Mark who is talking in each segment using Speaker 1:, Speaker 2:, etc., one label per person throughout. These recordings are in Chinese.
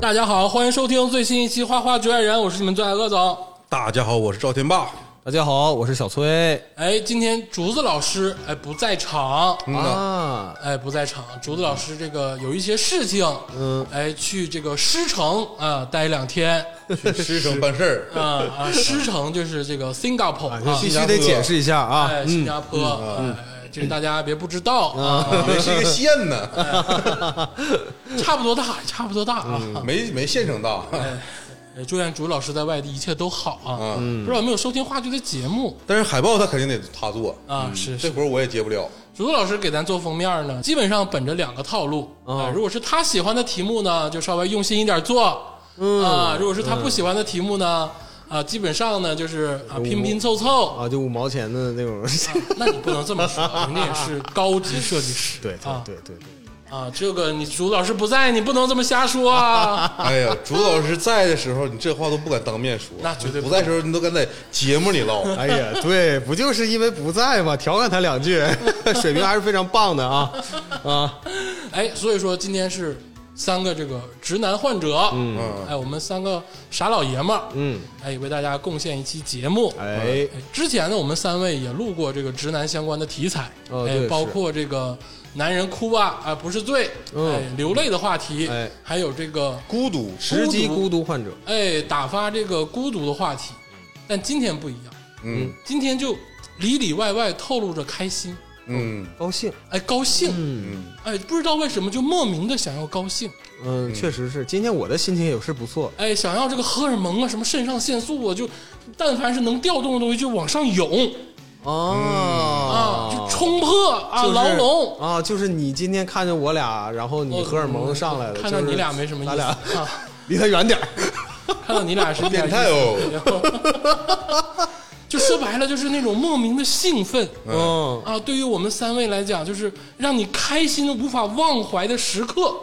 Speaker 1: 大家好，欢迎收听最新一期《花花局外人》，我是你们最爱恶总。
Speaker 2: 大家好，我是赵 天霸。
Speaker 3: 大家好，我是小崔
Speaker 1: 哎，今天竹子老师哎不在场，
Speaker 3: 啊，
Speaker 1: 哎不在场，竹子老师这个有一些事情，嗯，哎去这个师城啊、待两 天，
Speaker 2: 去师生办事儿，
Speaker 1: 啊啊，师城就是这个 Singapore 啊，
Speaker 3: 必须得解释一下啊，
Speaker 1: 哎新加坡，哎这个大家别不知道啊，
Speaker 2: 以为是一个县呢，
Speaker 1: 差不多大，差不多大啊。
Speaker 2: 没没县城大。
Speaker 1: 哎祝愿竹子老师在外地一切都好啊！不知道有没有收听话剧的节目
Speaker 2: 但是海报他肯定得他做，
Speaker 1: 啊？是是
Speaker 2: 这活儿我也接不了。
Speaker 1: 竹子老师给咱做封面呢，基本上本着两个套路啊、
Speaker 3: 哦
Speaker 1: 如果是他喜欢的题目呢，就稍微用心一点做，嗯啊、如果是他不喜欢的题目呢，啊，基本上呢就是啊拼拼凑凑。
Speaker 3: 啊，就五毛钱的那种，
Speaker 1: 那你不能这么说，人家也是高级设计师。
Speaker 3: 对对
Speaker 1: 啊
Speaker 3: 对对，
Speaker 1: 啊，这个你竹子老师不在，你不能这么瞎 说啊。
Speaker 2: 哎呀，朱老师在的时候，你这话都不敢当面说，
Speaker 1: 那绝对
Speaker 2: 不
Speaker 1: 不
Speaker 2: 在的时候，你都敢在节目里唠。
Speaker 3: 哎呀，对，不就是因为不在嘛，调侃他 两句，水平还是非常棒的啊啊，
Speaker 1: 哎，所以说今天是三个这个直男患者，嗯，
Speaker 2: 嗯，
Speaker 1: 哎，我们三个傻老爷们儿，
Speaker 3: 嗯，
Speaker 1: 哎，为大家贡献一期节目，
Speaker 3: 哎，
Speaker 1: 哎之前呢，我们三位也录过这个直男相关的题材，
Speaker 3: 哦
Speaker 1: 哎
Speaker 3: 对，
Speaker 1: 包括这个男人哭啊啊不是罪，
Speaker 3: 嗯
Speaker 1: 哎，流泪的话题，
Speaker 3: 哎
Speaker 1: 还有这个
Speaker 2: 孤独
Speaker 3: 直击孤独患者，
Speaker 1: 哎打发这个孤独的话题。
Speaker 3: 嗯
Speaker 1: 但今天不一样，
Speaker 2: 嗯
Speaker 1: 今天就里里外外透露着开心，
Speaker 2: 嗯，
Speaker 3: 高兴，
Speaker 1: 哎，高兴，
Speaker 3: 嗯
Speaker 1: 哎，不知道为什么就莫名的想要高兴，
Speaker 3: 嗯，确实是，今天我的心情也是不错，
Speaker 1: 哎，想要这个荷尔蒙啊，什么肾上腺素啊，就但凡是能调动的东西就往上涌啊，
Speaker 3: 啊，
Speaker 1: 就冲破啊
Speaker 3: 就是
Speaker 1: 牢笼。哦嗯
Speaker 3: 啊，就是你今天看见我俩，然后你荷尔蒙上来了，
Speaker 1: 看到
Speaker 3: 就是
Speaker 1: 你俩没什么意思，
Speaker 3: 咱俩
Speaker 1: 啊，
Speaker 3: 离他远点儿
Speaker 1: 看到你俩是
Speaker 2: 变态哦，
Speaker 1: 就说白了就是那种莫名的兴奋
Speaker 3: 嗯
Speaker 1: 啊！对于我们三位来讲，就是让你开心的无法忘怀的时刻。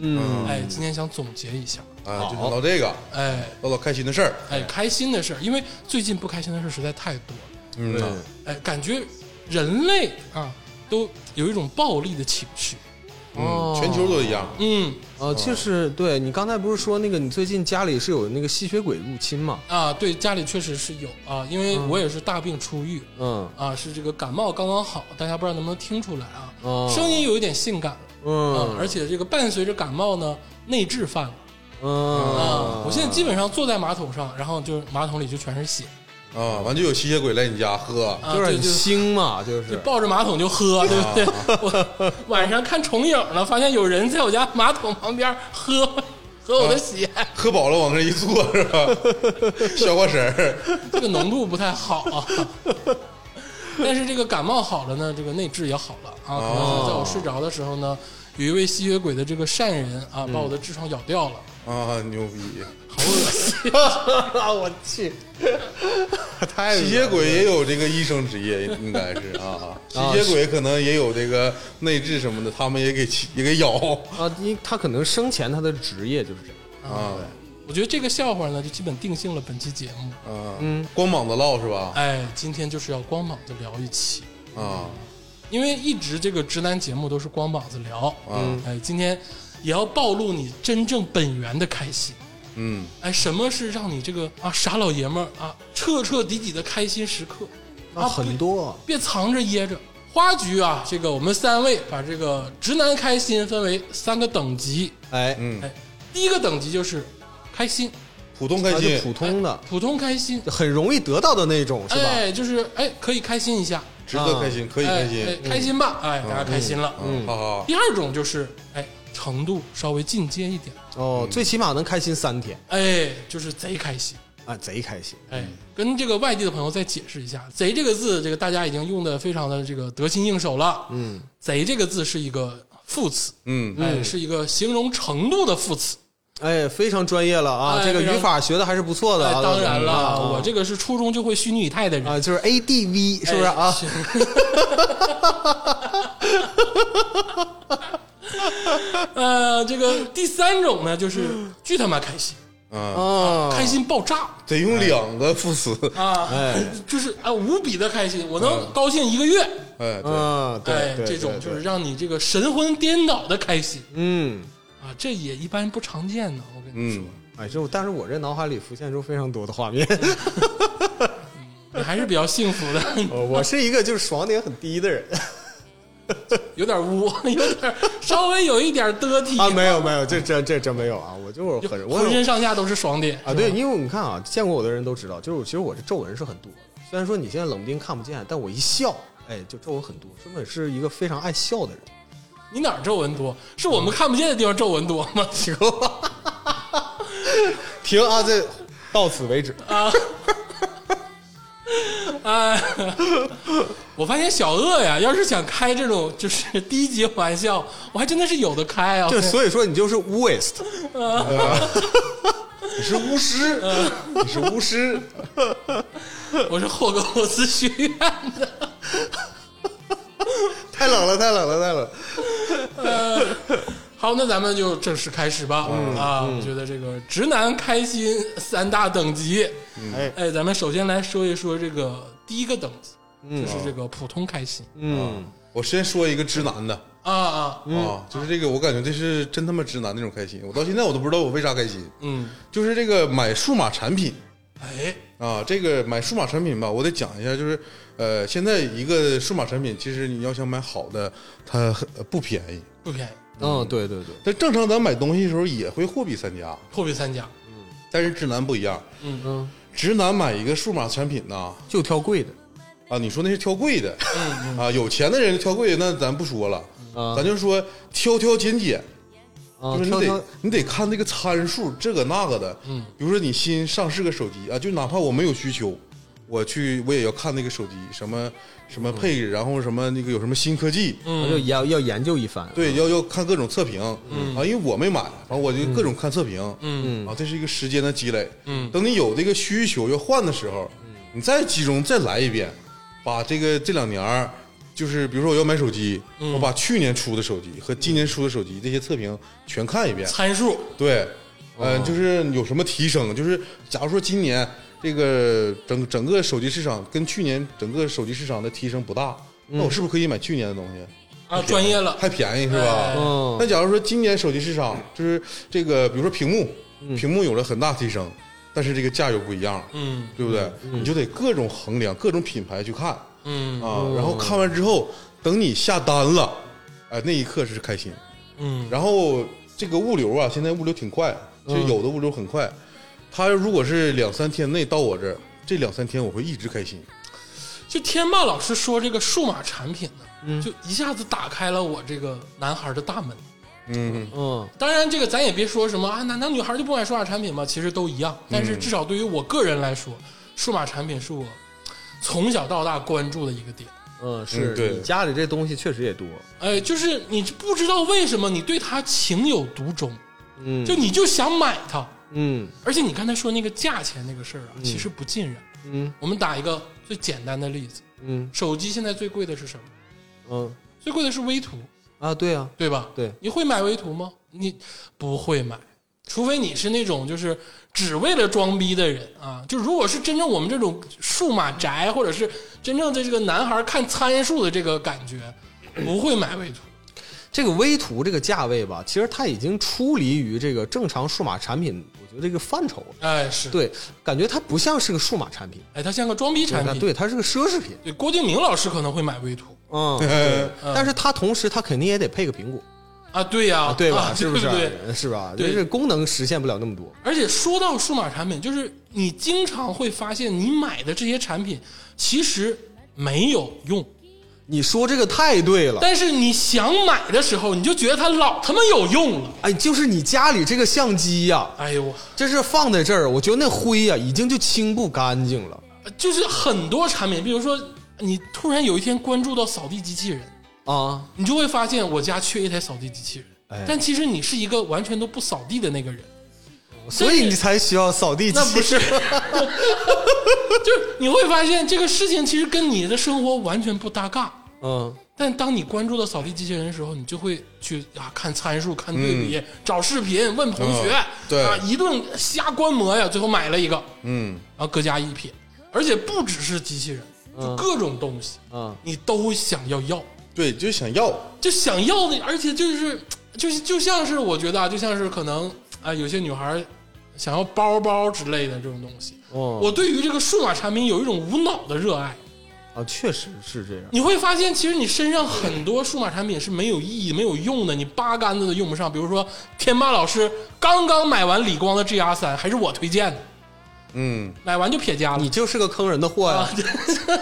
Speaker 3: 嗯，
Speaker 1: 哎，今天想总结一下，
Speaker 2: 啊，就聊到这个，
Speaker 1: 哎
Speaker 2: 唠唠开心的事儿。
Speaker 1: 哎，开心的事儿，因为最近不开心的事儿实在太多了，
Speaker 2: 嗯呐，
Speaker 1: 哎，感觉人类啊都有一种暴力的情绪，
Speaker 2: 嗯，
Speaker 1: 哦
Speaker 2: 全球都一样。
Speaker 1: 嗯
Speaker 3: 啊，就是对你刚才不是说那个你最近家里是有那个吸血鬼入侵嘛？
Speaker 1: 啊，对，家里确实是有啊，因为我也是大病初愈，
Speaker 3: 嗯
Speaker 1: 啊，是这个感冒刚刚好，大家不知道能不能听出来啊，
Speaker 3: 哦
Speaker 1: 声音有一点性感啊，
Speaker 3: 嗯
Speaker 1: 而且这个伴随着感冒呢，内痔犯了啊
Speaker 3: 嗯，，
Speaker 1: 我现在基本上坐在马桶上，然后就马桶里就全是血，
Speaker 2: 啊，完就有吸血鬼来你家喝，
Speaker 1: 啊，
Speaker 3: 就是
Speaker 1: 就
Speaker 3: 很
Speaker 1: 就
Speaker 3: 腥嘛，就是
Speaker 1: 抱着马桶就喝，对不对？
Speaker 3: 哦
Speaker 1: 我晚上看重影了，发现有人在我家马桶旁边喝喝我的血，
Speaker 2: 喝饱了往这一坐是 吧？消化神儿。
Speaker 1: 这个浓度不太好啊。 但是这个感冒好了呢，这个内痔也好了啊。可能是在我睡着的时候呢，有一位吸血鬼的这个善人啊，把我的痔疮咬掉了，
Speaker 2: 啊，牛逼！
Speaker 1: 好恶心
Speaker 3: 啊，我去， 太
Speaker 2: 吸血鬼也有这个医生职业，应该是啊。吸
Speaker 3: 啊
Speaker 2: 血鬼可能也有这个内痔什么的，他们也给吸也给咬
Speaker 3: 啊，因为他可能生前他的职业就是这样。
Speaker 2: 啊
Speaker 1: 我觉得这个笑话呢，就基本定性了本期节目。
Speaker 2: 啊！光膀子唠是吧？
Speaker 1: 哎，今天就是要光膀子聊一期，
Speaker 2: 啊
Speaker 1: 因为一直这个直男节目都是光膀子聊。
Speaker 2: 啊
Speaker 1: 哎，今天也要暴露你真正本源的开心。
Speaker 2: 嗯
Speaker 1: 哎，什么是让你这个啊傻老爷们儿啊彻彻底底的开心时刻？
Speaker 3: 啊，很多
Speaker 1: 别藏着掖着。花局啊，这个我们三位把这个直男开心分为三个等级。
Speaker 3: 哎，
Speaker 2: 嗯，
Speaker 1: 哎，第一个等级就是开心，哎
Speaker 2: 普通开
Speaker 3: 他就
Speaker 2: 心，
Speaker 3: 普通的，
Speaker 1: 普通开心，
Speaker 3: 很容易得到的那种，是吧？
Speaker 1: 哎，就是哎可以开心一下，
Speaker 2: 值得开心，可以开
Speaker 1: 哎哎
Speaker 2: 心，
Speaker 1: 开心吧，哎，大家开心了。
Speaker 2: 嗯，哈哈。
Speaker 1: 第二种就是哎程度稍微进阶一点，
Speaker 3: 哦，最起码能开心三天
Speaker 1: 哎就是贼开心。
Speaker 3: 啊，贼开心。
Speaker 1: 哎，跟这个外地的朋友再解释一下，“贼”这个字，这个大家已经用的非常的这个得心应手了。嗯，“贼”这个字是一个副词，
Speaker 2: 嗯，
Speaker 1: 哎，是一个形容程度的副词。
Speaker 3: 哎，非常专业了啊，
Speaker 1: 哎
Speaker 3: 这个
Speaker 1: 非常
Speaker 3: 语法学的还是不错的
Speaker 1: 哎，
Speaker 3: 啊。
Speaker 1: 当然了，
Speaker 3: 啊
Speaker 1: 我这个是初中就会虚拟以太的人，
Speaker 3: 啊，就是 A D V 是不是
Speaker 1: 哎
Speaker 3: 啊？
Speaker 1: 是 呃，这个第三种呢，就是巨他妈开心，
Speaker 3: 啊，
Speaker 1: 开心爆炸
Speaker 2: 得用两个副词，
Speaker 1: 啊！
Speaker 3: 哎，嗯
Speaker 1: 就是啊，无比的开心，我能高兴一个月。
Speaker 2: 哎，对，
Speaker 3: 嗯，对
Speaker 1: 哎，，
Speaker 3: 对
Speaker 1: 这种
Speaker 3: 对
Speaker 1: 就
Speaker 3: 对
Speaker 1: 是让你这个神魂颠倒的开心。
Speaker 3: 嗯，
Speaker 1: 啊，这也一般不常见的。我跟你说，
Speaker 2: 嗯，
Speaker 3: 哎，就但是我这脑海里浮现出非常多的画面。 嗯
Speaker 1: 你还是比较幸福的，
Speaker 3: 呃我是一个就是爽点很低的人
Speaker 1: 有点污， 有点稍微有一点得体
Speaker 3: 啊，没有没有，这真这真没有啊，我就是很我
Speaker 1: 浑身上下都是爽点
Speaker 3: 啊，对，，因为你看啊，见过我的人都知道，就是其实我这皱纹是很多的。虽然说你现在冷不丁看不见，但我一笑，哎，就皱纹很多，说明是一个非常爱笑的人。
Speaker 1: 你哪儿皱纹多？是我们看不见的地方皱纹多吗？
Speaker 3: 停吧，停啊，这到此为止。
Speaker 1: 哎， 我发现小鳄呀，要是想开这种就是低级玩笑，我还真的是有的开啊。
Speaker 3: 对，所以说你就是 waste，
Speaker 2: 你是巫师，你是巫师，
Speaker 1: 我是霍格沃兹学院的，
Speaker 3: 太冷了，太冷了，太冷了。
Speaker 1: 好，那咱们就正式开始吧。
Speaker 3: 嗯
Speaker 1: 啊，我觉得这个直男开心三大等级，
Speaker 3: 哎，
Speaker 1: 哎，咱们首先来说一说这个第一个等级，就是这个普通开心。
Speaker 3: 嗯，
Speaker 2: 我先说一个直男的
Speaker 1: 啊啊，
Speaker 2: 啊，就是这个，我感觉这是真他妈直男那种开心。我到现在我都不知道我为啥开心，
Speaker 1: 嗯，
Speaker 2: 就是这个买数码产品
Speaker 1: 哎，
Speaker 2: 啊，这个买数码产品吧，我得讲一下，就是呃，现在一个数码产品，其实你要想买好的，它很呃不便宜。
Speaker 1: 不便宜，
Speaker 3: 嗯，对对对，
Speaker 2: 但正常咱买东西的时候也会货比三家，
Speaker 1: 货比三家。
Speaker 2: 但是直男不一样，
Speaker 1: 嗯
Speaker 3: 嗯，
Speaker 2: 直男买一个数码产品呢，
Speaker 3: 就挑贵的。
Speaker 2: 啊，你说那是挑贵的，啊，有钱的人挑贵的，那咱不说了，
Speaker 3: 嗯啊
Speaker 2: 咱就说挑挑拣拣，
Speaker 3: 啊，
Speaker 2: 就是你
Speaker 3: 挑挑
Speaker 2: 得你得看这个参数，这个那个的，嗯，比如说你新上市个手机啊，就哪怕我没有需求，我去我也要看那个手机什么什么配置，然后什么那个有什么新科技，
Speaker 3: 我啊就要要研究一番。
Speaker 2: 对，要要看各种测评，啊，因为我没买，完我就各种看测评，嗯，啊，这是一个时间的积累，嗯，等你有这个需求要换的时候，你再集中再来一遍，把这个这两年儿，就是比如说我要买手机，我把去年出的手机和今年出的手机这些测评全看一遍，
Speaker 1: 参数，
Speaker 2: 对，
Speaker 1: 哦
Speaker 2: 嗯，就是有什么提升，就是假如说今年这个整整个手机市场跟去年整个手机市场的提升不大，那我是不是可以买去年的东西？
Speaker 1: 啊，嗯专业了，
Speaker 2: 还便宜是吧？
Speaker 1: 哎
Speaker 3: 嗯
Speaker 2: 那假如说今年手机市场就是这个，比如说屏幕，屏幕有了很大提升，但是这个价又不一样，
Speaker 1: 嗯
Speaker 2: 对不对？你就得各种衡量，各种品牌去看
Speaker 1: 嗯
Speaker 2: 啊。然后看完之后，等你下单了，哎，那一刻是开心。
Speaker 1: 嗯
Speaker 2: 然后这个物流啊，现在物流挺快，就有的物流很快，它如果是两三天内到我这儿，这两三天我会一直开心。
Speaker 1: 就天霸老师说这个数码产品呢，就一下子打开了我这个男孩的大门。
Speaker 2: 嗯，
Speaker 3: 嗯
Speaker 1: 当然，这个咱也别说什么啊，男男女孩就不买数码产品嘛，其实都一样。但是至少对于我个人来说，数码产品是我从小到大关注的一个点。
Speaker 3: 嗯，是
Speaker 2: 嗯对
Speaker 3: 你家里这东西确实也多。
Speaker 1: 哎，就是你不知道为什么你对它情有独钟，
Speaker 3: 嗯
Speaker 1: 就你就想买它。
Speaker 3: 嗯
Speaker 1: 而且你刚才说那个价钱那个事儿啊，其实不尽然。
Speaker 3: 嗯
Speaker 1: 我们打一个最简单的例子，
Speaker 3: 嗯
Speaker 1: 手机现在最贵的是什么？
Speaker 3: 嗯
Speaker 1: 最贵的是微图，
Speaker 3: 啊，对啊，
Speaker 1: 对吧？
Speaker 3: 对
Speaker 1: 你会买微图吗？你不会买，除非你是那种就是只为了装逼的人啊。就如果是真正我们这种数码宅，或者是真正的这个男孩看参数的这个感觉，不会买微图。
Speaker 3: 这个微图这个价位吧，其实它已经出离于这个正常数码产品，我觉得这个范畴了。
Speaker 1: 哎，是，
Speaker 3: 对，感觉它不像是个数码产品，
Speaker 1: 哎，它像个装逼产
Speaker 3: 它
Speaker 1: 品。
Speaker 3: 对，它是个奢侈品。
Speaker 1: 对郭敬明老师可能会买微图
Speaker 3: 嗯，对但是它同时它肯定也得配个苹果，
Speaker 1: 啊，对呀、
Speaker 3: 对吧？
Speaker 1: 啊
Speaker 3: 是不是？
Speaker 1: 对对
Speaker 3: 是吧？
Speaker 1: 对
Speaker 3: 就是功能实现不了那么多。
Speaker 1: 而且说到数码产品，就是你经常会发现，你买的这些产品其实没有用，
Speaker 3: 你说这个太对了。
Speaker 1: 但是你想买的时候，你就觉得它老他妈有用了。
Speaker 3: 哎，就是你家里这个相机呀、
Speaker 1: 哎呦，
Speaker 3: 这是放在这儿，我觉得那灰呀、已经就清不干净了
Speaker 1: 就是很多产品，比如说你突然有一天关注到扫地机器人，
Speaker 3: 啊。
Speaker 1: 你就会发现我家缺一台扫地机器人。
Speaker 3: 哎
Speaker 1: 但其实你是一个完全都不扫地的那个人，
Speaker 3: 所以你才需要扫地机。
Speaker 1: 那不是， 就是你会发现这个事情其实跟你的生活完全不搭嘎。
Speaker 3: 嗯
Speaker 1: 但当你关注到扫地机器人的时候，你就会去啊看参数、看对比、找视频、问同学，
Speaker 2: 嗯对
Speaker 1: 啊，一顿瞎观摩呀，最后买了一个，
Speaker 2: 嗯，
Speaker 1: 然后各家一品，而且不只是机器人，就各种东西，
Speaker 3: 嗯
Speaker 1: 你都想要要，
Speaker 2: 对，就想要，
Speaker 1: 就想要的，而且就是就是就像是我觉得啊，就像是可能啊、有些女孩想要包包之类的这种东西。
Speaker 3: 哦，
Speaker 2: 嗯
Speaker 1: 我对于这个数码产品有一种无脑的热爱。
Speaker 3: 啊，确实是这样。
Speaker 1: 你会发现，其实你身上很多数码产品是没有意义、没有用的，你八竿子都用不上。比如说，天霸老师刚刚买完理光的 GR 三，还是我推荐的，
Speaker 2: 嗯，
Speaker 1: 买完就撇家了。
Speaker 3: 你就是个坑人的货呀、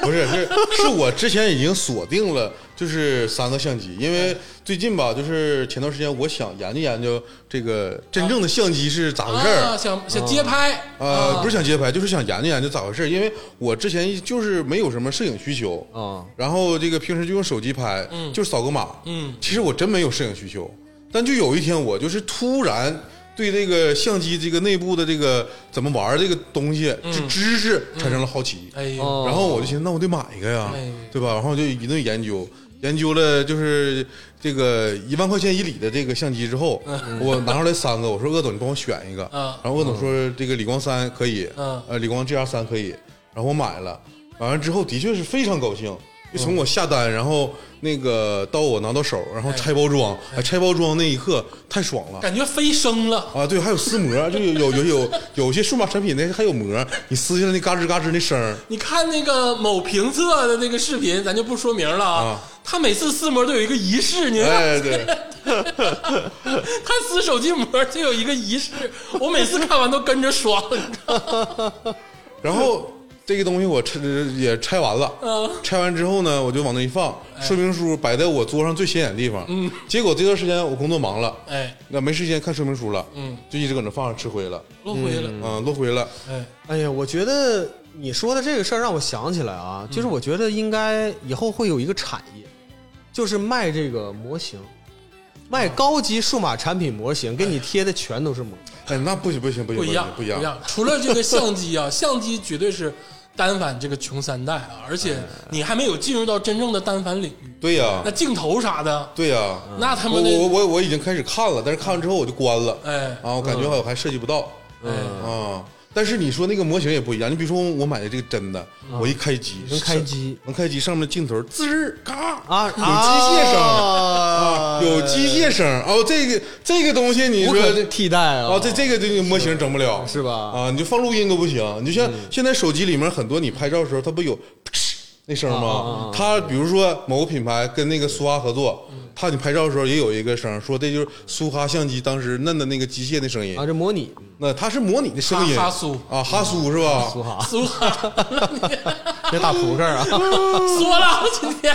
Speaker 2: 不是，是是我之前已经锁定了，就是三个相机，因
Speaker 1: 嗯
Speaker 2: 为最近吧，就是前段时间我想研究研究这个真正的相机是咋回事儿、
Speaker 1: 啊，想想街拍，
Speaker 2: 呃，
Speaker 1: 啊
Speaker 2: 不是想街拍，就是想研究研究咋回事儿。因为我之前就是没有什么摄影需求，
Speaker 3: 啊
Speaker 2: 然后这个平时就用手机拍，
Speaker 1: 嗯
Speaker 2: 就是扫个码，
Speaker 1: 嗯
Speaker 2: 其实我真没有摄影需求，但就有一天我就是突然对这个相机这个内部的这个怎么玩儿这个东西、
Speaker 1: 嗯
Speaker 2: 这知识产生了好奇，
Speaker 1: 哎呦，
Speaker 3: 哦
Speaker 2: 然后我就寻思，那我得买一个呀
Speaker 1: 哎，
Speaker 2: 对吧？然后我就一顿研究，研究了就是这个一万块钱以里的这个相机之后，我拿出来三个，我说鄂总，你帮我选一个。
Speaker 1: 嗯
Speaker 2: 然后鄂总说这个理光三可以，
Speaker 1: 嗯
Speaker 2: 呃，理光 GR 三可以，然后我买了，买完之后的确是非常高兴。就从我下
Speaker 1: 嗯
Speaker 2: 单，然后那个到我拿到手，然后拆包装，哎，拆包装那一刻太爽了
Speaker 1: 感觉飞升了，
Speaker 2: 啊！对，还有撕膜，就有有有有有些数码产品那还有膜，你撕下来那嘎吱嘎吱那 声儿，
Speaker 1: 你看那个某评测的那个视频，咱就不说名了啊
Speaker 2: 啊。
Speaker 1: 他每次撕膜都有一个仪式，你看
Speaker 2: 哎，对。
Speaker 1: 他撕手机膜就有一个仪式，我每次看完都跟着爽，你知道吗
Speaker 2: 然后这个东西我拆也拆完了，
Speaker 1: 嗯
Speaker 2: 拆完之后呢，我就往那一放，说明书摆在我桌上最显眼的地方。嗯，结果这段时间我工作忙了，
Speaker 1: 哎，
Speaker 2: 那没时间看说明书了，
Speaker 1: 嗯，
Speaker 2: 就一直搁那放着吃灰了，
Speaker 1: 落灰了，
Speaker 2: 啊，落灰了。
Speaker 1: 哎，
Speaker 3: 哎呀，我觉得你说的这个事儿让我想起来啊，就是我觉得应该以后会有一个产业，就是卖这个模型，卖高级数码产品模型，给你贴的全都是模。
Speaker 2: 哎，那不行不行不行
Speaker 1: 不一样，
Speaker 2: 不
Speaker 1: 一
Speaker 2: 一样，
Speaker 1: 样。除了这个相机啊， 相机绝对是单反这个穷三代啊，而且你还没有进入到真正的单反领域，
Speaker 2: 对呀
Speaker 1: 那镜头啥的，
Speaker 2: 对呀，
Speaker 1: 那他
Speaker 2: 我
Speaker 1: 们
Speaker 2: 哎我
Speaker 1: 的
Speaker 2: 我我已经开始看了，但是看完之后我就关了，
Speaker 1: 哎
Speaker 2: 啊，我感觉好像还涉及不到，
Speaker 1: 哎，
Speaker 2: 啊。但是你说那个模型也不一样，你比如说我买的这个真的，我一开机
Speaker 3: 嗯能开机，
Speaker 2: 能开机，上面的镜头滋儿嘎
Speaker 3: 啊，
Speaker 2: 有机械声，
Speaker 3: 啊
Speaker 2: 啊，有机械声哦，这个这个东西你
Speaker 3: 无
Speaker 2: 说
Speaker 3: 可
Speaker 2: 这
Speaker 3: 替代啊！
Speaker 2: 啊，这这个这个模型整不了
Speaker 3: 哦是吧嗯
Speaker 2: 啊，你就放录音都不行。你就像现在手机里面很多你拍照的时候，它不有噗那声
Speaker 3: 啊啊啊嗯
Speaker 2: 吗？它比如说某个品牌跟那个苏哈合作，它你拍照的时候也有一个声，说这就是苏哈相机当时摁的那个机械的声音
Speaker 3: 啊，。这模拟
Speaker 2: 那它是模拟的声音，
Speaker 1: 哈哈苏
Speaker 2: 啊，哈苏是吧？
Speaker 3: 苏 哈，
Speaker 1: 苏哈
Speaker 3: 别打扑克啊！
Speaker 1: 缩了，今天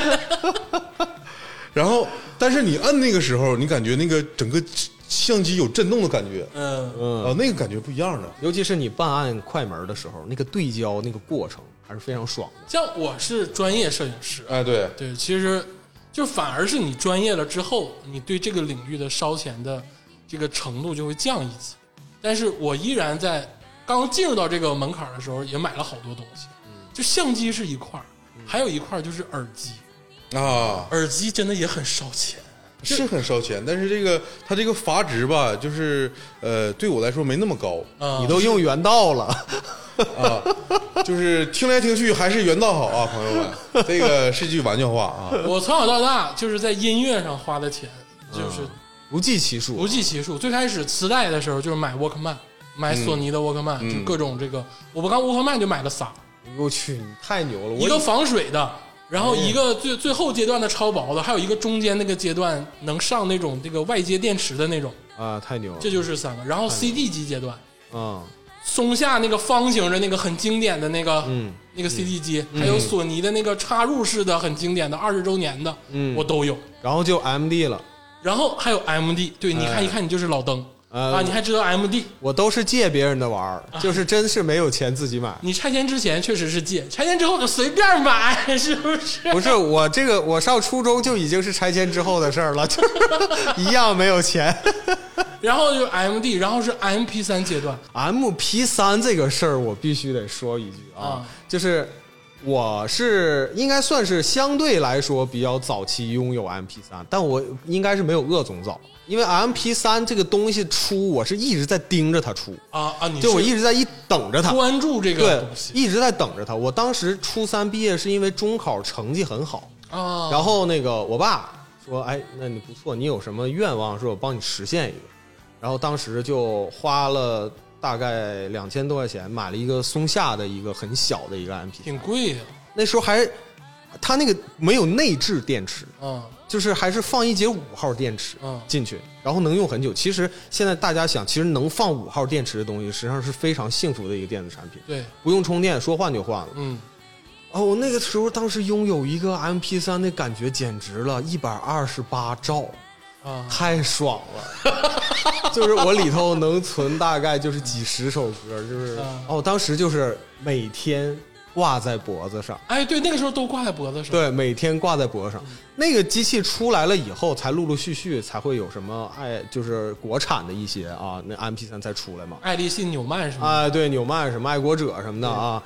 Speaker 2: 然后，但是你摁那个时候，你感觉那个整个相机有震动的感觉，
Speaker 1: 嗯，
Speaker 2: 啊，那个感觉不一样的。
Speaker 3: 尤其是你办案快门的时候，那个对焦那个过程还是非常爽的。
Speaker 1: 像我是专业摄影师，
Speaker 2: 哎，对，
Speaker 1: 对，其实就反而是你专业了之后，你对这个领域的烧钱的这个程度就会降一级。但是我依然在刚进入到这个门槛儿的时候，也买了好多东西，
Speaker 2: 嗯
Speaker 1: 就相机是一块儿，还有一块儿就是耳机，
Speaker 2: 啊，
Speaker 1: 耳机真的也很烧钱。
Speaker 2: 是很烧钱，但是这个它这个阀值吧，就是呃，对我来说没那么高
Speaker 1: 啊
Speaker 3: 你都用原道了，
Speaker 2: 啊，就是听来听去还是原道好啊，朋友们，这个是句玩笑话啊。
Speaker 1: 我从小到大就是在音乐上花的钱就是
Speaker 3: 嗯不计其数
Speaker 1: 不。计其数。最开始磁带的时候就是买 Walkman，买
Speaker 3: 嗯
Speaker 1: 索尼的 Walkman，、就各种这个，我不刚 Walkman 就买了仨，
Speaker 3: 我去，你太牛了！我哎
Speaker 1: 一个防水的，然后一个最最后阶段的超薄的，还有一个中间那个阶段能上那种这个外接电池的那种，
Speaker 3: 啊，太牛了！
Speaker 1: 这就是三个。然后
Speaker 3: 哎
Speaker 1: CD 机阶段，
Speaker 3: 啊，
Speaker 1: 松下那个方形的那个很经典的那个，
Speaker 3: 嗯
Speaker 1: 那个 CD 机，还有索尼的那个插入式的很经典的二十周年的，
Speaker 3: 嗯
Speaker 1: 我都有。
Speaker 3: 然后就 MD 了，
Speaker 1: 然后还有 MD，对，你看一看你就是老登、
Speaker 3: 哎呃
Speaker 1: 啊，你还知道 MD。
Speaker 3: 我都是借别人的玩
Speaker 1: 啊
Speaker 3: 儿，就是真是没有钱自己买。
Speaker 1: 你拆迁之前确实是借，拆迁之后就随便买， 是不是？
Speaker 3: 不是我这个，我上初中就已经是拆迁之后的事儿了，就是 一样没有钱。
Speaker 1: 然后就是 MD，然后是 MP 三阶段，
Speaker 3: M P 三这个事儿，我必须得说一句啊，
Speaker 1: 啊
Speaker 3: 就是我是应该算是相对来说比较早期拥有 M P 三，但我应该是没有鄂总早，因为 M P 三这个东西出，我是一直在盯着它出，
Speaker 1: 啊啊！你
Speaker 3: 就我
Speaker 1: 是
Speaker 3: 一直在一等着它。
Speaker 1: 关注这个
Speaker 3: 对
Speaker 1: 东，西
Speaker 3: 一直在等着他。我当时初三毕业是因为中考成绩很好，
Speaker 1: 啊，
Speaker 3: 然后那个我爸说，哎，那你不错，你有什么愿望？说我帮你实现一个。然后当时就花了大概两千多块钱买了一个松下的一个很小的一个 MP，
Speaker 1: 挺贵的，
Speaker 3: 那时候还它那个没有内置电池，
Speaker 1: 嗯
Speaker 3: 就是还是放一节五号电池
Speaker 1: 嗯
Speaker 3: 进去，然后能用很久。其实现在大家想，其实能放五号电池的东西，实际上是非常幸福的一个电子产品，
Speaker 1: 对，
Speaker 3: 不用充电，说换就换了。
Speaker 1: 嗯
Speaker 3: 哦，我那个时候当时拥有一个 MP 3那感觉简直了，一百二十八兆，
Speaker 1: 啊，
Speaker 3: 太爽了。 就是我里头能存大概就是几十首歌，就是
Speaker 1: 嗯
Speaker 3: 哦，当时就是每天挂在脖子上，
Speaker 1: 哎，对，那个时候都挂在脖子上，
Speaker 3: 对，每天挂在脖子上。那个机器出来了以后，才陆陆续续才会有什么哎，就是国产的一些啊，那 MP 3才出来嘛。
Speaker 1: 爱立信、纽曼什么的，
Speaker 3: 啊，对，纽曼什么爱国者什么的啊，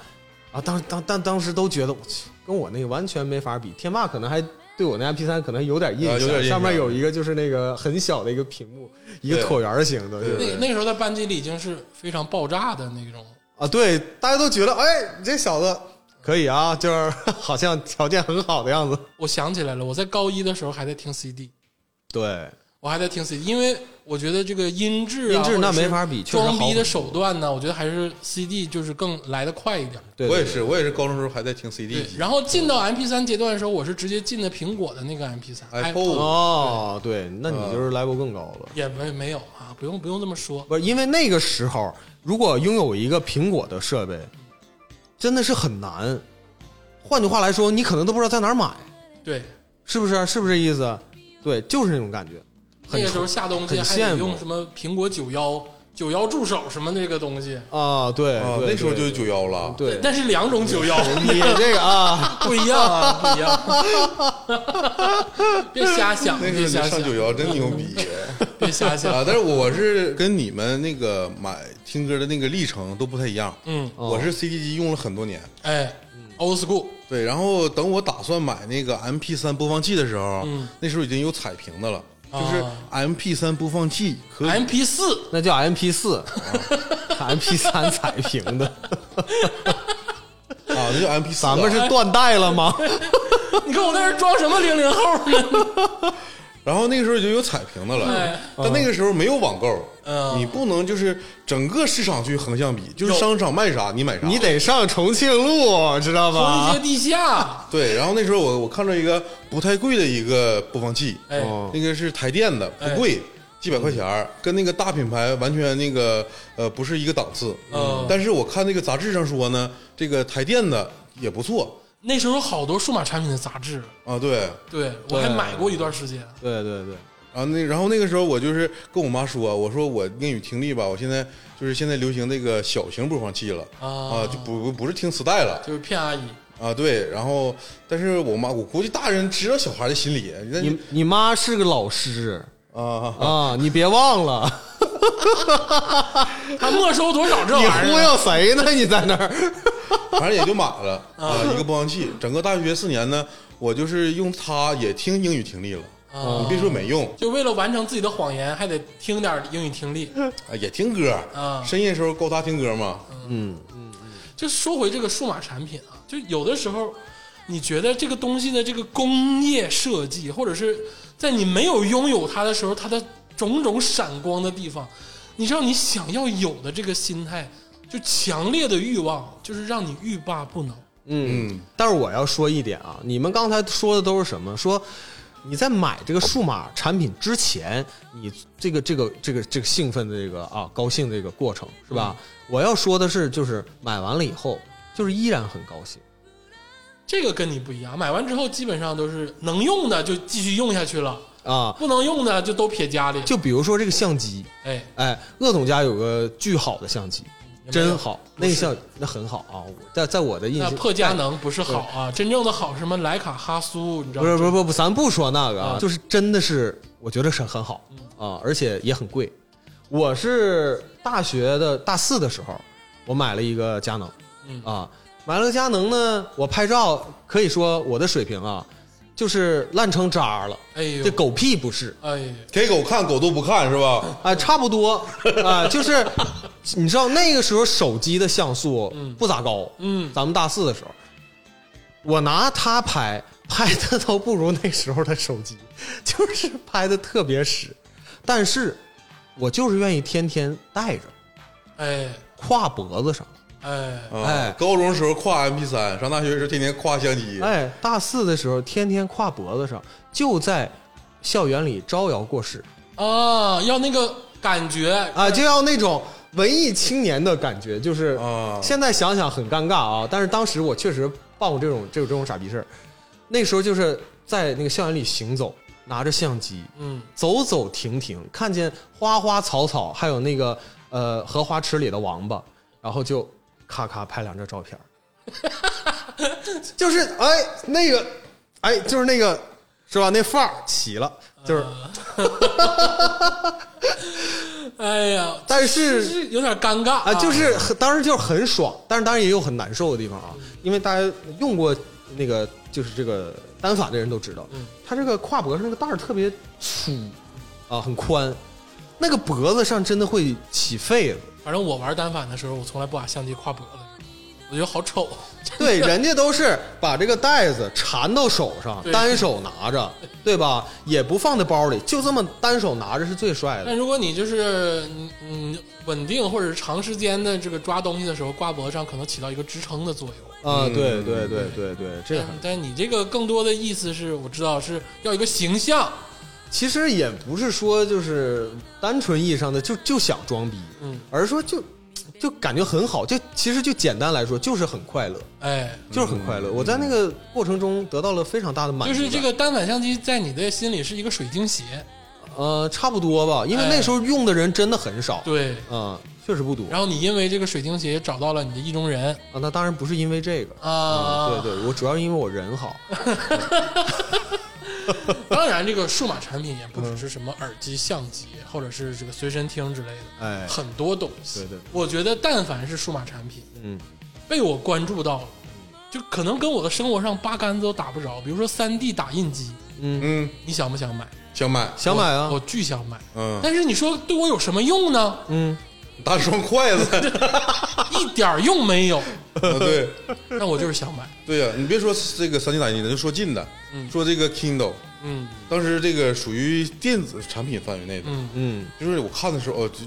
Speaker 3: 啊，当当当当时都觉得我去，跟我那个完全没法比。天霸可能还对我那 MP 3可能有点印
Speaker 2: 啊
Speaker 3: 象，
Speaker 2: 有点印
Speaker 3: 上面
Speaker 2: 象
Speaker 3: 有一个就是那个很小的一个屏幕，一个
Speaker 2: 对
Speaker 3: 椭圆形的，
Speaker 2: 对
Speaker 3: 对
Speaker 1: 那那个时候在班级里已经是非常爆炸的那种，
Speaker 3: 啊，对，大家都觉得哎，你这小子可以啊，就是 好像条件很好的样子。
Speaker 1: 我想起来了，我在高一的时候还在听 CD，
Speaker 3: 对，
Speaker 1: 我还在听 CD，因为我觉得这个音质、啊、
Speaker 3: 音质那
Speaker 1: 或者是
Speaker 3: 没法比确实好
Speaker 1: 装
Speaker 3: 很多
Speaker 1: 逼的手段呢，我觉得还是 CD 就是更来的快一点。
Speaker 3: 对，
Speaker 2: 我也
Speaker 3: 对
Speaker 2: 是，我也是高中时候还在听 CD
Speaker 1: 对，
Speaker 2: 机，
Speaker 1: 然后进到 MP 3阶段的时候，我是直接进的苹果的那个 MP 3
Speaker 2: Apple
Speaker 3: 哎哦，对，那你
Speaker 2: 嗯
Speaker 3: 就是 level 更高了。
Speaker 1: 也没没有啊，不用不用这么说，
Speaker 3: 不是因为那个时候，如果拥有一个苹果的设备，真的是很难。换句话来说，你可能都不知道在哪儿买，
Speaker 1: 对，
Speaker 3: 是不是？是不是这意思？对，就是那种感觉，
Speaker 1: 那
Speaker 3: 很
Speaker 1: 个时候
Speaker 3: 纯
Speaker 1: 下东西
Speaker 3: 很
Speaker 1: 还
Speaker 3: 羡
Speaker 1: 得
Speaker 3: 慕
Speaker 1: 用什么苹果九幺、九幺助手什么那个东西，
Speaker 3: 啊，对，
Speaker 2: 啊，
Speaker 3: 对
Speaker 2: 那时候就是
Speaker 3: 对
Speaker 2: 九幺了，
Speaker 3: 对，
Speaker 1: 那是两种九幺，
Speaker 3: 你这个啊，
Speaker 1: 不一样 啊，不一样， 别瞎想，
Speaker 2: 那
Speaker 1: 别
Speaker 2: 时候
Speaker 1: 瞎想
Speaker 2: 你上，九幺真牛逼
Speaker 1: 别瞎想，
Speaker 2: 啊！但是我是跟你们那个买听歌的那个历程都不太一样，
Speaker 1: 嗯，
Speaker 2: 我是 CD 机用了很多年，
Speaker 1: 哎，old
Speaker 3: 嗯
Speaker 1: school，
Speaker 2: 对，然后等我打算买那个 MP 3播放器的时候，
Speaker 3: 嗯
Speaker 2: 那时候已经有彩屏的了，
Speaker 3: 哦
Speaker 2: 就是 MP 3播放器可以啊
Speaker 1: M P 四，
Speaker 3: 那叫 MP 四、m 啊 p 三彩屏的，
Speaker 2: 啊，那叫 MP 4
Speaker 3: 咱们是断代了 吗？
Speaker 1: 你看我在这儿装什么零零后呢？
Speaker 2: 然后那个时候已经有彩屏的了，
Speaker 1: 哎
Speaker 2: 但那个时候没有网购，
Speaker 3: 哦
Speaker 1: 嗯
Speaker 2: 你不能就是整个市场去横向比，就是商场卖啥你买啥。
Speaker 3: 你得上重庆路，知道
Speaker 1: 红
Speaker 3: 吧
Speaker 1: 街？地
Speaker 3: 哦
Speaker 1: 下，
Speaker 2: 对，然后那时候我我看着一个不太贵的一个播放器，
Speaker 1: 哎，
Speaker 3: 哦哎嗯
Speaker 2: 那个是台电的，不贵，几百块钱儿，跟那个大品牌完全那个呃不是一个档次。
Speaker 3: 哦
Speaker 1: 嗯
Speaker 2: 但是我看那个杂志上说呢，这个台电的也不错
Speaker 1: 那时候有好多数码产品的杂志，
Speaker 2: 啊，对。
Speaker 1: 对我还
Speaker 3: 对
Speaker 1: 买过一段时间，
Speaker 3: 对对对，
Speaker 2: 然后那然后那个时候我就是跟我妈说，我说我英语听力吧，我现在就是现在流行那个小型播放器了
Speaker 1: 啊
Speaker 2: 就不不不是听磁带了
Speaker 1: 就是骗阿姨，
Speaker 2: 啊，对。然后但是我妈，我估计大人知道小孩的心理，那
Speaker 3: 你你妈是个老师
Speaker 2: 啊，
Speaker 3: 啊，你别忘了。
Speaker 1: 他没收多少这玩
Speaker 3: 你
Speaker 1: 意儿？
Speaker 3: 忽悠谁呢？你在那儿？
Speaker 2: 反正也就买了啊一个播放器。整个大学四年呢，我就是用它也听英语听力了。
Speaker 1: 啊
Speaker 2: 你别说没用
Speaker 1: 就为了完成自己的谎言，还得听点儿英语听力。
Speaker 3: 嗯
Speaker 2: 啊，也听歌
Speaker 1: 啊
Speaker 2: 深夜的时候高他听歌嘛，
Speaker 1: 就说回这个数码产品啊，就有的时候你觉得这个东西的这个工业设计，或者是在你没有拥有它的时候，它的种种闪光的地方，你让你想要有的这个心态，就强烈的欲望，就是让你欲罢不能。
Speaker 3: 嗯，但是我要说一点啊，你们刚才说的都是什么？说你在买这个数码产品之前，你这个这个这个这个兴奋的这个啊高兴的这个过程是吧？我要说的是，就是买完了以后，就是依然很高兴。
Speaker 1: 这个跟你不一样，买完之后基本上都是能用的就继续用下去了，
Speaker 3: 啊，
Speaker 1: 不能用的就都撇家里。
Speaker 3: 就比如说这个相机，
Speaker 1: 哎，
Speaker 3: 哎，鄂总家有个巨好的相机，
Speaker 1: 有没有
Speaker 3: 真好，那个相那很好啊，我在在我的印
Speaker 1: 那
Speaker 3: 象，
Speaker 1: 破佳能不是好啊，真正的好是什么徕卡哈苏，你知道吗？
Speaker 3: 哎不是不是不不，咱不说那个啊
Speaker 1: 啊，嗯
Speaker 3: 就是真的是我觉得是很好啊，而且也很贵。我是大学的大四的时候，我买了一个佳能
Speaker 1: 嗯，
Speaker 3: 啊，买了个佳能呢，我拍照可以说我的水平啊，就是烂成渣了，
Speaker 1: 哎呦
Speaker 3: 这，狗屁不是
Speaker 1: 哎呦，
Speaker 2: 给狗看狗都不看是吧？
Speaker 3: 啊，差 不多啊，就是你知道那个时候手机的像素
Speaker 1: 嗯
Speaker 3: 不咋高，
Speaker 1: 嗯
Speaker 3: 咱们大四的时候，我拿它拍，拍的都不如那时候的手机，就是拍的特别屎。但是，我就是愿意天天带着，
Speaker 1: 哎
Speaker 3: 挎脖子上。
Speaker 1: 哎，
Speaker 2: 啊
Speaker 3: 哎
Speaker 2: 高中时候挎 MP 三，上大学时候天天挎相机，
Speaker 3: 哎，大四的时候天天挎脖子上，就在校园里招摇过市
Speaker 1: 啊，要那个感觉，
Speaker 3: 啊，就要那种文艺青年的感觉，就是
Speaker 2: 啊
Speaker 3: 现在想想很尴尬啊，但是当时我确实办过这种这种这种傻逼事儿。那时候就是在那个校园里行走，拿着相机，
Speaker 1: 嗯
Speaker 3: 走走停停，看见花花草草，还有那个呃荷花池里的王八，然后就咔咔拍两张照片儿， 就是哎那个哎就是那个是吧？那范儿齐了，就是
Speaker 1: 哎呀，
Speaker 3: 但
Speaker 1: 就是是有点尴尬
Speaker 3: 啊，就是很当时就是很爽，但是当然也有很难受的地方啊，因为大家用过那个就是这个单反的人都知道
Speaker 1: 嗯，
Speaker 3: 它这个胯脖上那个带儿特别粗啊，很宽，那个脖子上真的会起痱子。
Speaker 1: 反正我玩单反的时候，我从来不把相机挎脖子，我觉得好丑。
Speaker 3: 对，人家都是把这个带子缠到手上
Speaker 1: 对，
Speaker 3: 单手拿着，对吧？也不放在包里，就这么单手拿着是最帅的。
Speaker 1: 但如果你就是嗯嗯稳定或者是长时间的这个抓东西的时候，挂脖子上可能起到一个支撑的作用。
Speaker 3: 啊，
Speaker 2: 嗯
Speaker 3: 对对对对对，这个
Speaker 1: 但但你这个更多的意思是我知道是要一个形象，
Speaker 3: 其实也不是说就是单纯意义上的就就想装逼，
Speaker 1: 嗯，
Speaker 3: 而是说就就感觉很好，就其实就简单来说就是很快乐，
Speaker 1: 哎，
Speaker 3: 就是很快乐。我在那个过程中得到了非常大的满
Speaker 1: 就
Speaker 3: 足感，
Speaker 1: 是这个单反相机在你的心里是一个水晶鞋，
Speaker 3: 呃差不多吧，因为那时候用的人真的很少，
Speaker 1: 哎对。
Speaker 3: 嗯，确实不多
Speaker 1: 然后你因为这个水晶鞋找到了你的意中人
Speaker 3: 啊。那当然不是因为这个。
Speaker 1: 啊，哎
Speaker 3: 嗯，对对，我主要因为我 人好，
Speaker 1: 当然，这个数码产品也
Speaker 3: 嗯
Speaker 1: 不只是什么耳机、相机，或者是这个随身听之类的，
Speaker 3: 哎，
Speaker 1: 很多东西。
Speaker 3: 对对对
Speaker 1: 我觉得但凡是数码产品
Speaker 3: 嗯，
Speaker 1: 被我关注到了，就可能跟我的生活上八竿子都打不着。比如说三 D 打印机，
Speaker 2: 嗯，
Speaker 1: 你想不想买？
Speaker 2: 想买，
Speaker 3: 想买啊
Speaker 1: 我，我巨想买。
Speaker 2: 嗯，
Speaker 1: 但是你说对我有什么用 呢？
Speaker 3: 嗯，
Speaker 2: 打双筷子，
Speaker 1: 一点儿用没 有。
Speaker 2: 啊对
Speaker 1: 但我就是想买。
Speaker 2: 对呀，你别说这个三 D 打印机，咱就说近的，说这个 Kindle，
Speaker 1: 嗯
Speaker 2: 当时这个属于电子产品范围内的，
Speaker 1: 嗯
Speaker 3: 嗯，
Speaker 2: 就是我看的时候，哦，就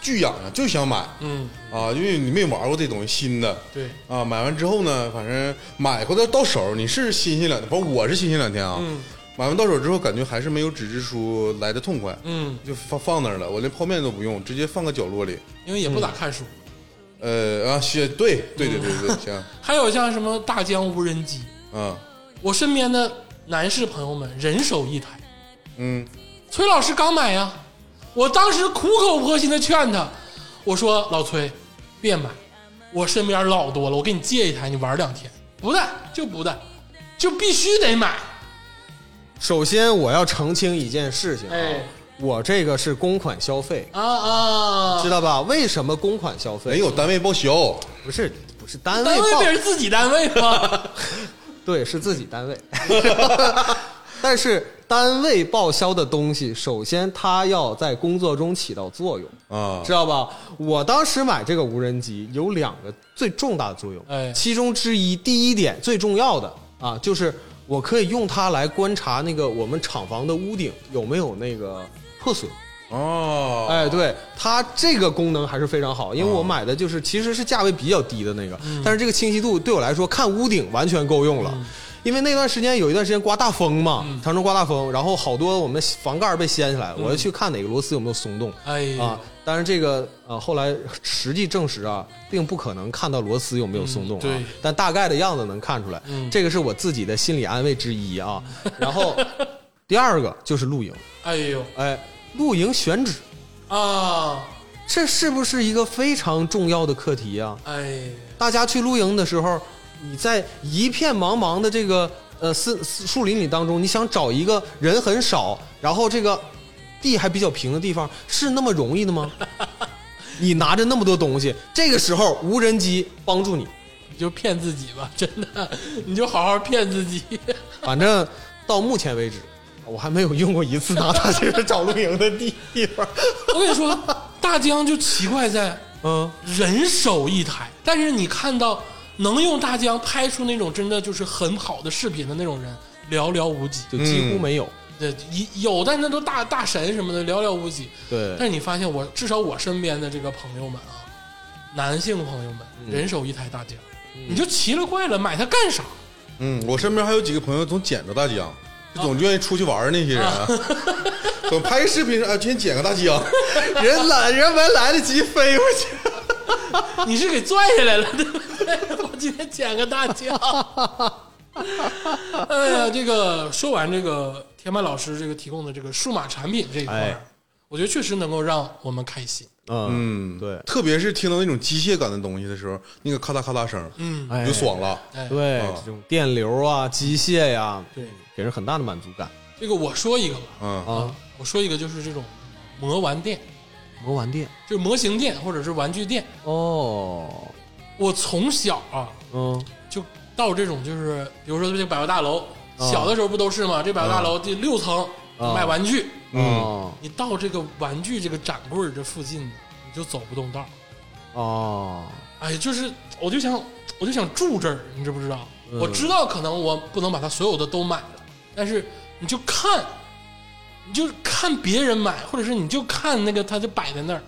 Speaker 2: 巨痒痒，就想买
Speaker 1: 嗯，
Speaker 2: 啊，因为你没玩过这东西，新的
Speaker 1: 对，
Speaker 2: 啊，买完之后呢，反正买回来到手，你是新鲜两天，反正我是新鲜两天啊，
Speaker 1: 嗯
Speaker 2: 买完到手之后，感觉还是没有纸质书来的痛快，
Speaker 1: 嗯，
Speaker 2: 就放放那儿了，我连泡面都不用，直接放个角落里。
Speaker 1: 因为也
Speaker 3: 嗯
Speaker 1: 不咋看书。
Speaker 2: 呃啊，是，对对对对对，行，
Speaker 1: 还有像什么大疆无人机，
Speaker 2: 啊，
Speaker 1: 我身边的男士朋友们人手一台。
Speaker 2: 嗯，
Speaker 1: 崔老师刚买呀，我当时苦口婆心的劝他，我说老崔，别买，我身边老多了，我给你借一台，你玩两天，不带就不带，就必须得买。
Speaker 3: 首先我要澄清一件事情啊，
Speaker 1: 哎
Speaker 3: 我这个是公款消费，
Speaker 1: 啊啊，
Speaker 3: 知道吧？为什么公款消费？
Speaker 2: 人有单位报销，
Speaker 3: 不是不是单
Speaker 1: 单
Speaker 3: 位
Speaker 1: 位
Speaker 3: 报
Speaker 1: 别是自己单位吗？
Speaker 3: 对，是自己单位。但是单位报销的东西，首先它要在工作中起到作用，
Speaker 2: 啊
Speaker 3: 知，道吧？我当时买这个无人机有两个最重大的作用，
Speaker 1: 哎
Speaker 3: 其中之一，第一点最重要的啊，就是我可以用它来观察那个我们厂房的屋顶有没有那个破损。
Speaker 2: 哦，
Speaker 3: 哎，对它这个功能还是非常好，因
Speaker 1: 哦
Speaker 3: 为我买的就是其实是价位比较低的那个，
Speaker 1: 嗯
Speaker 3: 但是这个清晰度对我来说看屋顶完全够用了。因为那段时间有一段时间刮大风嘛，
Speaker 1: 嗯
Speaker 3: 长春刮大风，然后好多我们房盖儿被掀起来了，我就去看哪个螺丝有没有松动、
Speaker 1: 哎呀
Speaker 3: 啊，。当然这个呃后来实际证实啊，并不可能看到螺丝有没有松动啊，
Speaker 1: 嗯对
Speaker 3: 但大概的样子能看出来，
Speaker 1: 嗯
Speaker 3: 这个是我自己的心理安慰之一 啊。然后第二个就是露营，
Speaker 1: 哎呦
Speaker 3: 哎，露营选址。
Speaker 1: 啊，
Speaker 3: 这是不是一个非常重要的课题啊？
Speaker 1: 哎，
Speaker 3: 大家去露营的时候，你在一片茫茫的这个呃森森树林里当中，你想找一个呃人很少，然后这个地还比较平的地方，是那么容易的吗？ 你拿着那么多东西，这个时候无人机帮助你，
Speaker 1: 你就骗自己吧，真的，你就好好骗自 己。
Speaker 3: 反正到目前为止，我还没有用过一次拿它去找露营的地地方。
Speaker 1: 我跟你说，大疆就奇怪在
Speaker 3: 嗯，
Speaker 1: 人手一台，但是你看到能用大疆拍出那种真的就是很好的视频的那种人，寥寥无几，
Speaker 3: 就几乎
Speaker 2: 嗯
Speaker 3: 没有。
Speaker 1: 对，一有，但是那都大大神什么的，寥寥无几。但
Speaker 3: 对，
Speaker 1: 是你发现我，至少我身边的这个朋友们啊，男性朋友们，人手一台大疆，你就奇了怪了，买它干啥？
Speaker 2: 嗯，我身边还有几个朋友总捡着大疆，就总愿意出去玩儿那些人，啊 总拍个视频说啊，今天捡个大疆，
Speaker 3: 人来人没来得及飞过去，
Speaker 1: 你是给拽下来了，对不对？我今天捡个大 奖。哎呀，这个说完这个天麦老师这个提供的这个数码产品这一块儿，
Speaker 3: 哎
Speaker 1: 我觉得确实能够让我们开心。
Speaker 3: 嗯，
Speaker 2: 嗯，
Speaker 3: 对
Speaker 2: 特别是听到那种机械感的东西的时候，那个咔嗒咔嗒声，
Speaker 1: 嗯，
Speaker 3: 哎嗯
Speaker 2: 就爽了。
Speaker 1: 哎，
Speaker 3: 对
Speaker 2: 啊，
Speaker 3: 这种电流啊、机械呀，
Speaker 1: 对，
Speaker 3: 给人很大的满足感
Speaker 1: 这个我说一个吧，
Speaker 2: 嗯
Speaker 3: 啊。
Speaker 1: 我说一个就是这种魔玩店，
Speaker 3: 魔玩店
Speaker 1: 就是模型店或者是玩具店。
Speaker 3: 哦，
Speaker 1: 我从小啊
Speaker 3: 嗯
Speaker 1: 就到这种就是，比如说这个百货大楼，
Speaker 3: 啊
Speaker 1: 小的时候不都是吗？这百货大楼第六层
Speaker 3: 啊
Speaker 1: 卖玩具。
Speaker 3: 哦
Speaker 1: 你到这个玩具这个展柜儿这附近，你就走不动道儿。
Speaker 3: 哦，
Speaker 1: 哎，就是我就想，我就想住这儿，你知不知道？
Speaker 3: 嗯
Speaker 1: 我知道可能我不能把它所有的都买了，但是你就看，你就看别人买，或者是你就看那个他就摆在那儿，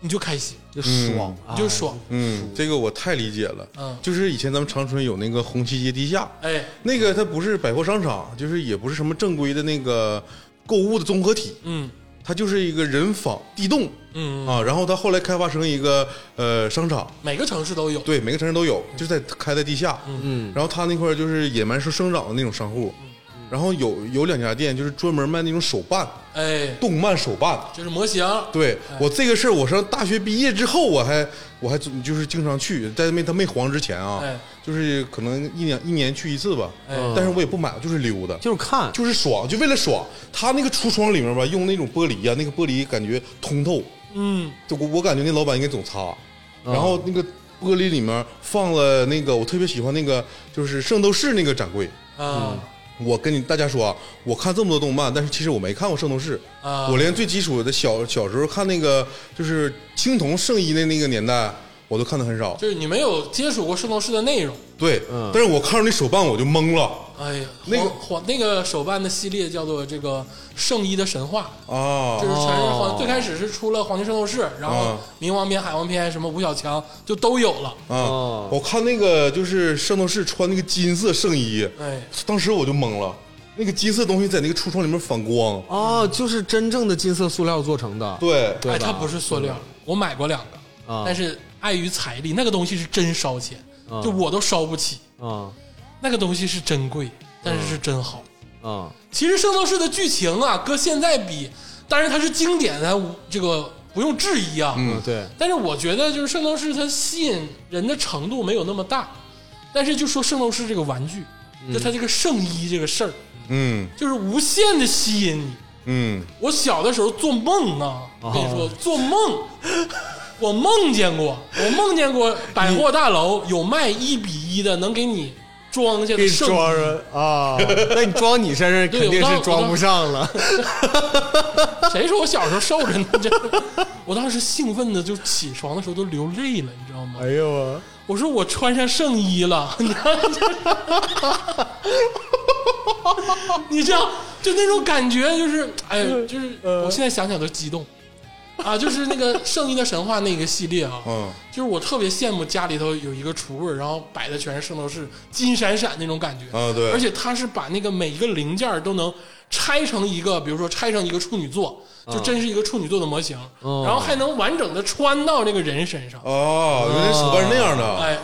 Speaker 1: 你就开心，
Speaker 3: 就爽，啊
Speaker 1: 你就爽。
Speaker 2: 嗯，这个我太理解了。
Speaker 1: 哦嗯
Speaker 2: 就是以前咱们长春有那个红旗街地下，
Speaker 1: 哎，
Speaker 2: 那个它不是百货商场，就是也不是什么正规的那个购物的综合体，
Speaker 1: 嗯
Speaker 2: 它就是一个人坊地洞
Speaker 1: 嗯，
Speaker 2: 啊。然后它后来开发成一个呃商场，
Speaker 1: 每个城市都有。
Speaker 2: 对，每个城市都有，就在开在地下。
Speaker 3: 嗯
Speaker 2: 然后它那块儿就是野蛮生生长的那种商户，
Speaker 1: 嗯
Speaker 2: 然后有有两家店就是专门卖那种手办，
Speaker 1: 哎，
Speaker 2: 动漫手办。
Speaker 1: 就是模型。
Speaker 2: 对我这个事儿，我上大学毕业之后，我还我还总就是经常去，在没他没黄之前啊，
Speaker 1: 哎
Speaker 2: 就是可能一年一年去一次吧，
Speaker 1: 哎
Speaker 2: 但是我也不买，就是溜达，
Speaker 3: 就是看，
Speaker 2: 就是爽，就为了爽。他那个橱窗里面吧，用那种玻璃呀、那个玻璃感觉通透，
Speaker 1: 嗯
Speaker 2: 就我我感觉那老板应该总擦。然后那个玻璃里面放了那个我特别喜欢那个就是圣斗士那个展柜。
Speaker 1: 啊
Speaker 2: 我跟你大家说啊，我看这么多动漫，但是其实我没看过《圣斗士》
Speaker 1: 啊
Speaker 2: 我连最基础的小小时候看那个就是青铜圣衣的那个年代，我都看的很少。
Speaker 1: 就是你没有接触过圣斗士的内容。
Speaker 2: 对，
Speaker 3: 嗯
Speaker 2: 但是我看着那手办我就懵了
Speaker 1: 哎呀，
Speaker 2: 那个
Speaker 1: 黄黄那个手办的系列叫做这个圣衣的神话，
Speaker 2: 啊
Speaker 1: 就是全是
Speaker 3: 哦嗯
Speaker 1: 黄，最开始是出了黄金圣斗士，然后
Speaker 2: 啊
Speaker 1: 冥王篇、海王篇什么吴小强就都有了。
Speaker 2: 啊
Speaker 3: 哦！
Speaker 2: 我看那个就是圣斗士穿那个金色圣衣，
Speaker 1: 哎，
Speaker 2: 当时我就懵了，那个金色东西在那个橱窗里面反光，
Speaker 3: 哦，就是真正的金色塑料做成的，
Speaker 2: 对，
Speaker 3: 对
Speaker 1: 哎，
Speaker 3: 吧嗯
Speaker 1: 它不是塑料，我买过两个，
Speaker 3: 啊
Speaker 1: 但是碍于财力，那个东西是真烧钱，
Speaker 3: 啊
Speaker 1: 就我都烧不起。
Speaker 3: 啊
Speaker 1: 那个东西是真贵，但是是真好。
Speaker 3: 啊
Speaker 1: 其实圣斗士的剧情啊，搁现在比，当然它是经典，它无这个不用质疑啊。
Speaker 2: 嗯
Speaker 3: 嗯，对，
Speaker 1: 但是我觉得就是圣斗士它吸引人的程度没有那么大，但是就说圣斗士这个玩具，
Speaker 3: 嗯
Speaker 1: 就它这个圣衣这个事儿，
Speaker 2: 嗯
Speaker 1: 就是无限的吸引你。
Speaker 2: 嗯，
Speaker 1: 我小的时候做梦啊，我跟你说
Speaker 3: 哦
Speaker 1: 做梦，我梦见过，我梦见过百货大楼有卖一比一的能给你装下
Speaker 3: 给
Speaker 1: 的
Speaker 3: 你
Speaker 1: 圣衣，
Speaker 3: 装上啊， 那你装你身上
Speaker 1: 对
Speaker 3: 肯定
Speaker 1: 我
Speaker 3: 是
Speaker 1: 当
Speaker 3: 装不上了，
Speaker 1: 谁说我小时候瘦着呢？这我当时兴奋的就起床的时候都流泪了，你知道吗？
Speaker 3: 哎呦啊，
Speaker 1: 我说我穿上圣衣了， 你知道吗你知道，就那种感觉，就是哎，就是我现在想想都激动啊！就是那个圣衣的神话那个系列啊，
Speaker 2: 嗯
Speaker 1: 就是我特别羡慕家里头有一个橱柜，然后摆的全是圣斗士，金闪闪那种感觉
Speaker 2: 啊对
Speaker 1: 而且它是把那个每一个零件都能拆成一个，比如说拆成一个处女座，就真是一个处女座的模型，
Speaker 3: 哦
Speaker 1: 然后还能完整的穿到这个人身上，
Speaker 2: 哦，原来手办是那样的，
Speaker 1: 哎，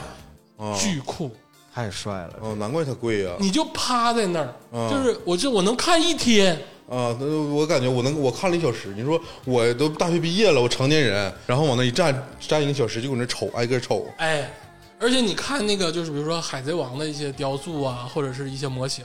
Speaker 2: 哦
Speaker 1: 巨酷！
Speaker 3: 太帅了，
Speaker 2: 哦，难怪它贵呀、
Speaker 1: 你就趴在那儿，
Speaker 2: 嗯
Speaker 1: 就是我就我能看一天，
Speaker 2: 啊，那我感觉我能，我看了一小时。你说我都大学毕业了，我成年人，然后往那一站，站一个小时就搁那瞅，挨个瞅。
Speaker 1: 哎，而且你看那个就是比如说海贼王的一些雕塑啊，或者是一些模型，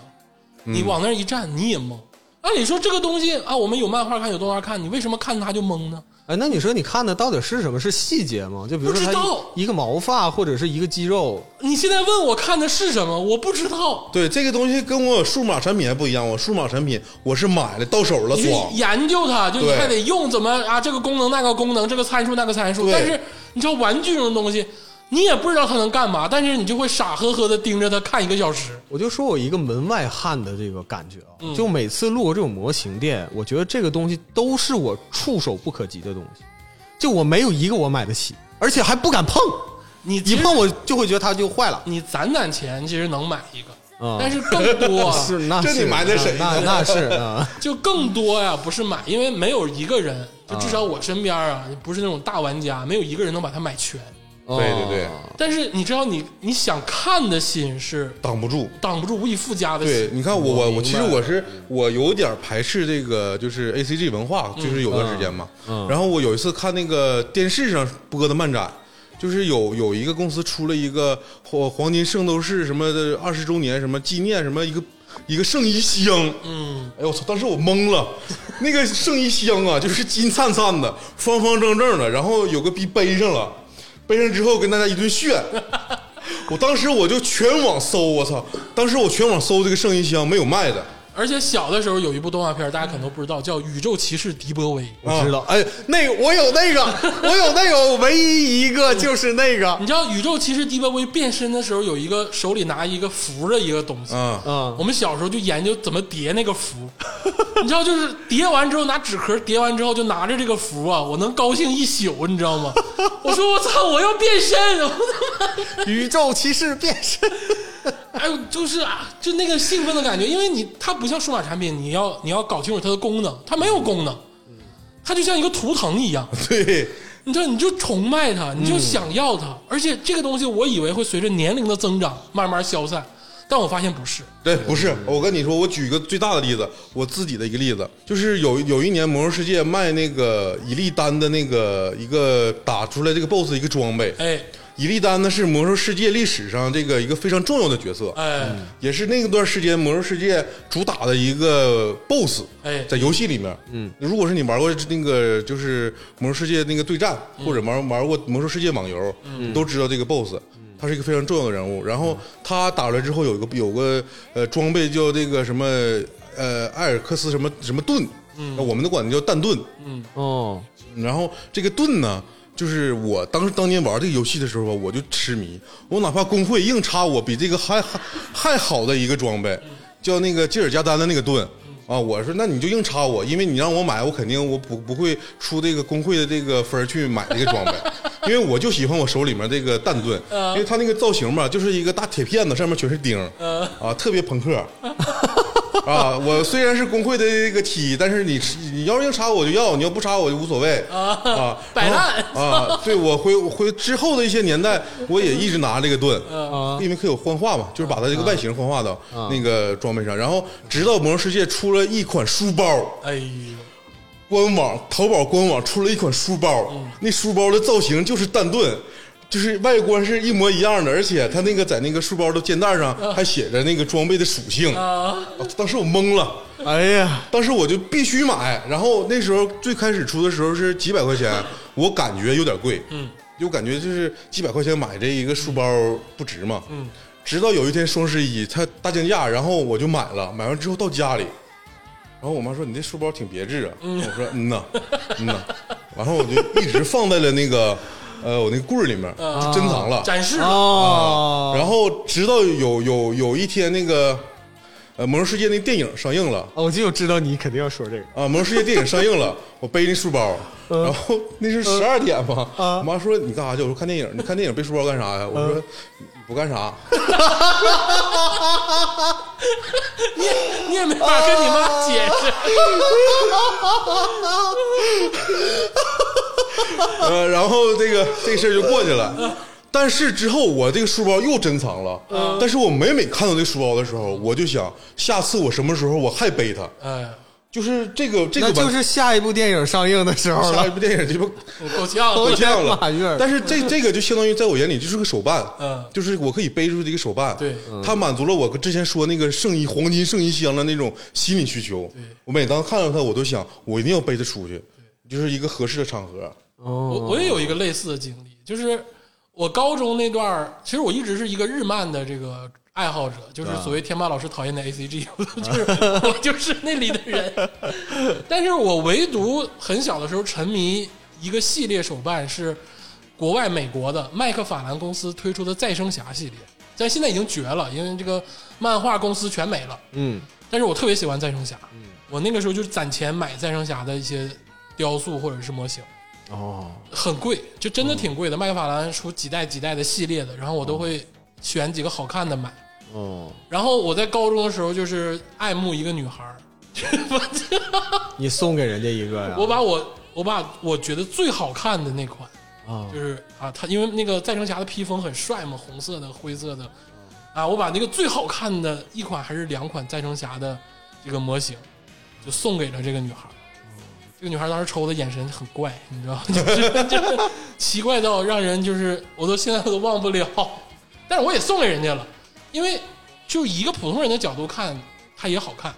Speaker 2: 嗯
Speaker 1: 你往那儿一站你也懵。按理说这个东西啊，我们有漫画看，有动画看，你为什么看它就懵呢？
Speaker 3: 哎，那你说你看的到底是什么？是细节吗？就比如
Speaker 1: 不
Speaker 3: 说
Speaker 1: 知
Speaker 3: 他
Speaker 1: 道
Speaker 3: 一一个毛发或者是一个肌肉，
Speaker 1: 你现在问我看的是什么，我不知道。
Speaker 2: 对，这个东西跟我数码产品还不一样，我数码产品我是买了到手了，
Speaker 1: 你去
Speaker 2: 爽。
Speaker 1: 研究它，就你
Speaker 2: 对
Speaker 1: 还得用怎么啊，这个功能那个功能，这个参数那个参数。
Speaker 2: 对
Speaker 1: 但是你知道玩具这种东西，你也不知道它能干嘛，但是你就会傻呵呵的盯着它看一个小时。
Speaker 3: 我就说我一个门外汉的这个感觉啊，就每次路过这种模型店，我觉得这个东西都是我触手不可及的东西，就我没有一个我买得起，而且还不敢碰，
Speaker 1: 你
Speaker 3: 一
Speaker 1: 其实
Speaker 3: 碰我就会觉得它就坏了。
Speaker 1: 你攒攒钱，其实能买一个，嗯
Speaker 3: 啊
Speaker 1: 但 是更多
Speaker 3: 是那
Speaker 2: 这
Speaker 3: 是，
Speaker 2: 你埋汰谁呢
Speaker 3: 那那是啊，
Speaker 1: 就更多呀，不是买，因为没有一个人，就至少我身边啊，不是那种大玩家，没有一个人能把它买全。
Speaker 3: 对
Speaker 2: 对对
Speaker 1: 但是你知道你，你想看的心是
Speaker 2: 挡不住。
Speaker 1: 挡不住无以复加的心。
Speaker 2: 对，你看我我
Speaker 3: 明白
Speaker 2: 我其实
Speaker 3: 了
Speaker 2: 我是我有点排斥这个就是 A C G 文化，就是有段时间嘛。
Speaker 3: 嗯嗯
Speaker 2: 然后我有一次看那个电视上播的漫展，就是有有一个公司出了一个黄黄金圣斗士什么的二十周年什么纪念什么一个一个圣衣箱。
Speaker 1: 嗯，
Speaker 2: 哎呦我操！当时我懵 了，那个圣衣箱啊，就是金灿灿的、方方正正的，然后有个逼背上了，背上之后跟大家一顿炫。我当时我就全网搜，我操！当时我全网搜这个圣衣箱没有卖的，
Speaker 1: 而且小的时候有一部动画片，大家可能都不知道，叫《宇宙骑士迪波威》。
Speaker 3: 我知
Speaker 2: 啊
Speaker 3: 道。哎，那个我有那个，我有那个，我唯一一个就是那 个
Speaker 1: 你知道宇宙骑士迪波威变身的时候，有一个手里拿一个符的一个东西。
Speaker 2: 嗯，
Speaker 3: 啊
Speaker 1: 我们小时候就研究怎么叠那个符，你知道，就是叠完之后拿纸壳叠完之后，就拿着这个符啊，我能高兴一宿，你知道吗？我说我操，我要变身！我他妈，
Speaker 3: 宇宙骑士变身。
Speaker 1: 哎呦，就是啊，就那个兴奋的感觉，因为你它不像数码产品，你要你要搞清楚它的功能，它没有功能，它就像一个图腾一样，
Speaker 2: 对，
Speaker 1: 你知道，你就崇拜它，你就想要它，而且这个东西我以为会随着年龄的增长慢慢消散，但我发现不是，
Speaker 2: 对，不是，我跟你说，我举一个最大的例子，我自己的一个例子，就是有有一年《魔兽世界》卖那个伊利丹的那个一个打出来这个 BOSS 一个装备，
Speaker 1: 哎
Speaker 2: 伊利丹呢是《魔兽世界》历史上这个一个非常重要的角色，
Speaker 1: 哎，
Speaker 2: 也是那段时间《魔兽世界》主打的一个 BOSS，
Speaker 1: 哎
Speaker 2: 在游戏里面，嗯，如果是你玩过那个就是《魔兽世界》那个对战，或者玩玩过《魔兽世界》网游，嗯，都知道这个 BOSS，他是一个非常重要的人物。然后他打出来之后有一个有个呃装备叫这个什么呃艾尔克斯什么什么盾，嗯，我们都管它叫弹盾，
Speaker 3: 哦，
Speaker 2: 然后这个盾呢，就是我当时当年玩这个游戏的时候吧，我就痴迷，我哪怕工会硬插我比这个还还还好的一个装备，叫那个吉尔加丹的那个盾。啊，我说那你就硬插我，因为你让我买，我肯定我不不会出这个工会的这个分儿去买这个装备， 因为我就喜欢我手里面这个弹盾，因为它那个造型吧，就是一个大铁片子，上面全是钉儿，啊，特别朋克， 啊，我虽然是工会的这个 T，但是你你要硬插我就要，你要不插我就无所谓啊，
Speaker 1: 摆烂
Speaker 2: 然后啊！对，我回回之后的一些年代，我也一直拿这个盾，因为可以有幻化嘛，就是把它这个外形幻化到那个装备上。然后直到《魔兽世界》出了一款书包，
Speaker 1: 哎呦。
Speaker 2: 官网淘宝官网出了一款书包，那书包的造型就是弹盾。就是外观是一模一样的，而且它那个在那个书包的肩带上还写着那个装备的属性，啊当时我懵了，
Speaker 3: 哎呀，
Speaker 2: 当时我就必须买，然后那时候最开始出的时候是几百块钱，我感觉有点贵，嗯，就感觉就是几百块钱买这一个书包不值嘛，嗯，直到有一天双十一它大降价，然后我就买了，买完之后到家里，然后我妈说你这书包挺别致啊，我说嗯呐，嗯呐，然后我就一直放在了那个呃我那个柜儿里面，就珍藏了，
Speaker 1: 展
Speaker 3: 啊
Speaker 1: 示了
Speaker 3: 哦，
Speaker 2: 然后直到有有有一天那个呃《魔兽世界》那电影上映了。
Speaker 3: 哦我就知道你肯定要说这个。
Speaker 2: 啊，《魔兽世界》电影上映 了，我背那书包，然后那是十二点嘛，
Speaker 3: 嗯
Speaker 2: 我妈说你干啥去？我说看电影，你看电影背书包干啥呀？我说嗯不干啥，
Speaker 1: 你也 你也没法跟你妈解释，
Speaker 2: 呃，然后这个这事儿就过去
Speaker 3: 嗯
Speaker 2: 了。但是之后我这个书包又珍藏了，
Speaker 3: 嗯
Speaker 2: 但是我每每看到这书包的时候，我就想下次我什么时候我还背它，
Speaker 1: 哎，
Speaker 2: 就是这个这个
Speaker 3: 那
Speaker 2: 完
Speaker 3: 就是下一部电影上映的时候
Speaker 2: 下一
Speaker 3: 了。
Speaker 2: 部电影这不
Speaker 1: 哎我够呛。
Speaker 3: 都
Speaker 2: 我这样
Speaker 3: 天马月
Speaker 2: 了
Speaker 3: 儿。
Speaker 2: 但是这这个就相当于在我眼里就是个手办，
Speaker 1: 嗯
Speaker 2: 就是我可以背出这个手办，
Speaker 1: 对
Speaker 2: 它满足了我之前说那个圣衣黄金圣衣箱的那种心理需求。我每当看到它，我都想我一定要背它出去，就是一个合适的场合。
Speaker 1: 我
Speaker 3: 哦，
Speaker 1: 我也有一个类似的经历，就是我高中那段儿，其实我一直是一个日漫的这个爱好者，就是所谓天霸老师讨厌的 A C G，我就是我就是那里的人。但是我唯独很小的时候沉迷一个系列手办是。国外美国的麦克法兰公司推出的再生侠系列，但现在已经绝了，因为这个漫画公司全没了。
Speaker 3: 嗯
Speaker 1: 但是我特别喜欢再生侠，我那个时候就是攒钱买再生侠的一些雕塑或者是模型，
Speaker 3: 哦，
Speaker 1: 很贵，就真的挺贵的。麦克法兰出几代几代的系列的，然后我都会选几个好看的买。
Speaker 3: 哦，
Speaker 1: 然后我在高中的时候就是爱慕一个女孩儿，
Speaker 3: 你送给人家一个呀？
Speaker 1: 我把我我把我觉得最好看的那款，
Speaker 3: 啊
Speaker 1: 就是啊，他因为那个再生侠的披风很帅嘛，红色的、灰色的，啊，我把那个最好看的一款还是两款再生侠的这个模型，就送给了这个女孩儿。这个女孩儿当时瞅我的眼神很怪，你知道吗？ 就是真的奇怪到让人就是我都现在都忘不了。但是我也送给人家了，因为就一个普通人的角度看，它也好看，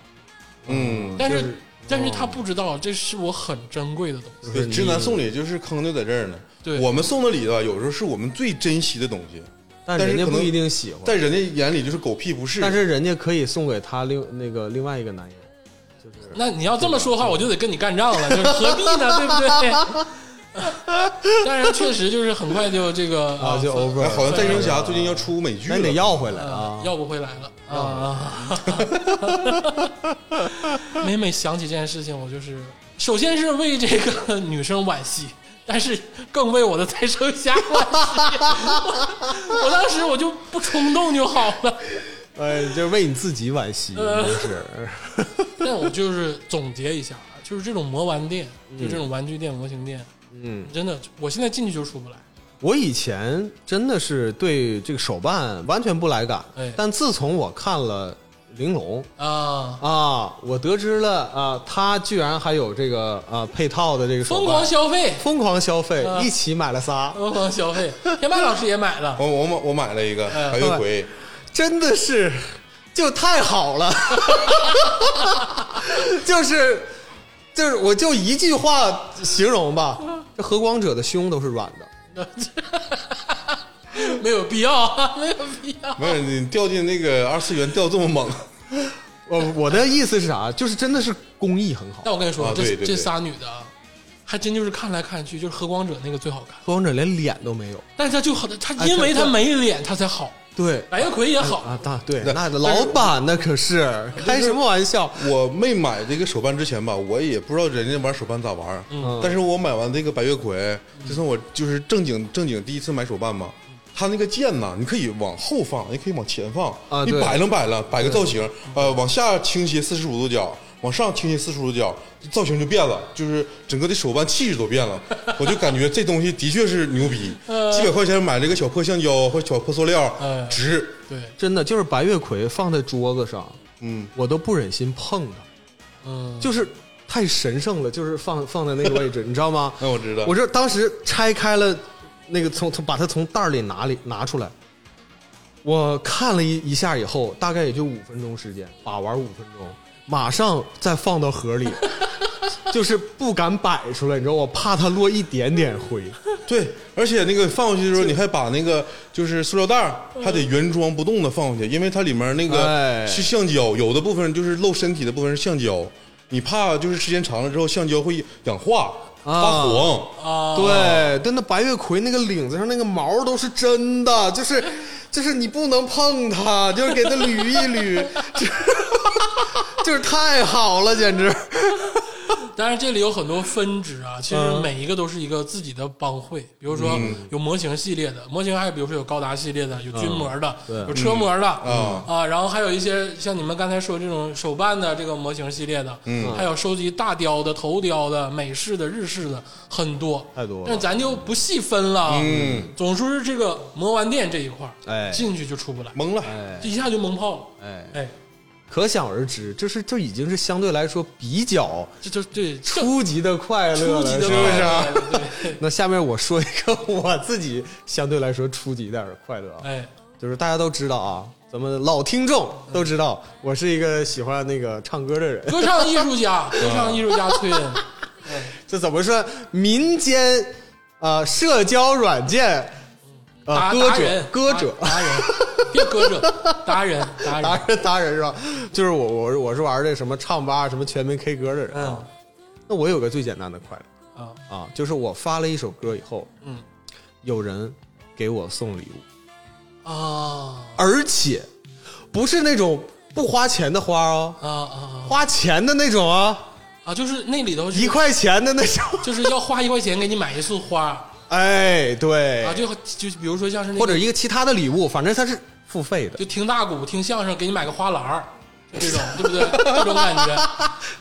Speaker 2: 嗯，
Speaker 1: 但是、
Speaker 3: 就是
Speaker 1: 但是他不知道这是我很珍贵的东西。
Speaker 3: 就是
Speaker 2: 对，
Speaker 3: 你
Speaker 2: 直男送礼就是坑就在这儿呢。
Speaker 1: 对
Speaker 2: 我们送的礼吧，有时候是我们最珍惜的东西，但
Speaker 3: 但
Speaker 2: 是
Speaker 3: 人家
Speaker 2: 可
Speaker 3: 不
Speaker 2: 能
Speaker 3: 一定喜欢。
Speaker 2: 在人家眼里就是狗屁不是。哎
Speaker 3: 但是人家可以送给他另那个另外一个男人，就是
Speaker 1: 那你要这么说的话，我就得跟你干仗了，就是何必呢？对不对？当然，确实就是很快就这个
Speaker 3: 啊，就
Speaker 1: 分
Speaker 3: over
Speaker 2: 哎
Speaker 3: 了。
Speaker 2: 好像再生侠最近要出美剧
Speaker 3: 那
Speaker 2: 了，
Speaker 3: 你得要回来
Speaker 1: 呃
Speaker 3: 啊！
Speaker 1: 要不回来了啊。 每每想起这件事情，我就是首先是为这个女生惋惜，但是更为我的再生侠惋惜。我我当时我就不冲动就好了。
Speaker 3: 哎，就是为你自己惋惜，
Speaker 1: 嗯
Speaker 3: 就是
Speaker 1: 但我就是总结一下，啊，就是这种魔玩店，就这种玩具店、模型店，
Speaker 3: 嗯。
Speaker 1: 真的，我现在进去就出不来。
Speaker 3: 我以前真的是对这个手办完全不来感，
Speaker 1: 哎
Speaker 3: 但自从我看了《玲珑
Speaker 1: 啊，》
Speaker 3: 啊，我得知了啊，他居然还有这个啊配套的这个手办
Speaker 1: 疯狂消费，
Speaker 3: 疯狂消费，
Speaker 1: 啊
Speaker 3: 一起买了仨，
Speaker 1: 疯狂消 费。天霸老师也买了，
Speaker 2: 我我买我买了一个
Speaker 3: 哎
Speaker 1: 嗯
Speaker 2: 白月葵，
Speaker 3: 真的是就太好了， 就是就是我就一句话形容吧，这和光者的胸都是软的。
Speaker 1: 没有必要，啊 没有必要。
Speaker 2: 没有你掉进那个二次元掉这么猛，
Speaker 3: 我我的意思是啥？就是真的是工艺很好，
Speaker 1: 但我跟你说，
Speaker 2: 啊
Speaker 1: 这
Speaker 2: 对
Speaker 1: 这
Speaker 2: 对对
Speaker 1: 仨女的，啊，还真就是看来看去，就是和光者那个最好看，
Speaker 3: 和光者连脸都没有。
Speaker 1: 但是她就好，她
Speaker 3: 哎
Speaker 1: 因为她
Speaker 3: 她
Speaker 1: 没脸，她才好。
Speaker 3: 对
Speaker 1: 白月葵也好，
Speaker 3: 啊，大对，
Speaker 2: 对
Speaker 3: 那
Speaker 2: 但是
Speaker 3: 老板那可 是开什么玩笑？
Speaker 2: 我没买这个手办之前吧，我也不知道人家玩手办咋玩。
Speaker 3: 嗯
Speaker 2: 但是我买完这个白月葵，就算我就是正经正经第一次买手办嘛，它那个剑呐，你可以往后放，也可以往前放，
Speaker 3: 啊
Speaker 2: 你
Speaker 3: 对
Speaker 2: 摆弄摆弄，摆个造型，呃，往下倾斜四十五度角，往上倾斜四十五度角，造型就变了，就是整个的手办气质都 变了。我就感觉这东西的确是牛逼，
Speaker 3: 嗯
Speaker 2: 几百块钱买了一个小破橡胶或小破塑料
Speaker 1: 嗯，
Speaker 2: 值。
Speaker 1: 对，
Speaker 3: 真的就是白月葵放在桌子上，
Speaker 2: 嗯，
Speaker 3: 我都不忍心碰它，
Speaker 1: 嗯，
Speaker 3: 就是太神圣了，就是放放在那个位 置，你知道吗？
Speaker 2: 那我知道，
Speaker 3: 我这当时拆开了那个从从把它从袋儿里拿里拿出来，我看了一一下以后，大概也就五分钟时间，把玩五分钟，马上再放到盒里，就是不敢摆出来，你知道，我怕它落一点点灰。
Speaker 2: 对，而且那个放回去的时候，你还把那个就是塑料袋儿，还得原装不动的放回去，因为它里面那
Speaker 3: 嗯哎
Speaker 2: 个是橡胶，有的部分就是露身体的部分是橡胶，你怕就是时间长了之后橡胶会氧化
Speaker 3: 啊
Speaker 2: 发黄。
Speaker 1: 啊，
Speaker 3: 对，但那白月葵那个领子上那个毛都是真的，就是就是你不能碰它，就是给它捋一捋， 就是就是太好了，简直。
Speaker 1: 当然，这里有很多分支啊，其实每一个都是一个自己的帮会。比如
Speaker 3: 嗯
Speaker 1: 说有模型系列的，模型还有比如说有高达系列的，有军模的，
Speaker 3: 对哦
Speaker 1: 有车模的、
Speaker 2: 嗯
Speaker 1: 啊，然后还有一些像你们刚才说这种手办的这个模型系列的，
Speaker 3: 嗯
Speaker 1: 还有收集大雕的、头雕的、美式的、日式的很多，
Speaker 3: 太多了
Speaker 1: 但咱就不细分了啊。
Speaker 2: 嗯，
Speaker 1: 总之是这个魔玩店这一块儿，
Speaker 3: 哎
Speaker 1: 进去就出不来，
Speaker 2: 懵了，
Speaker 3: 哎
Speaker 1: 一下就蒙泡了。
Speaker 3: 哎。
Speaker 1: 哎，
Speaker 3: 可想而知，这是这已经是相对来说比较
Speaker 1: 这就 对这
Speaker 3: 初级的快乐
Speaker 1: 初
Speaker 3: 了，
Speaker 1: 级
Speaker 3: 是
Speaker 1: 的
Speaker 3: 不是啊？
Speaker 1: 快乐 对，
Speaker 3: 那下面我说一个我自己相对来说初级一点的快乐啊，
Speaker 1: 哎，
Speaker 3: 就是大家都知道啊，咱们老听众都知道，我是一个喜欢那个唱歌的人，
Speaker 1: 歌唱艺术
Speaker 3: 啊
Speaker 1: 家，歌唱艺术家 崔恩。
Speaker 3: 这怎么说？民间啊、呃社交软件
Speaker 1: 达
Speaker 3: 啊、呃歌
Speaker 1: 达
Speaker 3: 者
Speaker 1: 人，啊
Speaker 3: 歌者
Speaker 1: 达达人，别歌 者，达人，达
Speaker 3: 达
Speaker 1: 人，
Speaker 3: 人达人是吧？就是我我是我是玩这什么唱吧什么全民 K 歌的人啊。
Speaker 1: 嗯
Speaker 3: 那我有个最简单的快乐。
Speaker 1: 啊，
Speaker 3: 啊，就是我发了一首歌以后，
Speaker 1: 嗯，
Speaker 3: 有人给我送礼物，
Speaker 1: 啊
Speaker 3: 而且不是那种不花钱的花哦，
Speaker 1: 啊啊
Speaker 3: 花钱的那种啊，
Speaker 1: 啊！就是那里头是
Speaker 3: 一块钱的那种。
Speaker 1: 就是要花一块钱给你买一束花
Speaker 3: 哎，对，
Speaker 1: 啊，就就比如说像是那个
Speaker 3: 或者一个其他的礼物，反正它是付费的，
Speaker 1: 就听大鼓听相声给你买个花篮儿，就这种对不对？这种感觉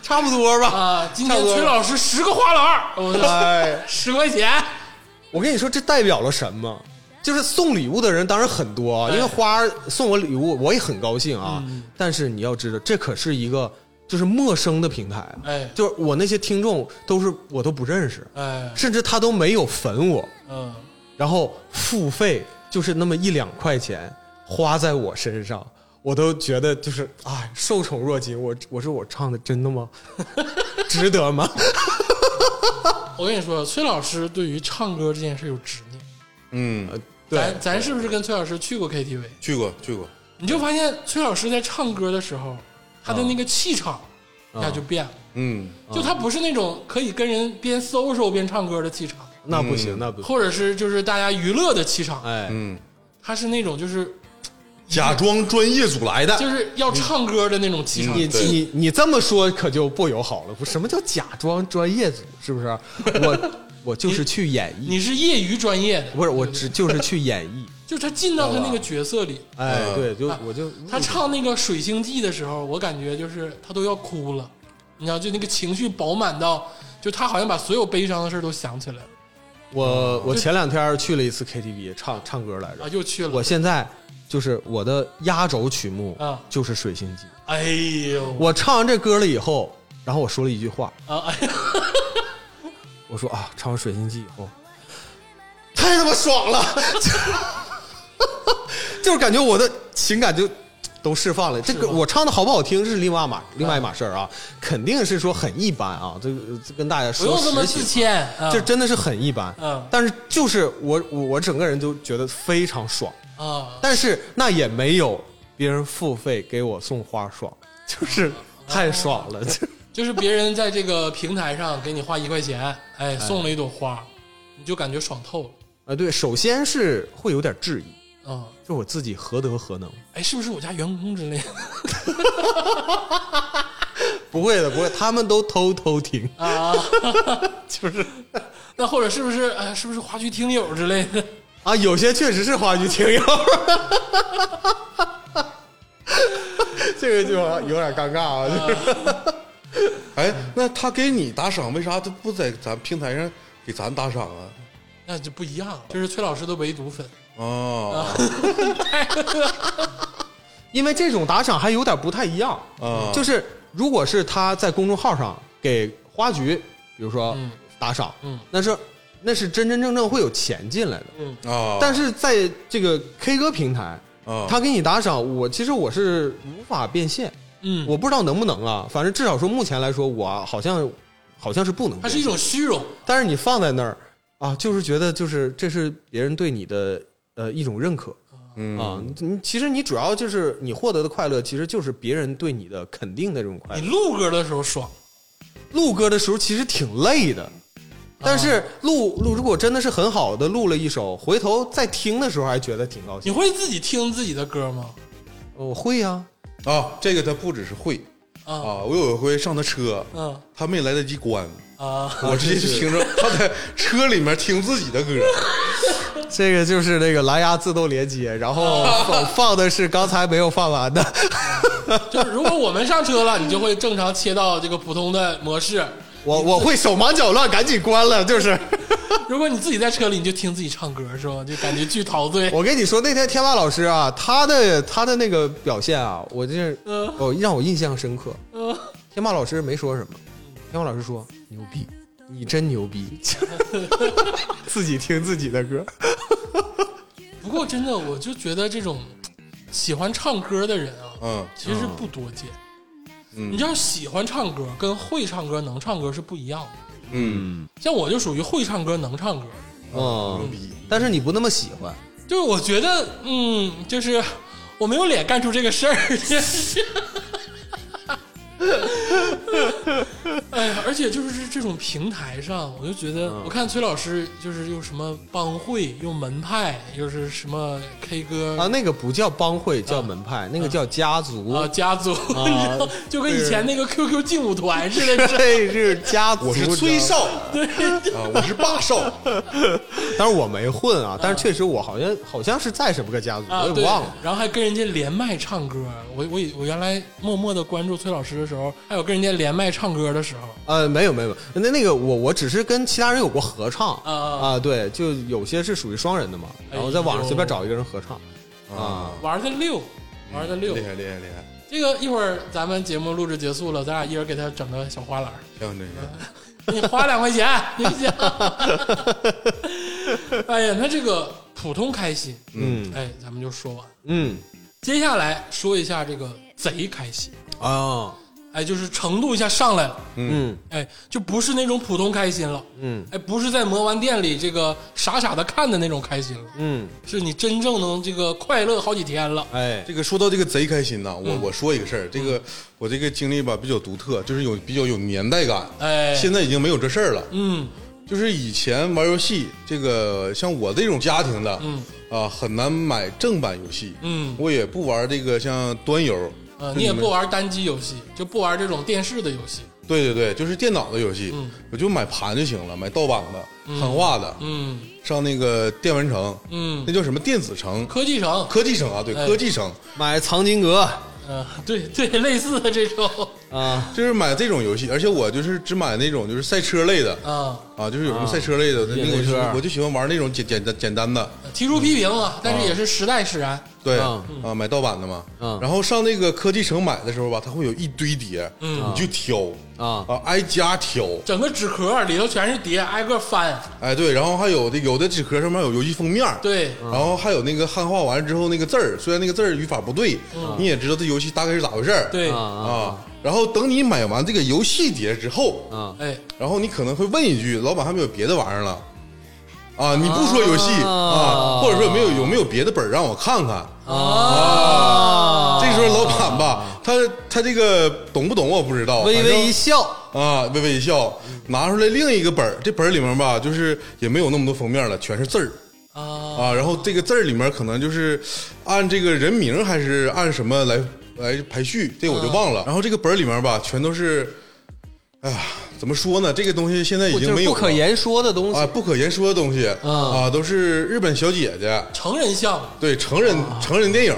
Speaker 3: 差不多吧。
Speaker 1: 啊！今天
Speaker 3: 差不多
Speaker 1: 崔老师十个花篮儿，我操
Speaker 3: 哎，
Speaker 1: 十块钱，
Speaker 3: 我跟你说，这代表了什么？就是送礼物的人当然很多啊，
Speaker 1: 哎
Speaker 3: 因为花儿送我礼物，我也很高兴啊。
Speaker 1: 嗯
Speaker 3: 但是你要知道，这可是一个就是陌生的平台啊，
Speaker 1: 哎
Speaker 3: 就是我那些听众都是我都不认识，
Speaker 1: 哎
Speaker 3: 甚至他都没有粉我，
Speaker 1: 嗯，
Speaker 3: 然后付费就是那么一两块钱花在我身上，我都觉得就是哎受宠若惊。我我说我唱的真的吗？ 值得吗？
Speaker 1: 我跟你说，崔老师对于唱歌这件事有执念。
Speaker 2: 嗯，
Speaker 3: 对
Speaker 1: 咱，咱是不是跟崔老师去过 KTV？
Speaker 2: 去过去过，
Speaker 1: 你就发现崔老师在唱歌的时候，他
Speaker 3: 啊
Speaker 1: 的那个气场一下就变了，
Speaker 2: 嗯，
Speaker 1: 就他不是那种可以跟人边搜搜边唱歌的气场，
Speaker 3: 那不行，那不行。
Speaker 1: 或者是就是大家娱乐的气场，
Speaker 3: 哎，
Speaker 1: 他是那种就是
Speaker 2: 嗯假装专业组来的，
Speaker 1: 就是要唱歌的那种气场。
Speaker 3: 你
Speaker 2: 对
Speaker 3: 你你这么说可就不友好了。不，什么叫假装专业组？是不是？我我就是去演绎，
Speaker 1: 你是业余专业的，
Speaker 3: 不是我只就是去演绎。
Speaker 1: 就是他进到他那个角色里，
Speaker 3: 哎，
Speaker 2: 嗯
Speaker 3: 对，就
Speaker 1: 啊
Speaker 3: 我就
Speaker 1: 他唱那个《水星记》的时候，我感觉就是他都要哭了，你知道，就那个情绪饱满到，就他好像把所有悲伤的事儿都想起来了
Speaker 3: 我我前两天去了一次 KTV 唱唱歌来着
Speaker 1: 啊，，又去
Speaker 3: 我
Speaker 1: 了，
Speaker 3: 现在就是我的压轴曲目
Speaker 1: 啊
Speaker 3: 就是《水星记》。
Speaker 1: 哎呦，
Speaker 3: 我唱完这歌了以后，然后我说了一句话，
Speaker 1: 啊，哎呀，
Speaker 3: 我说啊，唱完《水星记》以后，太他妈爽了， 就是感觉我的情感就都释放了。这个
Speaker 1: 吗
Speaker 3: 我唱的好不好听是另外码另外一码事儿啊，肯定是说很一般啊，这个这跟大家
Speaker 1: 不
Speaker 3: 说
Speaker 1: 用这么
Speaker 3: 实
Speaker 1: 自
Speaker 3: 情。
Speaker 1: 谦，啊
Speaker 3: 这真的是很一般，
Speaker 1: 嗯
Speaker 3: 但是就是我我我整个人就觉得非常爽，
Speaker 1: 啊，
Speaker 3: 但是那也没有别人付费给我送花爽， 就是太爽了。 就
Speaker 1: 就是别人在这个平台上给你花一块钱，哎，送了一朵花，你就感觉爽透了，
Speaker 3: 啊，对，首先是会有点质疑，
Speaker 1: 啊，
Speaker 3: 就我自己何德何能？
Speaker 1: 哎，是不是我家员工之类的
Speaker 3: 不会的，不会，他们都偷偷听，
Speaker 1: 啊？
Speaker 3: 就是
Speaker 1: 那或者是不是哎，是不是话剧听友之类的？
Speaker 3: 啊，有些确实是话剧听友， 这个就有点尴尬啊。就是
Speaker 2: 哎，那他给你打赏，为啥他不在咱平台上给咱打赏啊？
Speaker 1: 那就不一样了，就是崔老师的唯独粉，
Speaker 2: 啊
Speaker 3: 因为这种打赏还有点不太一样，
Speaker 1: 嗯
Speaker 2: 啊，
Speaker 3: 就是如果是他在公众号上给花局，比如说
Speaker 1: 嗯
Speaker 3: 打赏，
Speaker 1: 嗯哦
Speaker 3: 那是那是真真正正会有钱进来的。
Speaker 2: 啊，
Speaker 3: 但是在这个 K 歌平台，
Speaker 1: 哦
Speaker 2: 啊，
Speaker 3: 他给你打赏，我其实我是无法变现，
Speaker 1: 嗯，
Speaker 3: 我不知道能不能啊。反正至少说目前来说，我好像好像是不能
Speaker 1: 它
Speaker 3: 变
Speaker 1: 是一
Speaker 3: 现。
Speaker 1: 种虚荣，
Speaker 3: 但是你放在那儿啊，就是觉得就是这是别人对你的呃一种认可啊。
Speaker 2: 嗯，
Speaker 3: 你其实你主要就是你获得的快乐，其实就是别人对你的肯定的这种快
Speaker 1: 你
Speaker 3: 乐。
Speaker 1: 录歌的时候爽，
Speaker 3: 录歌的时候其实挺累的。但是录录，如果真的是很好的录了一首，回头再听的时候还觉得挺高
Speaker 1: 你
Speaker 3: 兴。
Speaker 1: 会自己听自己的歌吗？
Speaker 3: 我会呀、
Speaker 2: 啊，这个他不只是会
Speaker 1: 啊，
Speaker 2: 啊，我有一回上他车，
Speaker 1: 嗯
Speaker 2: 他没来得及关，
Speaker 1: 啊，
Speaker 2: 我直接就听着他在车里面听自己的歌，
Speaker 3: 这个就是那个蓝牙自动连接，然 后放放的是刚才没有放完的。
Speaker 1: 就是如果我们上车了，你就会正常切到这个普通的模式。
Speaker 3: 我我会手忙脚乱，赶紧关了。就是
Speaker 1: 如果你自己在车里，你就听自己唱歌是吧？就感觉巨陶醉。
Speaker 3: 我跟你说，那天天霸老师啊，他的他的那个表现啊，我这
Speaker 1: 嗯
Speaker 3: 哦让我印象深刻。
Speaker 1: 嗯
Speaker 3: 天霸老师没说什么，天霸老师说牛逼，你真牛 逼， 自己听自己的歌。
Speaker 1: 不过真的，我就觉得这种喜欢唱歌的人啊，
Speaker 2: 嗯
Speaker 1: 其实不多见。
Speaker 2: 嗯
Speaker 1: 你知道，喜欢唱歌跟会唱歌、能唱歌是不一样的。
Speaker 2: 嗯，
Speaker 1: 像我就属于会唱歌、能唱歌，
Speaker 3: 嗯，
Speaker 2: 哦逼
Speaker 3: 但是你不那么喜欢，
Speaker 1: 就是我觉得，嗯，就是我没有脸干出这个事儿。 哎呀，而且就是这这种平台上，我就觉得，我看崔老师就是用什么帮会，用门派，又是什么 K 歌
Speaker 3: 啊，那个不叫帮会，叫门派，那个叫家族。
Speaker 1: 嗯啊家族，你
Speaker 3: 啊
Speaker 1: 知道， 就跟以前那个 QQ 劲舞团似 的，是
Speaker 3: 这是家族，
Speaker 2: 我是崔少，啊，我是霸 少，
Speaker 3: 但是我没混啊，但是确实我好像好像是在什么个家族，
Speaker 1: 嗯啊，
Speaker 3: 我
Speaker 1: 对
Speaker 3: 也忘了。。
Speaker 1: 然后还跟人家连麦唱歌，我我以我原来默默的关注崔老师的时候，还有跟人家连麦唱歌的时候，
Speaker 3: 呃，没有没有，那那个我我只是跟其他人有过合唱
Speaker 1: 啊
Speaker 3: 对，就有些是属于双人的嘛，然后在网上随
Speaker 1: 哎
Speaker 3: 便找一个人合唱啊，
Speaker 1: 玩的溜，玩的
Speaker 3: 嗯
Speaker 1: 溜
Speaker 2: 厉。害厉害厉害，
Speaker 1: 这个一会儿咱们节目录制结束了，咱俩一人给他整个小花篮儿，
Speaker 2: 像这
Speaker 1: 哎
Speaker 2: 个，
Speaker 1: 你花两块 钱，你想？哎呀，那这个普通开心，
Speaker 3: 嗯
Speaker 1: 哎，咱们就说完。
Speaker 3: 嗯
Speaker 1: 接下来说一下这个贼开心，
Speaker 2: 嗯
Speaker 3: 啊
Speaker 1: 哎，就是程度一下上来了，
Speaker 3: 嗯
Speaker 1: 哎，就不是那种普通开心了，
Speaker 3: 嗯
Speaker 1: 哎，不是在魔玩店里这个傻傻的看的那种开心了，
Speaker 3: 嗯，
Speaker 1: 是你真正能这个快乐好几天了。
Speaker 3: 哎
Speaker 2: 这个说到这个贼开心呐，
Speaker 1: 嗯
Speaker 2: 我我说一个事儿，这个我这个经历吧比较独特，就是有比较有年代感，
Speaker 1: 哎
Speaker 2: 现在已经没有这事儿了，
Speaker 1: 嗯
Speaker 2: 就是以前玩游戏，这个像我这种家庭的，
Speaker 1: 嗯
Speaker 2: 啊，很难买正版游戏，
Speaker 1: 嗯
Speaker 2: 我也不玩这个像端游，
Speaker 1: 呃，
Speaker 2: 就
Speaker 1: 你也
Speaker 2: 们
Speaker 1: 不玩单机游戏，就不玩这种电视的游戏。
Speaker 2: 对对对，就是电脑的游戏，
Speaker 1: 嗯
Speaker 2: 我就买盘就行了，买盗版的、汉化的，
Speaker 1: 嗯
Speaker 2: 上那个电玩城，
Speaker 1: 嗯
Speaker 2: 那，叫什么电子城、
Speaker 1: 科技城，
Speaker 2: 科技城啊？对，
Speaker 1: 哎
Speaker 2: 科技城
Speaker 3: 买藏经阁
Speaker 1: 呃，对对，类似的这种
Speaker 3: 啊，
Speaker 2: 就是买这种游戏，而且我就是只买那种就是赛车类的
Speaker 1: 啊，
Speaker 2: 啊，就是有什么赛车类的，那
Speaker 3: 越野
Speaker 2: 个我就
Speaker 3: 车
Speaker 2: 我就喜欢玩那种简简单简单的，
Speaker 1: 提出批评啊，但是也是时代使然。
Speaker 2: 对
Speaker 3: 啊
Speaker 2: 啊，买盗版的嘛。
Speaker 3: 嗯
Speaker 2: 然后上那个科技城买的时候吧，它会有一堆碟，
Speaker 1: 嗯
Speaker 2: 你就挑
Speaker 3: 啊
Speaker 2: 啊，挨家挑。
Speaker 1: 整个纸壳里头全是碟，挨个翻。
Speaker 2: 哎，对，然后还有的有的纸壳上面有游戏封面，
Speaker 1: 对，
Speaker 2: 然后还有那个汉化完之后那个字儿，虽然那个字儿语法不对，你也知道这游戏大概是咋回事儿。
Speaker 1: 嗯对，
Speaker 3: 啊
Speaker 2: 啊，然后等你买完这个游戏碟之后，
Speaker 3: 啊
Speaker 1: 哎，
Speaker 2: 然后你可能会问一句：“老板还没有别的玩意儿了？”啊，你不说游戏
Speaker 3: 啊
Speaker 2: 啊，或者说有没有有没有别的本儿让我看看？
Speaker 3: 啊
Speaker 2: 这时候老板吧，他他这个懂不懂我不知道，
Speaker 3: 微
Speaker 2: 反正
Speaker 3: 微一笑，
Speaker 2: 啊，微微一笑，拿出来另一个本儿，这本儿里面吧，就是也没有那么多封面了，全是字儿。
Speaker 3: 哦
Speaker 1: 啊，
Speaker 2: 啊，然后这个字儿里面可能就是按这个人名还是按什么来来排序，这
Speaker 3: 嗯
Speaker 2: 我就忘了。然后这个本儿里面吧，全都是，哎呀，怎么说呢？这个东西现在已
Speaker 3: 就
Speaker 2: 经没
Speaker 3: 是
Speaker 2: 有
Speaker 3: 不
Speaker 2: 了
Speaker 3: 可言嗯说的东西
Speaker 2: 啊，不可言说的东西、啊，都是日本小姐姐
Speaker 1: 成人像
Speaker 2: 对成人、成人电影。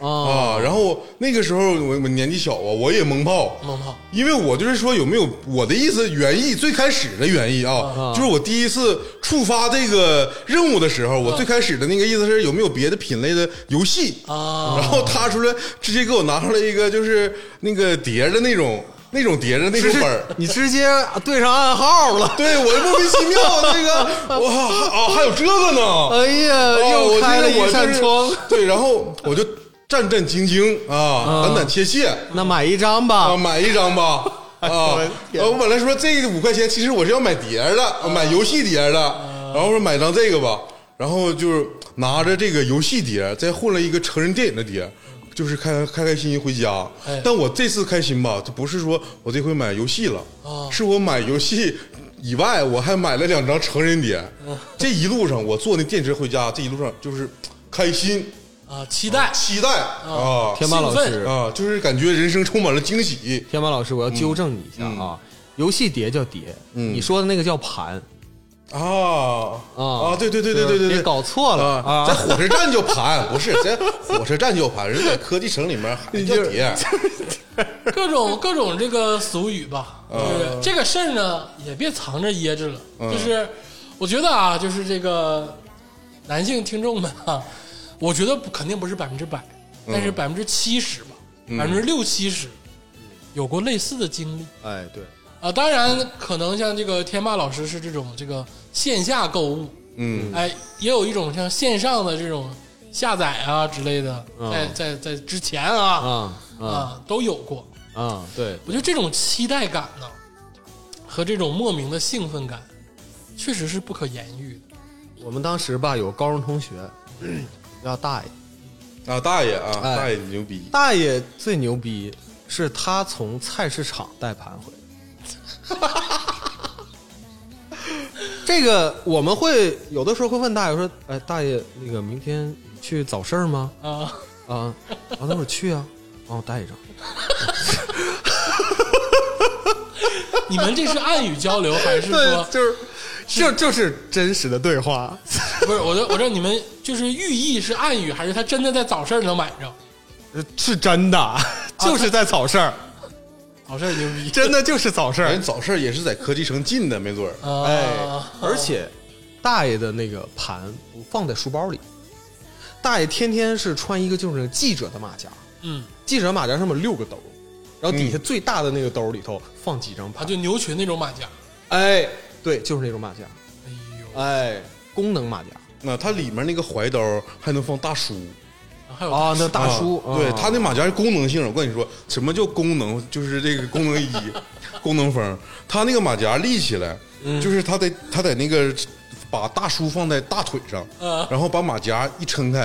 Speaker 3: 啊
Speaker 2: 啊，然后那个时候我我年纪小啊，我也懵炮，
Speaker 1: 萌炮
Speaker 2: 因为我就是说有没有我的意思原意最开始的原意啊，就是我第一次触发这个任务的时候，我最开始的那个意思是有没有别的品类的游戏，
Speaker 1: 啊
Speaker 2: 然后他出来直接给我拿出来一个就是那个碟的那种那种碟的那种本儿。
Speaker 3: 你直接对上暗号了，
Speaker 2: 对，我莫名其妙，这 个我啊还有这个呢，
Speaker 3: 哎呀，
Speaker 2: 哦
Speaker 3: 又
Speaker 2: 我
Speaker 3: 开了
Speaker 2: 觉得我
Speaker 3: 一扇
Speaker 2: 就是
Speaker 3: 窗。
Speaker 2: 对，然后我就战战兢兢啊，胆胆怯怯
Speaker 3: 那买一张吧
Speaker 2: 啊，，买一张吧。 啊，
Speaker 3: 我的
Speaker 2: 呃
Speaker 3: 天啊
Speaker 2: 我本来说这个五块钱，其实我是要买碟儿的，买游戏碟儿的，然后说买张这个吧，然后就是拿着这个游戏碟，再混了一个成人电影的碟，
Speaker 3: 嗯
Speaker 2: 就是开开开心心回家
Speaker 1: 哎。
Speaker 2: 但我这次开心吧，这不是说我这回买游戏了，
Speaker 3: 啊
Speaker 1: 哦
Speaker 2: 是我买游戏以外，我还买了两张成人碟。
Speaker 3: 啊
Speaker 2: 这一路上我坐那电车回家，这一路上就是开心、
Speaker 1: 啊，期待
Speaker 2: 期待啊
Speaker 3: 天霸老
Speaker 1: 兴
Speaker 3: 师
Speaker 1: 奋，
Speaker 2: 啊，就是感觉人生充满了惊喜。
Speaker 3: 天霸老师，我要纠正你一下啊，游戏碟叫碟，你说的那个叫盘
Speaker 2: 啊
Speaker 3: 啊
Speaker 2: 对对对对对对
Speaker 3: 别
Speaker 2: 对，
Speaker 3: 搞错了
Speaker 2: 啊！在
Speaker 3: 啊！
Speaker 2: 火车站就盘，不是在火车站就盘，人在科技城里面还叫碟，
Speaker 1: 各种各种这个俗语吧，就是这个事儿呢，也别藏着掖着了。就是我觉得啊，就是这个男性听众们啊，我觉得不肯定不是百分之百，但是百分之七十吧，百分之六七十有过类似的经历
Speaker 3: 哎，对，
Speaker 1: 啊。当然，可能像这个天霸老师是这种这个线下购物，
Speaker 2: 嗯，
Speaker 1: 哎，也有一种像线上的这种下载啊之类的，在在在之前啊
Speaker 3: 啊啊
Speaker 1: 啊都有过。
Speaker 3: 啊，对，
Speaker 1: 我觉得这种期待感呢，和这种莫名的兴奋感，确实是不可言喻的。
Speaker 3: 我们当时吧有高中同学， 叫大爷，
Speaker 2: 啊大爷啊
Speaker 3: 哎
Speaker 2: 大爷牛逼，
Speaker 3: 大爷最牛逼，是他从菜市场带盘回 来的。这个我们会有的时候会问大爷说：“哎，大爷，那个明天你去早市儿吗？”
Speaker 1: 啊，
Speaker 3: 啊，啊，那会儿去啊，帮我带一张。
Speaker 1: 你们这是暗语交流还是说
Speaker 3: 就是就就是真实的对话。
Speaker 1: 不是？我说我说你们就是寓意是暗语，还是他真的在早市儿能买着？
Speaker 3: 是真的， 就是在早市儿，
Speaker 1: 早市儿牛逼
Speaker 3: 真的就是早市
Speaker 2: 人
Speaker 3: 儿。
Speaker 2: 早市也是在科技城进的，没准儿。
Speaker 1: 啊！
Speaker 3: 哎，而且大爷的那个盘不放在书包里，大爷天天是穿一个就是记者的马甲，
Speaker 1: 嗯，
Speaker 3: 记者马甲上面六个兜，然后底下最大的那个兜里头放几张
Speaker 1: 啊，
Speaker 3: 盘。
Speaker 1: 就牛群那种马甲。
Speaker 3: 哎，对，就是那种马甲，
Speaker 1: 哎呦，
Speaker 3: 哎，功能马甲。
Speaker 2: 那它里面那个怀兜还能放大书，
Speaker 1: 还有
Speaker 3: 啊，那大
Speaker 2: 啊
Speaker 3: 叔，
Speaker 2: 对
Speaker 3: 啊
Speaker 2: 它那马甲是功能性。我跟你说，什么叫功能？就是这个功能一、 功能风，它那个马甲立起来，
Speaker 3: 嗯
Speaker 2: 就是它得它得那个把大书放在大腿上，
Speaker 3: 嗯
Speaker 1: 啊
Speaker 2: 然后把马甲一撑开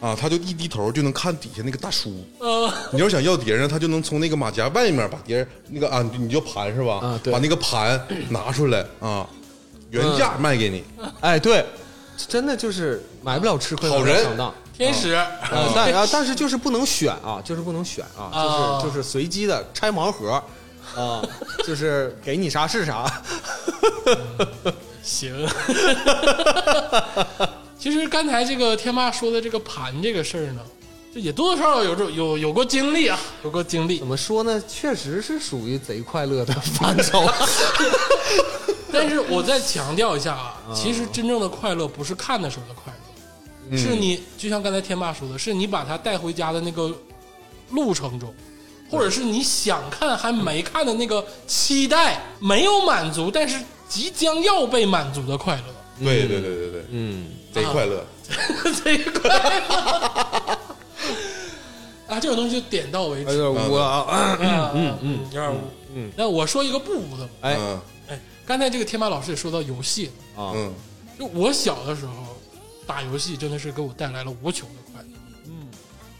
Speaker 2: 啊，它就一低头就能看底下那个大书。
Speaker 1: 呃，
Speaker 2: 你要想要碟呢，他就能从那个马甲外面把碟儿那个啊，你就盘是吧？
Speaker 3: 啊对
Speaker 2: 把那个盘拿出来啊，原
Speaker 3: 嗯
Speaker 2: 价卖给你。
Speaker 3: 哎，对，真的就是买不了吃亏，
Speaker 2: 好
Speaker 3: 买不了
Speaker 2: 人
Speaker 3: 上当。
Speaker 1: 天使嗯
Speaker 3: 呃，但啊，但是就是不能选啊，就是不能选啊，
Speaker 1: 啊
Speaker 3: 就是就是随机的拆盲盒，啊，就是给你啥是啥。
Speaker 1: 行。 其实刚才这个天霸说的这个盘这个事儿呢，这也多多少少有这有有过经历啊，有过经历
Speaker 3: 怎。么说呢？确实是属于贼快乐的范畴。
Speaker 1: 但是我再强调一下啊，其实真正的快乐不是看的时候的快乐，是你就像刚才天霸说的，是你把它带回家的那个路程中，或者是你想看还没看的那个期待没有满足，但是即将要被满足的快乐，
Speaker 2: 对对对对对，
Speaker 3: 嗯，
Speaker 2: 贼快乐。
Speaker 1: 这个快乐啊， 这种东西就点到为
Speaker 3: 哎
Speaker 1: 止。
Speaker 3: 呦，我啊，
Speaker 1: 嗯嗯嗯，有点污。嗯，那我说一个不污的吧，
Speaker 3: 哎
Speaker 2: 嗯
Speaker 1: 哎，刚才这个天霸老师也说到游戏了。
Speaker 3: 啊，
Speaker 2: 嗯，
Speaker 1: 就我小的时候打游戏，真的是给我带来了无穷的快乐。嗯，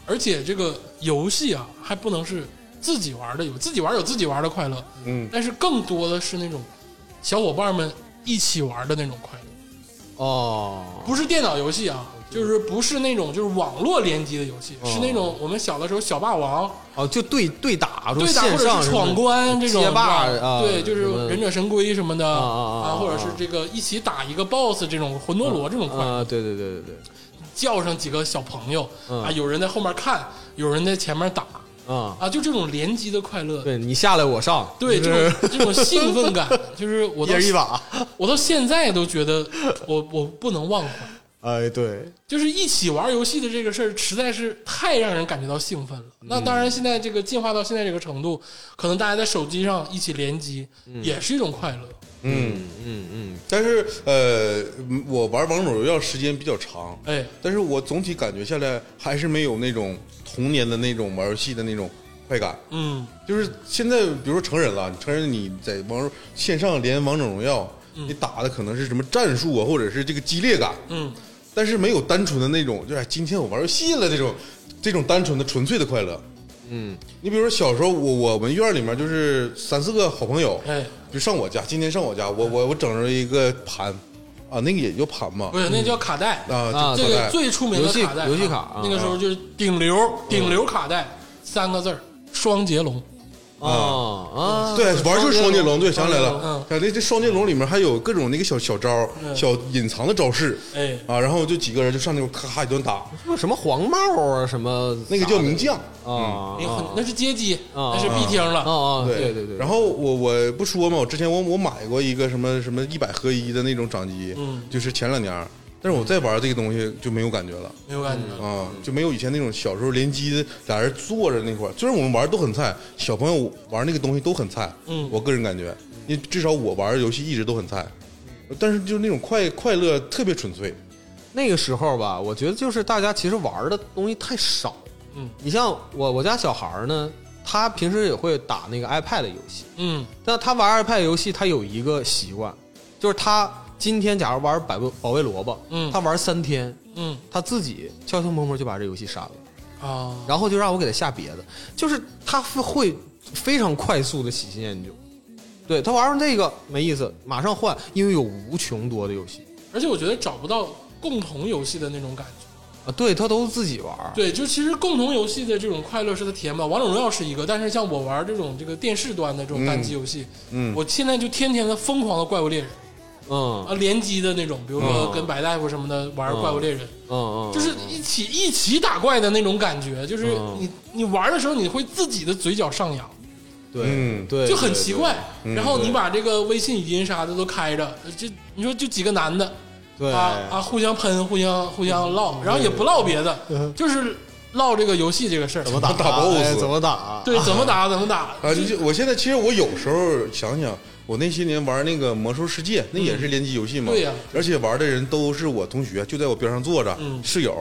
Speaker 1: 而且这个游戏啊，还不能是自己玩的，有自己玩有自己玩的快乐。
Speaker 2: 嗯，
Speaker 1: 但是更多的是那种小伙伴们一起玩的那种快乐，
Speaker 3: 哦，
Speaker 1: 不是电脑游戏啊，就是不是那种就是网络联机的游戏，是那种我们小的时候小霸王
Speaker 3: 哦，就对对打，
Speaker 1: 对打或
Speaker 3: 线上
Speaker 1: 者是闯关这种
Speaker 3: 街霸
Speaker 1: 是吧
Speaker 3: 啊
Speaker 1: 对，就是
Speaker 3: 什么的
Speaker 1: 忍者神龟什么的
Speaker 3: 啊啊啊啊
Speaker 1: 或者是这个一起打一个 BOSS 这种魂斗罗这种快乐。
Speaker 3: 啊，对对对对对，
Speaker 1: 叫上几个小朋友、
Speaker 3: 嗯
Speaker 1: 啊，有人在后面看，有人在前面打
Speaker 3: 啊，
Speaker 1: 啊，就这种联机的快乐，
Speaker 3: 对你下来我上，
Speaker 1: 对
Speaker 3: 就
Speaker 1: 这
Speaker 3: 是
Speaker 1: 种这种兴奋 感，就是我
Speaker 3: 一
Speaker 1: 到
Speaker 3: 人一把，
Speaker 1: 我到现在都觉得我我不能忘怀，
Speaker 3: 哎，对，
Speaker 1: 就是一起玩游戏的这个事儿，实在是太让人感觉到兴奋了。
Speaker 3: 嗯
Speaker 1: 那当然，现在这个进化到现在这个程度，可能大家在手机上一起联机、
Speaker 3: 嗯
Speaker 1: 也是一种快乐。
Speaker 2: 但是呃，嗯我玩王者荣耀时间比较长，
Speaker 1: 哎，
Speaker 2: 但是我总体感觉下来还是没有那种童年的那种玩游戏的那种快感。
Speaker 1: 嗯，
Speaker 2: 就是现在，比如说成人了，你成人你在网线上连王者荣耀，你打的可能是什么战术啊，或者是这个激烈感，
Speaker 1: 嗯，
Speaker 2: 但是没有单纯的那种，就是哎今天我玩游戏了这种，这种单纯的纯粹的快乐。
Speaker 3: 嗯，
Speaker 2: 你比如说小时候，我我们院里面就是三四个好朋友，
Speaker 1: 哎，
Speaker 2: 就上我家，今天上我家，我我我整了一个盘，啊，那个也叫盘嘛
Speaker 1: 不，哎是，那叫卡带。
Speaker 2: 啊，
Speaker 3: 嗯啊
Speaker 2: 就
Speaker 1: 这
Speaker 2: 卡
Speaker 1: 个
Speaker 2: 带
Speaker 1: 最出名的
Speaker 3: 游戏
Speaker 1: 卡带，
Speaker 3: 游戏卡啊嗯
Speaker 1: 那个时候就是顶流、顶流卡带三个字儿，双截龙。嗯
Speaker 3: 啊啊，
Speaker 2: 对，玩就是双截龙，对，想
Speaker 1: 双
Speaker 2: 起
Speaker 1: 截
Speaker 2: 来
Speaker 1: 龙
Speaker 2: 了，哎想这这双截龙里面还有各种那个小小招儿、小隐藏的招式，
Speaker 1: 哎
Speaker 2: 啊，然后就几个人就上那块咔咔一顿打，
Speaker 3: 有什么黄帽啊，什么
Speaker 2: 那个叫名将，
Speaker 3: 啊
Speaker 1: 那个很那是街机，
Speaker 3: 啊
Speaker 1: 那是必听
Speaker 3: 啊
Speaker 1: 了。
Speaker 3: 啊，对对对，
Speaker 2: 然
Speaker 3: 后
Speaker 2: 后我我不说嘛，我之前我我买过一个什么什么一百合一的那种掌机，
Speaker 1: 嗯
Speaker 2: 就是前两年儿，但是我再玩这个东西就没有感觉了。
Speaker 1: 没有感觉了。
Speaker 2: 啊，就没有以前那种小时候联机的俩人坐着那块儿，虽然我们玩都很菜，小朋友玩那个东西都很菜，
Speaker 1: 嗯
Speaker 2: 我个人感觉，因为至少我玩游戏一直都很菜，但是就那种快快乐特别纯粹，
Speaker 3: 那个时候吧，我觉得就是大家其实玩的东西太少。
Speaker 1: 嗯，
Speaker 3: 你像我我家小孩儿呢，他平时也会打那个 iPad 的游戏，
Speaker 1: 嗯
Speaker 3: 但他玩 iPad 游戏，他有一个习惯，就是他今天假如玩百味保卫萝卜，
Speaker 1: 嗯
Speaker 3: 他玩三天，
Speaker 1: 嗯，
Speaker 3: 他自己悄悄摸摸就把这游戏删了。
Speaker 1: 啊，
Speaker 3: 然后就让我给他下别的，就是他会非常快速的喜新厌旧。对他玩完这个没意思，马上换，因为有无穷多的游戏
Speaker 1: 而且我觉得找不到共同游戏的那种感觉。
Speaker 3: 啊，对他都自己玩儿，
Speaker 1: 对，就其实共同游戏的这种快乐是他体验不到。王者荣耀是一个，但是像我玩这种这个电视端的这种单机游戏，
Speaker 2: 嗯
Speaker 1: 我现在就天天的疯狂的怪物猎人
Speaker 3: 嗯
Speaker 1: 啊，联机的那种，比如说
Speaker 3: 嗯
Speaker 1: 跟白大夫什么的玩怪物猎人，
Speaker 3: 嗯嗯，
Speaker 1: 就是一起一起打怪的那种感觉，就是
Speaker 3: 嗯
Speaker 1: 你你玩的时候你会自己的嘴角上扬，
Speaker 3: 对、
Speaker 2: 嗯
Speaker 3: 对，
Speaker 1: 就很奇怪。
Speaker 2: 嗯
Speaker 1: 然后你把这个微信语音啥的都开着，就你说就几个男的，
Speaker 3: 对，哎嗯对
Speaker 1: 啊啊，互相喷，互相互相唠，然后也不唠别的，就是唠这个游戏这个事儿，
Speaker 3: 嗯怎么打
Speaker 2: 打 boss
Speaker 3: 哎怎么打？
Speaker 1: 对，怎么打怎么打，
Speaker 2: 啊，你就我现在其实我有时候想想，我那些年玩那个《魔兽世界》，那也是联机游戏
Speaker 1: 嗯
Speaker 2: 嘛。
Speaker 1: 对呀
Speaker 2: 而且玩的人都是我同学，就在我边上坐着，
Speaker 1: 嗯
Speaker 2: 室友、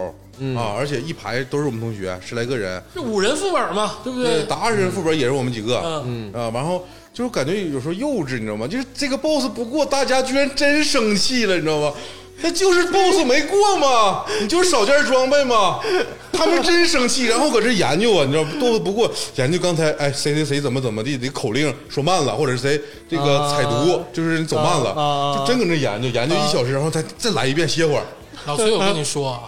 Speaker 2: 啊，而且一排都是我们同学，十来个人，
Speaker 1: 这五人副本嘛，对不对？
Speaker 2: 打二十人副本也是我们几个，
Speaker 1: 嗯，
Speaker 2: 啊，然后就是感觉有时候幼稚，你知道吗？就是这个 boss 不过，大家居然真生气了，你知道吗？他就是 boss 没过嘛，你就是少件装备嘛，他们真生气，然后搁这研究啊，你知道 boss 不过研究刚才哎谁谁谁怎么怎么地的口令说慢了，或者是谁这个
Speaker 3: 啊
Speaker 2: 踩毒、就是你走慢了，
Speaker 3: 啊
Speaker 2: 就真搁那研究研究一小时，然后再再来一遍歇会儿，
Speaker 1: 老崔，我跟你说啊，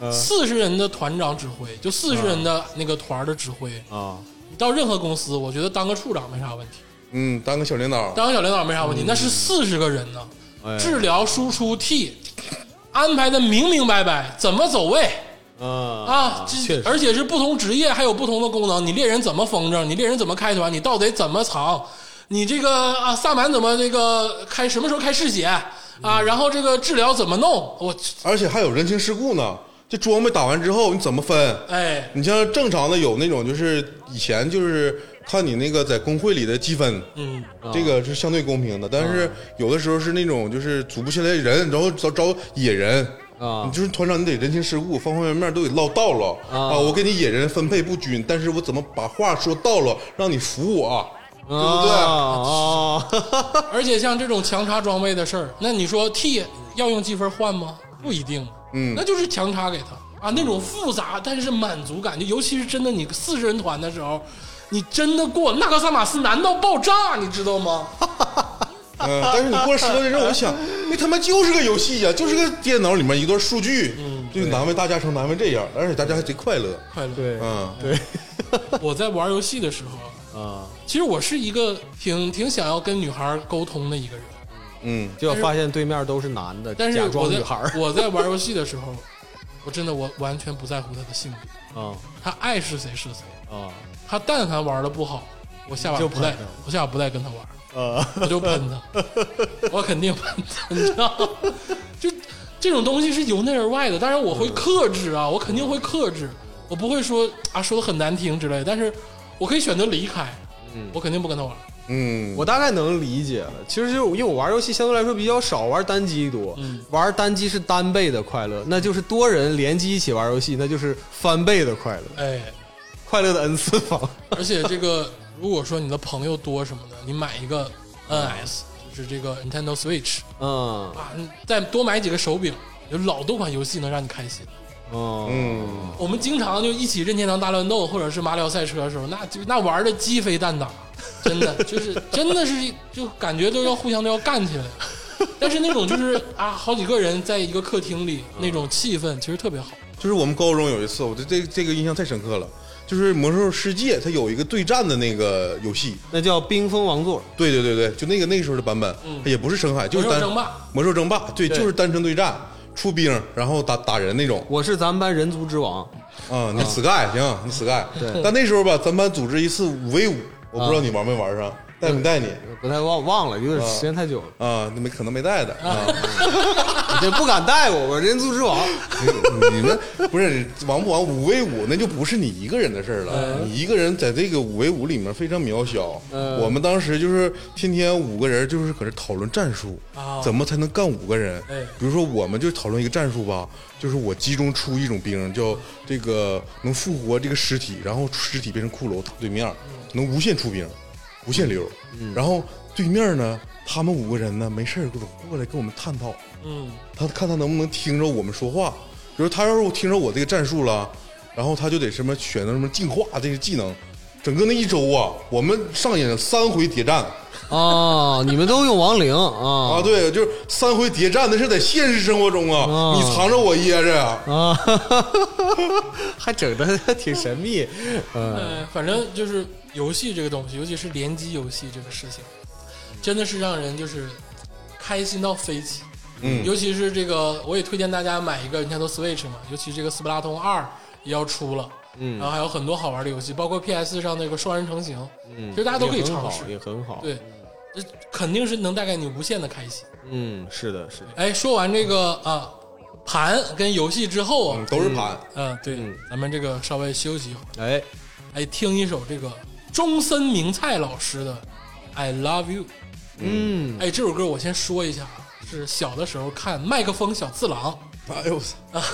Speaker 2: 嗯
Speaker 1: 四十人的团长指挥，就四十人的那个团儿的指挥，
Speaker 3: 啊，
Speaker 1: 你到任何公司，我觉得当个处长没啥问题，
Speaker 2: 嗯，当个小领导，
Speaker 1: 当个小领导没啥问
Speaker 2: 嗯
Speaker 1: 题，那是四十个人呢，
Speaker 3: 哎
Speaker 1: 治疗、输出、替，安排的明明白白，怎么走位。
Speaker 3: 嗯
Speaker 1: 啊，
Speaker 3: 确
Speaker 1: 这
Speaker 3: 实
Speaker 1: 而且是不同职业还有不同的功能。你猎人怎么风筝？你猎人怎么开团？你盗贼怎么藏？你这个啊，萨满怎么那个开？什么时候开嗜血啊？
Speaker 3: 嗯
Speaker 1: 然后这个治疗怎么弄？我
Speaker 2: 而且还有人情世故呢，这装备打完之后你怎么分？
Speaker 1: 哎，
Speaker 2: 你像正常的有那种，就是以前就是看你那个在工会里的积分，
Speaker 1: 嗯，
Speaker 3: 啊
Speaker 2: 这个是相对公平的。但是有的时候是那种就是组不下来人，然后找找野人
Speaker 3: 啊
Speaker 2: 你就是团长，你得人情世故，方方面面都得唠道了
Speaker 3: 啊
Speaker 2: 我给你野人分配不均，但是我怎么把话说到了，让你服我，啊对不对？
Speaker 3: 啊啊
Speaker 1: 而且像这种强插装备的事儿，那你说 T 要用积分换吗？不一定，
Speaker 2: 嗯
Speaker 1: 那就是强插给他啊，那种复杂但是满足感，就尤其是真的你四十人团的时候，你真的过那克萨马斯难到爆炸，你知道吗？
Speaker 2: 嗯，但是你过了十多年之后，我想，那他妈就是个游戏呀、就是个电脑里面一段数据，
Speaker 3: 嗯
Speaker 2: 就难为大家成难为这样，而且大家还贼快乐，
Speaker 1: 快乐。
Speaker 3: 对
Speaker 2: 嗯，
Speaker 3: 啊对
Speaker 1: 我在玩游戏的时候啊，
Speaker 3: 啊，
Speaker 1: 其实我是一个挺挺想要跟女孩沟通的一个人，
Speaker 2: 嗯。
Speaker 3: 结果发现对面都是男的，
Speaker 1: 但是
Speaker 3: 假
Speaker 1: 我
Speaker 3: 装
Speaker 1: 在
Speaker 3: 女孩儿
Speaker 1: 我在玩游戏的时候，我真的我完全不在乎她的性别，
Speaker 3: 啊
Speaker 1: 她爱是谁是谁，
Speaker 3: 啊
Speaker 1: 她但凡玩的不好，我下把
Speaker 3: 就
Speaker 1: 不带
Speaker 3: 喷她，
Speaker 1: 我下把不带跟她玩，
Speaker 3: 啊
Speaker 1: 我就喷她， 我肯定喷她，你知道吗？就这种东西是由内而外的，当然我会克制
Speaker 3: 嗯
Speaker 1: 啊，我肯定会克制，我不会说啊说的很难听之类的，但是我可以选择离开，我肯定不跟她玩。
Speaker 2: 嗯，
Speaker 3: 我大概能理解了。其实就是因为我玩游戏相对来说比较少，玩单机多。玩单机是单倍的快乐，那就是多人联机一起玩游戏，那就是翻倍的快乐，
Speaker 1: 哎，
Speaker 3: 快乐的 n 次方。
Speaker 1: 而且这个，如果说你的朋友多什么的，你买一个 NS，就是这个 Nintendo Switch
Speaker 3: 嗯
Speaker 1: 啊，你再多买几个手柄，有老多款游戏能让你开心。
Speaker 3: 嗯
Speaker 1: 我们经常就一起任天堂大乱斗或者是马里奥赛车的时候，那就那玩的鸡飞蛋打，真的就是真的是就感觉都要互相都要干起来。但是那种就是啊，好几个人在一个客厅里那种气氛，其实特别好。
Speaker 2: 就是我们高中有一次，我对这这个印象太深刻了，就是《魔兽世界》它有一个对战的那个游戏，
Speaker 3: 那叫冰封王座。
Speaker 2: 对对对对，就那个那个时候的版本，它也不是深海，就是单
Speaker 1: 嗯魔兽争霸，
Speaker 2: 魔兽争霸，对，
Speaker 3: 对
Speaker 2: 就是单纯对战，出兵然后打打人那种。
Speaker 3: 我是咱们班人族之王，
Speaker 2: 啊，
Speaker 1: 嗯
Speaker 2: 你 Sky 行，你 Sky，
Speaker 3: 对
Speaker 2: 但那时候吧，咱班组织一次五 v 五，我不知道
Speaker 1: 啊
Speaker 2: 你玩没玩上，带没带你
Speaker 3: 不太忘忘了，有点时间太久了，
Speaker 2: 啊？那没可能没带的啊。
Speaker 3: 我这不敢带我，我人族之 王。
Speaker 2: 你们不是王不王五 v 五，那就不是你一个人的事儿了。你一个人在这个五 v 五里面非常渺小。
Speaker 3: 嗯
Speaker 2: 我们当时就是天天五个人，就是搁这讨论战术
Speaker 1: 啊，
Speaker 2: 怎么才能干五个人
Speaker 1: 哎。
Speaker 2: 比如说，我们就讨论一个战术吧，就是我集中出一种兵，叫这个能复活这个尸体，然后尸体变成骷髅打对面，嗯能无限出兵，无限流。然后对面呢，他们五个人呢，没事儿总过来跟我们探讨。
Speaker 1: 嗯，
Speaker 2: 他看他能不能听着我们说话。比如他要是听着我这个战术了，然后他就得什么选择什么进化这些技能。整个那一周啊，我们上演了三回谍战
Speaker 3: 啊，你们都用亡灵
Speaker 2: 啊，
Speaker 3: 啊
Speaker 2: 对，就是三回谍战，那是在现实生活中啊，
Speaker 3: 啊
Speaker 2: 你藏着我掖着呀，
Speaker 3: 啊， 还整的挺神秘，嗯，
Speaker 1: 呃，反正就是游戏这个东西，尤其是联机游戏这个事情，真的是让人就是开心到飞起。
Speaker 2: 嗯
Speaker 1: 尤其是这个，我也推荐大家买一个 Nintendo Switch 嘛，尤其这个《斯普拉通二》也要出了，嗯，然后还有很多好玩的游戏，包括 PS 上那个双人成行，嗯，其实大家都可以
Speaker 3: 也很
Speaker 1: 尝
Speaker 3: 好，也
Speaker 1: 试，
Speaker 3: 很好，
Speaker 1: 对，这肯定是能带给你无限的开心。
Speaker 3: 嗯，是的，是的，
Speaker 1: 哎，说完这个啊盘跟游戏之后啊
Speaker 2: 嗯，都是盘，
Speaker 1: 嗯、对，咱们这个稍微休息一会儿，
Speaker 3: 哎，
Speaker 1: 哎，听一首这个中森明菜老师的《I Love You》。
Speaker 3: 嗯，
Speaker 1: 哎，这首歌我先说一下啊，是小的时候看《麦克风小次郎》，
Speaker 2: 哎呦我操，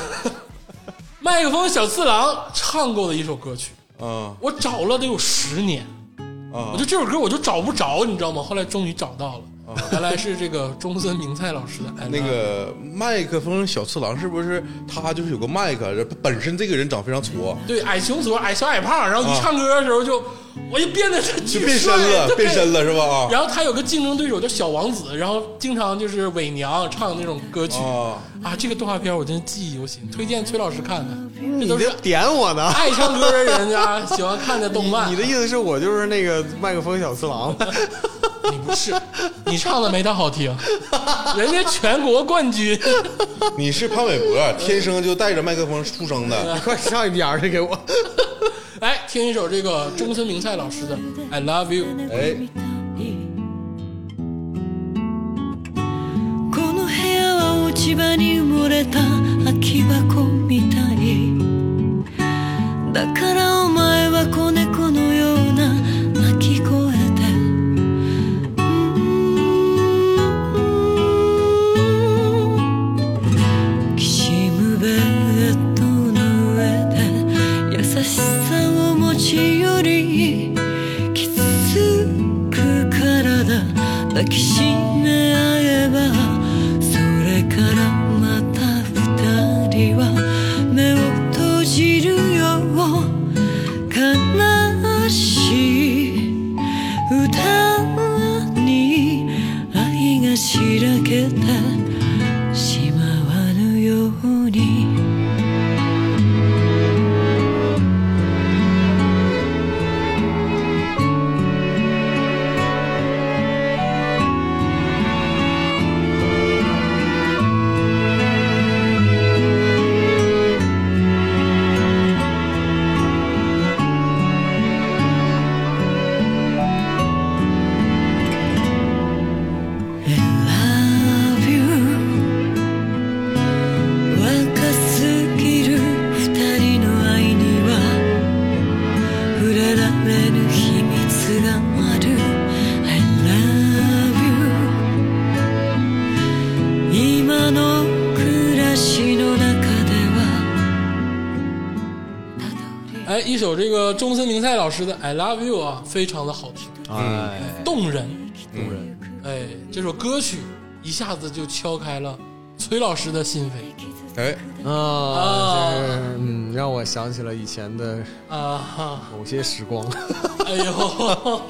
Speaker 1: 麦克风小次郎唱过的一首歌曲，
Speaker 2: 啊
Speaker 1: 我找了得有十年，
Speaker 2: 啊
Speaker 1: 我就这首歌我就找不着，你知道吗？后来终于找到了，原来是这个中森明菜老师的《I Love
Speaker 2: 哦那
Speaker 1: You》
Speaker 2: 个麦克风小次郎是不是他就是有个麦克？本身这个人长非常矬，
Speaker 1: 对矮穷矬矮小矮胖，然后一唱歌的时候就、我一变得
Speaker 2: 就
Speaker 1: 巨
Speaker 2: 变身
Speaker 1: 帅，
Speaker 2: 了，
Speaker 1: 对
Speaker 2: 变身了是吧？啊
Speaker 1: 然后他有个竞争对手叫小王子，然后经常就是伪娘唱那种歌曲
Speaker 2: 啊啊，
Speaker 1: 啊，这个动画片我真是记忆犹新，推荐崔老师看看，这
Speaker 3: 你
Speaker 1: 都是啊
Speaker 3: 这点我呢。
Speaker 1: 爱唱歌的人家喜欢看的动漫。
Speaker 3: 你的意思是我就是那个麦克风小次 郎？
Speaker 1: 你不是，你唱的没他好听，人家全国冠军。
Speaker 2: 你是潘玮柏，天生就带着麦克风出生的，
Speaker 3: 快上一边儿去给我！
Speaker 1: 来哎听一首这个中森明菜老师的《I Love You》。
Speaker 2: 哎
Speaker 4: この部屋は落ち葉に埋もれた空き箱みたいだからお前は子猫のような鳴き声でうんきしむベッドの上で優しさを持ち寄りきつく体抱きしめ合えばそれからまた二人は目を閉じるよ悲しい歌に愛がしらけてしまわぬように「I love you」「若すぎる二人の愛には触れられる秘密がある」「I love you」「今の暮らしの中ではたどり」
Speaker 1: 哎，一首这个中森明菜老师的《I Love You》啊，非常的好听，
Speaker 3: 哎，
Speaker 1: 动人。
Speaker 2: 嗯。
Speaker 1: 哎，这首歌曲一下子就敲开了崔老师的心扉
Speaker 2: 哎，
Speaker 1: 哦
Speaker 3: 啊，这是嗯，让我想起了以前的
Speaker 1: 啊！哈，
Speaker 3: 某些时光。
Speaker 1: 哎呦，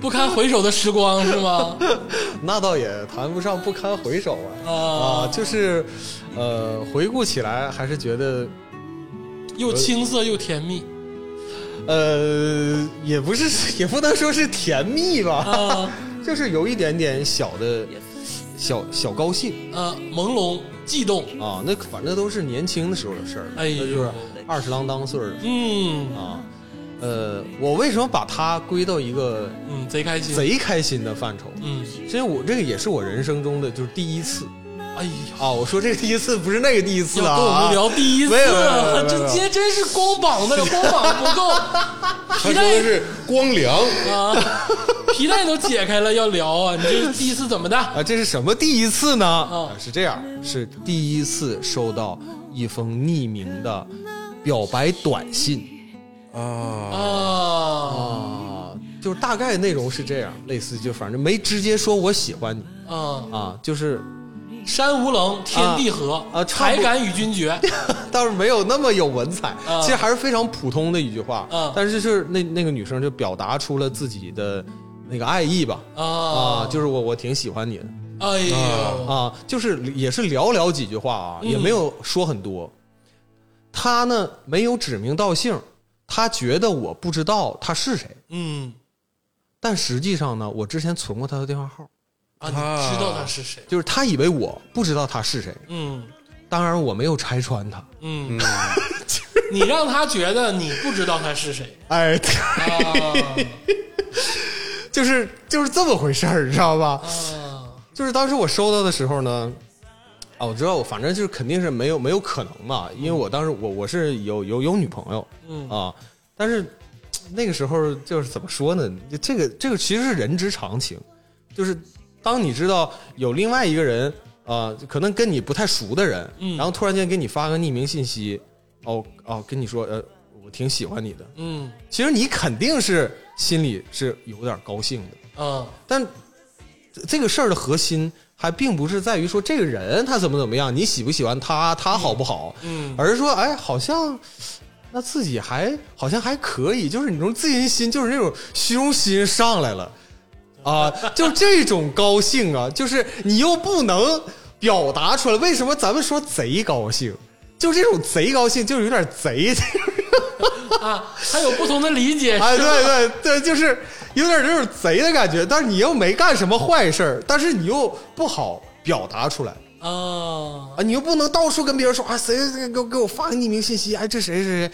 Speaker 1: 不堪回首的时光是吗？
Speaker 3: 那倒也谈不上不堪回首
Speaker 1: 啊
Speaker 3: 啊，啊，，就是，呃，回顾起来还是觉得，
Speaker 1: 又青涩又甜蜜
Speaker 3: 呃，也不是， 也不能说是甜蜜吧，
Speaker 1: 啊
Speaker 3: 就是有一点点小的，小小高兴
Speaker 1: 啊，朦胧悸动。
Speaker 3: 啊。那反正都是年轻的时候的事儿，
Speaker 1: 哎呦
Speaker 3: 那就是二十郎当岁儿
Speaker 1: 嗯
Speaker 3: 啊。呃，我为什么把它归到一个
Speaker 1: 嗯，贼开心。
Speaker 3: 贼开心的范畴？
Speaker 1: 嗯，
Speaker 3: 其实我这个也是我人生中的就是第一次
Speaker 1: 哎呀，
Speaker 3: 啊。我说这个第一次不是那个第一次
Speaker 1: 要
Speaker 3: 啊，
Speaker 1: 跟我们聊第一次
Speaker 3: 没有没有没有没
Speaker 1: 啊，
Speaker 3: 有
Speaker 1: 这今天真是光膀子了，光膀不 够，
Speaker 2: 他说的是光良，
Speaker 1: 啊，皮带都解开了要聊啊，你这第一次怎么的？
Speaker 3: 啊，这是什么第一次呢？啊，是这样，是第一次收到一封匿名的表白短信
Speaker 1: 啊
Speaker 3: 啊，就是大概内容是这样，类似就反正没直接说我喜欢你
Speaker 1: 啊
Speaker 3: 啊，就是
Speaker 1: 山无棱，天地合，
Speaker 3: 啊啊差
Speaker 1: 才
Speaker 3: 不
Speaker 1: 敢与君绝。
Speaker 3: 倒是没有那么有文采，
Speaker 1: 啊
Speaker 3: 其实还是非常普通的一句话，
Speaker 1: 啊
Speaker 3: 但是就是那那个女生就表达出了自己的那个爱意吧，
Speaker 1: 啊
Speaker 3: 啊，就是我我挺喜欢你的
Speaker 1: 哎呦，
Speaker 3: 啊，就是也是寥寥几句话啊，也
Speaker 1: 嗯
Speaker 3: 没有说很多。他呢没有指名道姓，他觉得我不知道他是谁，
Speaker 1: 嗯
Speaker 3: 但实际上呢，我之前存过他的电话号，
Speaker 1: 啊，你知道他是谁？
Speaker 3: 就是他以为我不知道他是谁，
Speaker 1: 嗯
Speaker 3: 当然我没有拆穿他。
Speaker 1: 嗯， 你让他觉得你不知道他是谁
Speaker 3: 哎，
Speaker 1: 啊
Speaker 3: 就是就是这么回事儿，你知道吧？
Speaker 1: 啊
Speaker 3: 就是当时我收到的时候呢，啊，我知道，反正就是肯定是没有没有可能嘛，因为我当时我我是有有有女朋友，
Speaker 1: 嗯
Speaker 3: 啊，但是嘖那个时候就是怎么说呢？这个这个其实是人之常情，就是当你知道有另外一个人啊、可能跟你不太熟的人，
Speaker 1: 嗯
Speaker 3: 然后突然间给你发个匿名信息，哦哦，跟你说呃，我挺喜欢你的，
Speaker 1: 嗯
Speaker 3: 其实你肯定是心里是有点高兴的。
Speaker 1: 啊
Speaker 3: 但这这个事儿的核心还并不是在于说这个人他怎么怎么样，你喜不喜欢他，他好不好，
Speaker 1: 嗯
Speaker 3: 而是说，哎，好像那自己还好像还可以，就是你这种自信心，就是那种虚荣心上来了啊，就这种高兴啊，就是你又不能表达出来，为什么咱们说贼高兴？就这种贼高兴，就是有点贼，
Speaker 1: 啊，他有不同的理解。
Speaker 3: 哎，
Speaker 1: 是吧
Speaker 3: 对对对，就是有点这种贼的感觉，但是你又没干什么坏事儿，但是你又不好表达出来
Speaker 1: 啊
Speaker 3: 啊，你又不能到处跟别人说啊，谁谁谁给我给我发个匿名信息，哎，这谁谁谁，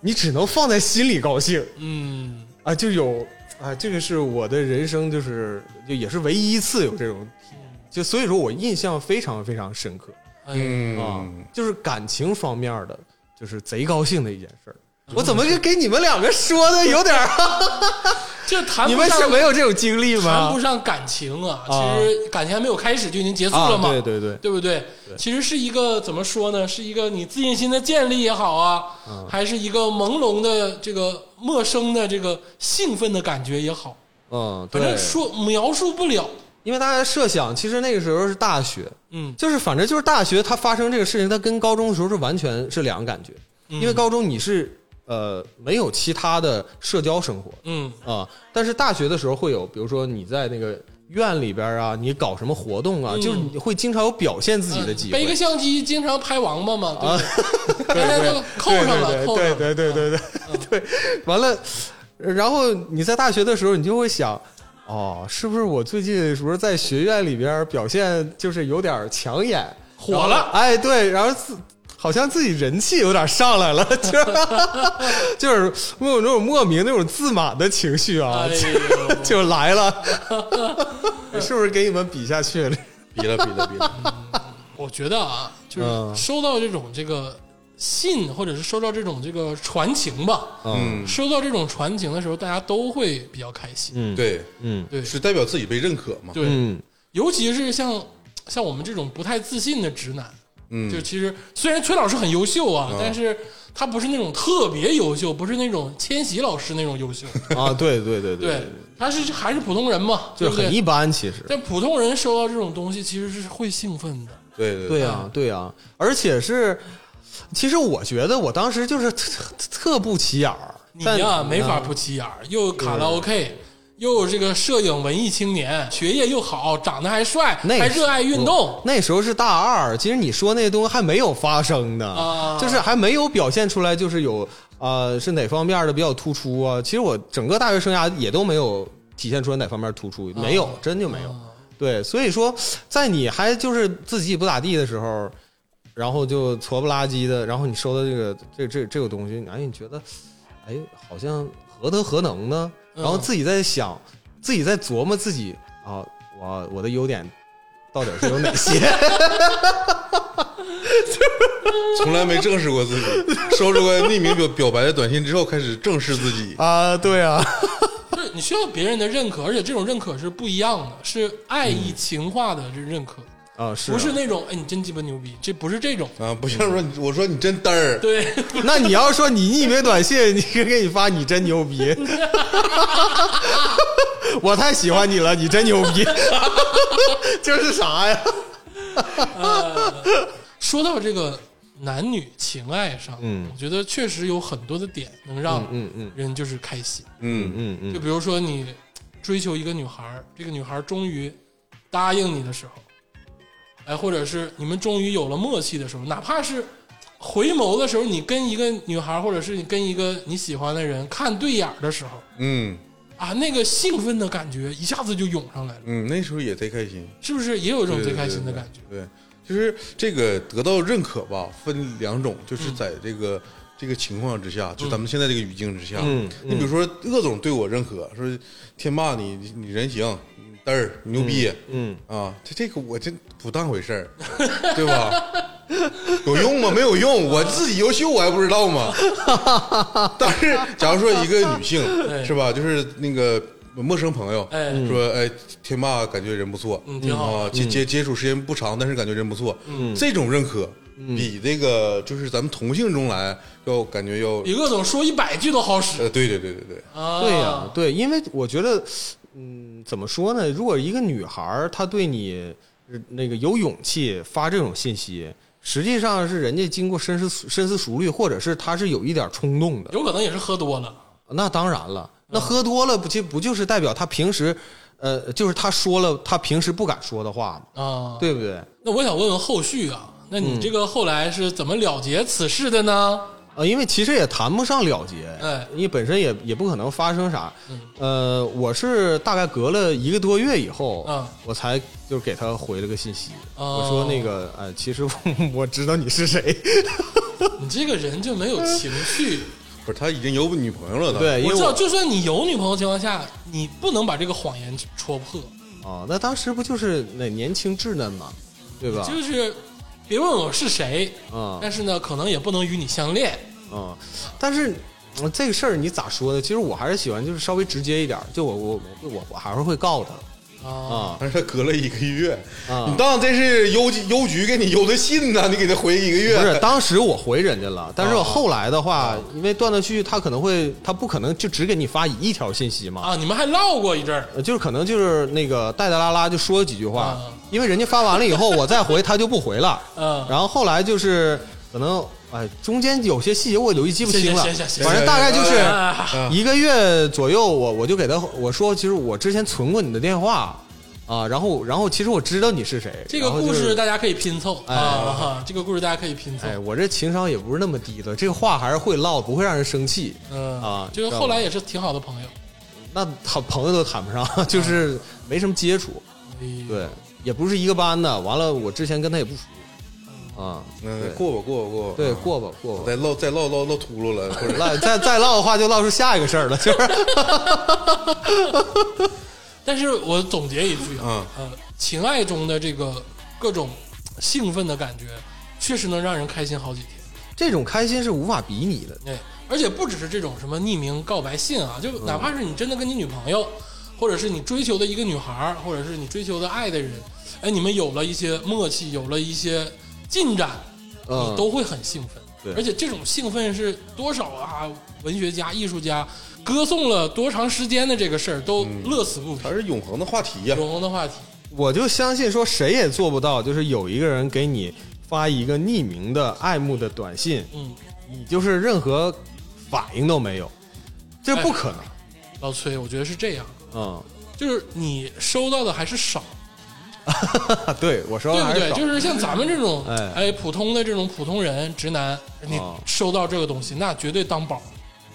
Speaker 3: 你只能放在心里高兴
Speaker 1: 嗯
Speaker 3: 啊，就有啊，这个是我的人生，就是就也是唯一一次有这种体验，就所以说我印象非常非常深刻
Speaker 1: 哎
Speaker 3: 啊
Speaker 2: 嗯，，
Speaker 3: 就是感情方面的，就是贼高兴的一件事儿。我怎么就给你们两个说的有点儿？
Speaker 1: 这谈
Speaker 3: 你
Speaker 1: 不
Speaker 3: 们是
Speaker 1: 上
Speaker 3: 没有这种经历
Speaker 1: 谈
Speaker 3: 吗
Speaker 1: 不？上感情啊，
Speaker 3: 啊
Speaker 1: 其实感情还没有开始就已经结束了嘛，
Speaker 3: 对对对，
Speaker 1: 对不对？其实是一个怎么说呢？是一个你自信心的建立也好啊，
Speaker 3: 嗯
Speaker 1: 还是一个朦胧的这个陌生的这个兴奋的感觉也好，
Speaker 3: 嗯，
Speaker 1: 反正
Speaker 3: 对，
Speaker 1: 说描述不了。
Speaker 3: 因为大家设想，其实那个时候是大学，
Speaker 1: 嗯
Speaker 3: 就是反正就是大学，它发生这个事情，它跟高中的时候是完全是两个感觉，
Speaker 1: 嗯
Speaker 3: 因为高中你是呃没有其他的社交生活
Speaker 1: 嗯
Speaker 3: 啊、但是大学的时候会有，比如说你在那个院里边啊，你搞什么活动啊，
Speaker 1: 嗯
Speaker 3: 就是你会经常有表现自己的机
Speaker 1: 呃背
Speaker 3: 会啊
Speaker 1: 个。相机经常拍王八 嘛，对不对？刚才都扣上了，扣上了。嗯
Speaker 3: 对对对对对对，完了，然后你在大学的时候，你就会想，哦，是不是我最近是不是在学院里边表现就是有点抢眼，
Speaker 1: 火
Speaker 3: 然后
Speaker 1: 了
Speaker 3: 哎，对，然后自。好像自己人气有点 上来了，就是就是会有那种莫名那种自满的情绪啊，
Speaker 1: 哎
Speaker 3: 就
Speaker 1: 呦，
Speaker 3: 就来了， 是不是给你们比下去了？
Speaker 2: 比了比了比了，
Speaker 1: 我觉得啊，就是
Speaker 3: 嗯
Speaker 1: 收到这种这个信，或者是收到这种这个传情吧，
Speaker 3: 嗯
Speaker 2: 嗯，
Speaker 1: 收到这种传情的时候，大家都会比较开心。
Speaker 3: 嗯
Speaker 2: 对，
Speaker 3: 嗯
Speaker 1: 对
Speaker 2: 是代表自己被认可嘛？
Speaker 1: 对，
Speaker 3: 嗯
Speaker 1: 尤其是像像我们这种不太自信的直男，
Speaker 2: 嗯
Speaker 1: 就其实虽然崔老师很优秀啊，
Speaker 3: 嗯
Speaker 1: 但是他不是那种特别优秀，不是那种千玺老师那种优秀，
Speaker 3: 啊，对对对
Speaker 1: 对，他是还是普通人嘛，对
Speaker 3: 就
Speaker 1: 不
Speaker 3: 很一
Speaker 1: 对？
Speaker 3: 般其实。
Speaker 1: 但普通人收到这种东西，其实是会兴奋的。
Speaker 2: 对对
Speaker 3: 对呀、啊
Speaker 1: 嗯
Speaker 3: 对呀、而且是，其实我觉得我当时就是特特特不起眼儿，
Speaker 1: 你
Speaker 3: 但嗯
Speaker 1: 呀、没法不起眼儿，又有卡拉 OK，又有这个摄影文艺青年，学业又好，长得还帅，
Speaker 3: 那
Speaker 1: 还热爱运动
Speaker 3: 嗯，那时候是大二，其实你说那东西还没有发生呢，
Speaker 1: 啊
Speaker 3: 就是还没有表现出来，就是有呃是哪方面的比较突出啊？其实我整个大学生涯也都没有体现出来哪方面突出，
Speaker 1: 啊
Speaker 3: 没有，真就没有。对，所以说在你还就是自己不咋地的时候，然后就矬不拉几的，然后你收到这个这这这个东西，哎，你觉得哎好像何德何能呢？
Speaker 1: 嗯
Speaker 3: 然后自己在想，自己在琢磨自己啊，我我的优点到底是有哪些？
Speaker 2: 从来没正视过自己，收着过匿名表表白的短信之后，开始正视自己。
Speaker 3: 啊，对啊，
Speaker 1: 不是你需要别人的认可，而且这种认可是不一样的，是爱意情化的这认可，
Speaker 3: 啊是
Speaker 1: 不是
Speaker 3: 啊
Speaker 1: 那种哎你真鸡巴牛逼，这不是这种。
Speaker 2: 啊，不像说你，我说你真嘚儿，
Speaker 1: 对，
Speaker 3: 那你要说你匿名短信，你给你发，你真牛 逼， 我太喜欢你了，你真牛逼，这是啥呀？
Speaker 1: 说到这个男女情爱上，嗯，我觉得确实有很多的点能让人就是开心。
Speaker 2: 嗯
Speaker 3: 嗯嗯
Speaker 1: 就比如说你追求一个女孩儿，这个女孩儿终于答应你的时候，哎，或者是你们终于有了默契的时候，哪怕是回眸的时候，你跟一个女孩儿，或者是你跟一个你喜欢的人看对眼儿的时候，
Speaker 2: 嗯
Speaker 1: 啊，那个兴奋的感觉一下子就涌 上来了，
Speaker 2: 嗯，那时候也贼开心，
Speaker 1: 是不是也有一种
Speaker 2: 对
Speaker 1: 最
Speaker 2: 对
Speaker 1: 开心的感觉？
Speaker 2: 对，就是这个得到认可吧，分两种，就是在这个、这个情况之下，就咱们现在这个语境之下，
Speaker 3: 嗯
Speaker 2: 你比如说鄂总对我认可，说天霸你你人行，嘚儿你牛逼，
Speaker 3: 嗯
Speaker 2: 啊，这这个我真不当回事儿， 对吧？有用吗？没有用，我自己优秀我还不知道吗？ 但是假如说一个女性
Speaker 1: 对
Speaker 2: 是吧，就是那个陌生朋友，
Speaker 1: 哎
Speaker 2: 说哎，天霸感觉人不错，
Speaker 1: 嗯挺好
Speaker 2: 啊，接接接触时间不长，但是感觉人不错，嗯，这种认可比这个就是咱们同性中来要感觉要，
Speaker 1: 比各种说一百句都好使
Speaker 2: 呃，对对对对对，
Speaker 1: 啊！
Speaker 3: 对呀、对，因为我觉得，嗯，怎么说呢？如果一个女孩儿她对你呃那个有勇气发这种信息，实际上是人家经过深思深思熟虑，或者是她是有一点冲动的。
Speaker 1: 有可能也是喝多了，
Speaker 3: 那当然了，那喝多了不就不就是代表她平时，呃，就是她说了她平时不敢说的话嘛，
Speaker 1: 啊，
Speaker 3: 对不对？
Speaker 1: 那我想问问后续啊，那你这个后来是怎么了结此事的呢？
Speaker 3: 呃，因为其实也谈不上了结，
Speaker 1: 哎嗯
Speaker 3: 因为本身也也不可能发生啥。呃，我是大概隔了一个多月以后，
Speaker 1: 嗯
Speaker 3: 我才就是给他回了个信息，
Speaker 1: 哦
Speaker 3: 我说那个，呃，其实我 我知道你是谁，
Speaker 1: 你这个人就没有情趣。
Speaker 2: 不是他已经有女朋友了，他
Speaker 3: 对，因
Speaker 1: 我
Speaker 3: 为
Speaker 1: 知道，
Speaker 3: 哎我
Speaker 1: 就算你有女朋友的情况下，你不能把这个谎言戳破，
Speaker 3: 哦，那当时不就是那年轻稚嫩嘛，对吧？
Speaker 1: 就是别问我是谁，
Speaker 3: 嗯
Speaker 1: 但是呢，可能也不能与你相恋。
Speaker 3: 嗯，但是嗯这个事儿你咋说呢？其实我还是喜欢就是稍微直接一点儿，就我我我我我还是会告他
Speaker 1: 啊，
Speaker 3: 啊，
Speaker 2: 但是他隔了一个月，
Speaker 3: 啊
Speaker 2: 你当这是邮邮局给你邮的信呢、你给他回一个月，
Speaker 3: 不 是，当时我回人家了，
Speaker 1: 哦
Speaker 3: 但是我后来的话，因为断断续续，他可能会，他不可能就只给你发一条信息嘛，
Speaker 1: 啊，你们还唠过一阵儿，
Speaker 3: 呃就是可能就是那个带带拉拉就说几句话，
Speaker 1: 啊
Speaker 3: 因为人家发完了以后，我再回他就不回了，
Speaker 1: 嗯
Speaker 3: 然后后来就是可能哎，中间有些细节我留意记不清了，
Speaker 1: 行行行行
Speaker 3: 反正大概就是
Speaker 1: 啊
Speaker 3: 一个月左右，我我就给他我说，其实我之前存过你的电话啊，然后然后其实我知道你是谁，
Speaker 1: 这个
Speaker 3: 然后就
Speaker 1: 故
Speaker 3: 是
Speaker 1: 事大家可以拼凑
Speaker 3: 哎
Speaker 1: 啊，哈这个故事大家可以拼凑。
Speaker 3: 哎，我这情商也不是那么低的，这个话还是会唠，不会让人生气。
Speaker 1: 嗯
Speaker 3: 啊
Speaker 1: 就是后来也是挺好的朋友。
Speaker 3: 那谈朋友都谈不上， 就是没什么接触，
Speaker 1: 哎
Speaker 3: 对，也不是一个班的。完了，我之前跟他也不熟啊，
Speaker 2: 嗯，
Speaker 3: 对
Speaker 2: 过吧过吧过吧，
Speaker 3: 对，
Speaker 2: 啊
Speaker 3: 过吧过吧
Speaker 2: 再。唠再唠唠唠秃噜了， 或者
Speaker 3: 唠再再唠的话，就唠出下一个事儿了，就是
Speaker 1: 但是我总结一句啊，
Speaker 2: 啊，
Speaker 3: 嗯
Speaker 1: 呃，情爱中的这个各种兴奋的感觉，确实能让人开心好几天。
Speaker 3: 这种开心是无法比拟的。
Speaker 1: 哎，而且不只是这种什么匿名告白信啊，就
Speaker 3: 嗯
Speaker 1: 哪怕是你真的跟你女朋友，或者是你追求的一个女孩儿，或者是你追求的爱的人，哎，你们有了一些默契，有了一些进展，
Speaker 3: 嗯
Speaker 1: 你都会很兴奋。
Speaker 3: 对
Speaker 1: 而且这种兴奋是多少啊？文学家、艺术家歌颂了多长时间的这个事儿，都
Speaker 3: 嗯
Speaker 1: 乐此不疲
Speaker 3: 哎
Speaker 2: 它。是永恒的话题呀、
Speaker 1: 永恒的话题，
Speaker 3: 我就相信说，谁也做不到，就是有一个人给你发一个匿名的爱慕的短信，
Speaker 1: 嗯，
Speaker 3: 你就是任何反应都没有，这不可能。
Speaker 1: 老崔，我觉得是这样，
Speaker 3: 嗯，
Speaker 1: 就是你收到的还是少，
Speaker 3: 啊，对我说的
Speaker 1: 对
Speaker 3: 还
Speaker 1: 不对？
Speaker 3: 少
Speaker 1: 就是像咱们这种
Speaker 3: 哎
Speaker 1: 哎普通的这种普通人直男，你
Speaker 3: 啊
Speaker 1: 收到这个东西，那绝对当宝，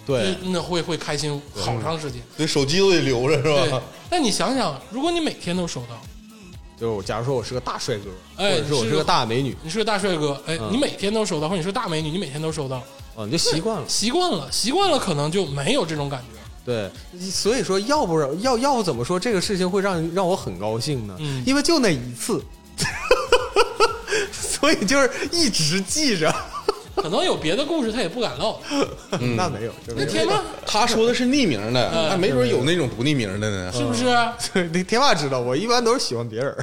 Speaker 3: 对
Speaker 1: 那那会会开心好长时间。
Speaker 2: 所以手机都得留着是
Speaker 1: 对
Speaker 2: 吧？，
Speaker 1: 那你想想，如果你每天都收到，
Speaker 3: 就是我假如说我是个大帅哥，
Speaker 1: 哎
Speaker 3: 或者是我
Speaker 1: 是
Speaker 3: 是
Speaker 1: 个
Speaker 3: 个大美女，
Speaker 1: 你是个大帅哥，哎，
Speaker 3: 嗯
Speaker 1: 你每天都收到，或者你是大美女，你每天都收到，
Speaker 3: 哦，你就习惯了。
Speaker 1: 习惯了，习惯了，可能就没有这种感觉。
Speaker 3: 对，所以说要不然要要不怎么说这个事情会让让我很高兴呢？
Speaker 1: 嗯
Speaker 3: 因为就那一次， 所以就是一直记着。
Speaker 1: 可能有别的故事，他也不敢唠。
Speaker 3: 嗯那没有，真
Speaker 1: 那
Speaker 3: 没有
Speaker 1: 天霸
Speaker 2: 他说的是匿名的，那、没准有那种不匿名的呢。
Speaker 1: 是不是？
Speaker 3: 对那天霸知道，我一般都是喜欢别人。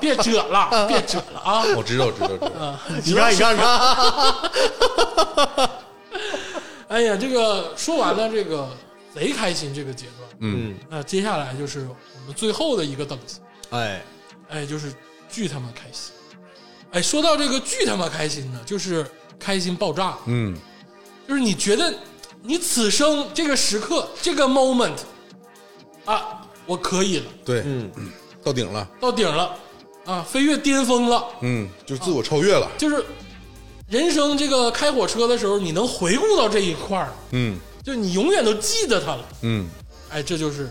Speaker 1: 别扯了，别扯了啊！
Speaker 2: 我哦知道，知道，知道。
Speaker 3: 你看，你看，你 看，
Speaker 1: 哎呀，这个说完了这个贼开心这个阶段，
Speaker 2: 嗯
Speaker 1: 那接下来就是我们最后的一个等级，
Speaker 3: 哎，
Speaker 1: 哎，就是巨他妈开心。哎，说到这个巨他妈开心呢，就是开心爆炸，
Speaker 2: 嗯，
Speaker 1: 就是你觉得你此生这个时刻这个 moment 啊，我可以了，
Speaker 2: 对， 到顶了，
Speaker 1: 到顶了啊，飞跃巅峰了，
Speaker 2: 嗯，就是自我超越了，
Speaker 1: 就是人生这个开火车的时候，你能回顾到这一块儿，
Speaker 2: 嗯
Speaker 1: 就你永远都记得它了。
Speaker 2: 嗯，
Speaker 1: 哎，这就是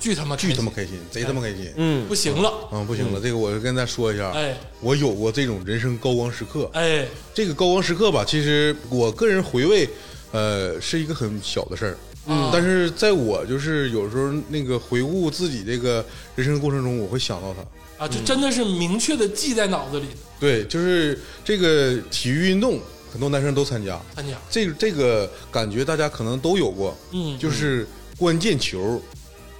Speaker 1: 巨他妈开
Speaker 2: 巨
Speaker 1: 心
Speaker 2: 他妈开心，贼他妈开心，
Speaker 3: 嗯，
Speaker 1: 不行了，
Speaker 2: 啊，不行了，这个我跟大家说一下，
Speaker 1: 哎
Speaker 2: 我有过这种人生高光时刻，
Speaker 1: 哎，
Speaker 2: 这个高光时刻吧，其实我个人回味，呃，是一个很小的事儿。嗯，但是在我就是有时候那个回顾自己这个人生过程中，我会想到它。
Speaker 1: 啊，
Speaker 2: 嗯
Speaker 1: 这真的是明确的记在脑子里的。
Speaker 2: 对，就是这个体育运动，很多男生都参加。
Speaker 1: 参加
Speaker 2: 这这个感觉大家可能都有过，
Speaker 1: 嗯
Speaker 2: 就是关键球。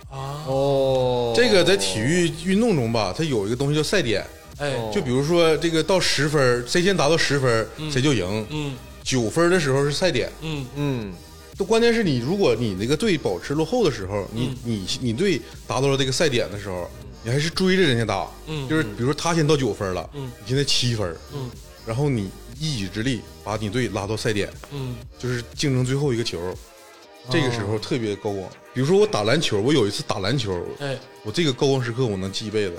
Speaker 1: 啊，
Speaker 3: 哦，
Speaker 2: 这个在体育运动中吧，它有一个东西叫赛点，
Speaker 1: 哎，
Speaker 3: 哦
Speaker 2: 就比如说这个到十分儿，谁先达到十分儿，谁就赢。
Speaker 1: 嗯
Speaker 2: 九分儿的时候是赛点，
Speaker 1: 嗯
Speaker 3: 嗯
Speaker 2: 都关键是你，如果你那个队保持落后的时候，你、
Speaker 1: 嗯
Speaker 2: 你你队达到了这个赛点的时候，你还是追着人家打，
Speaker 1: 嗯
Speaker 2: 就是比如说他先到九分了，
Speaker 1: 嗯
Speaker 2: 你现在七分，
Speaker 1: 嗯
Speaker 2: 然后你一己之力把你队拉到赛点，
Speaker 1: 嗯
Speaker 2: 就是竞争最后一个球，这个时
Speaker 1: 哦
Speaker 2: 候特别高光。比如说我打篮球，我有一次打篮球，
Speaker 1: 哎
Speaker 2: 我这个高光时刻我能记一辈子，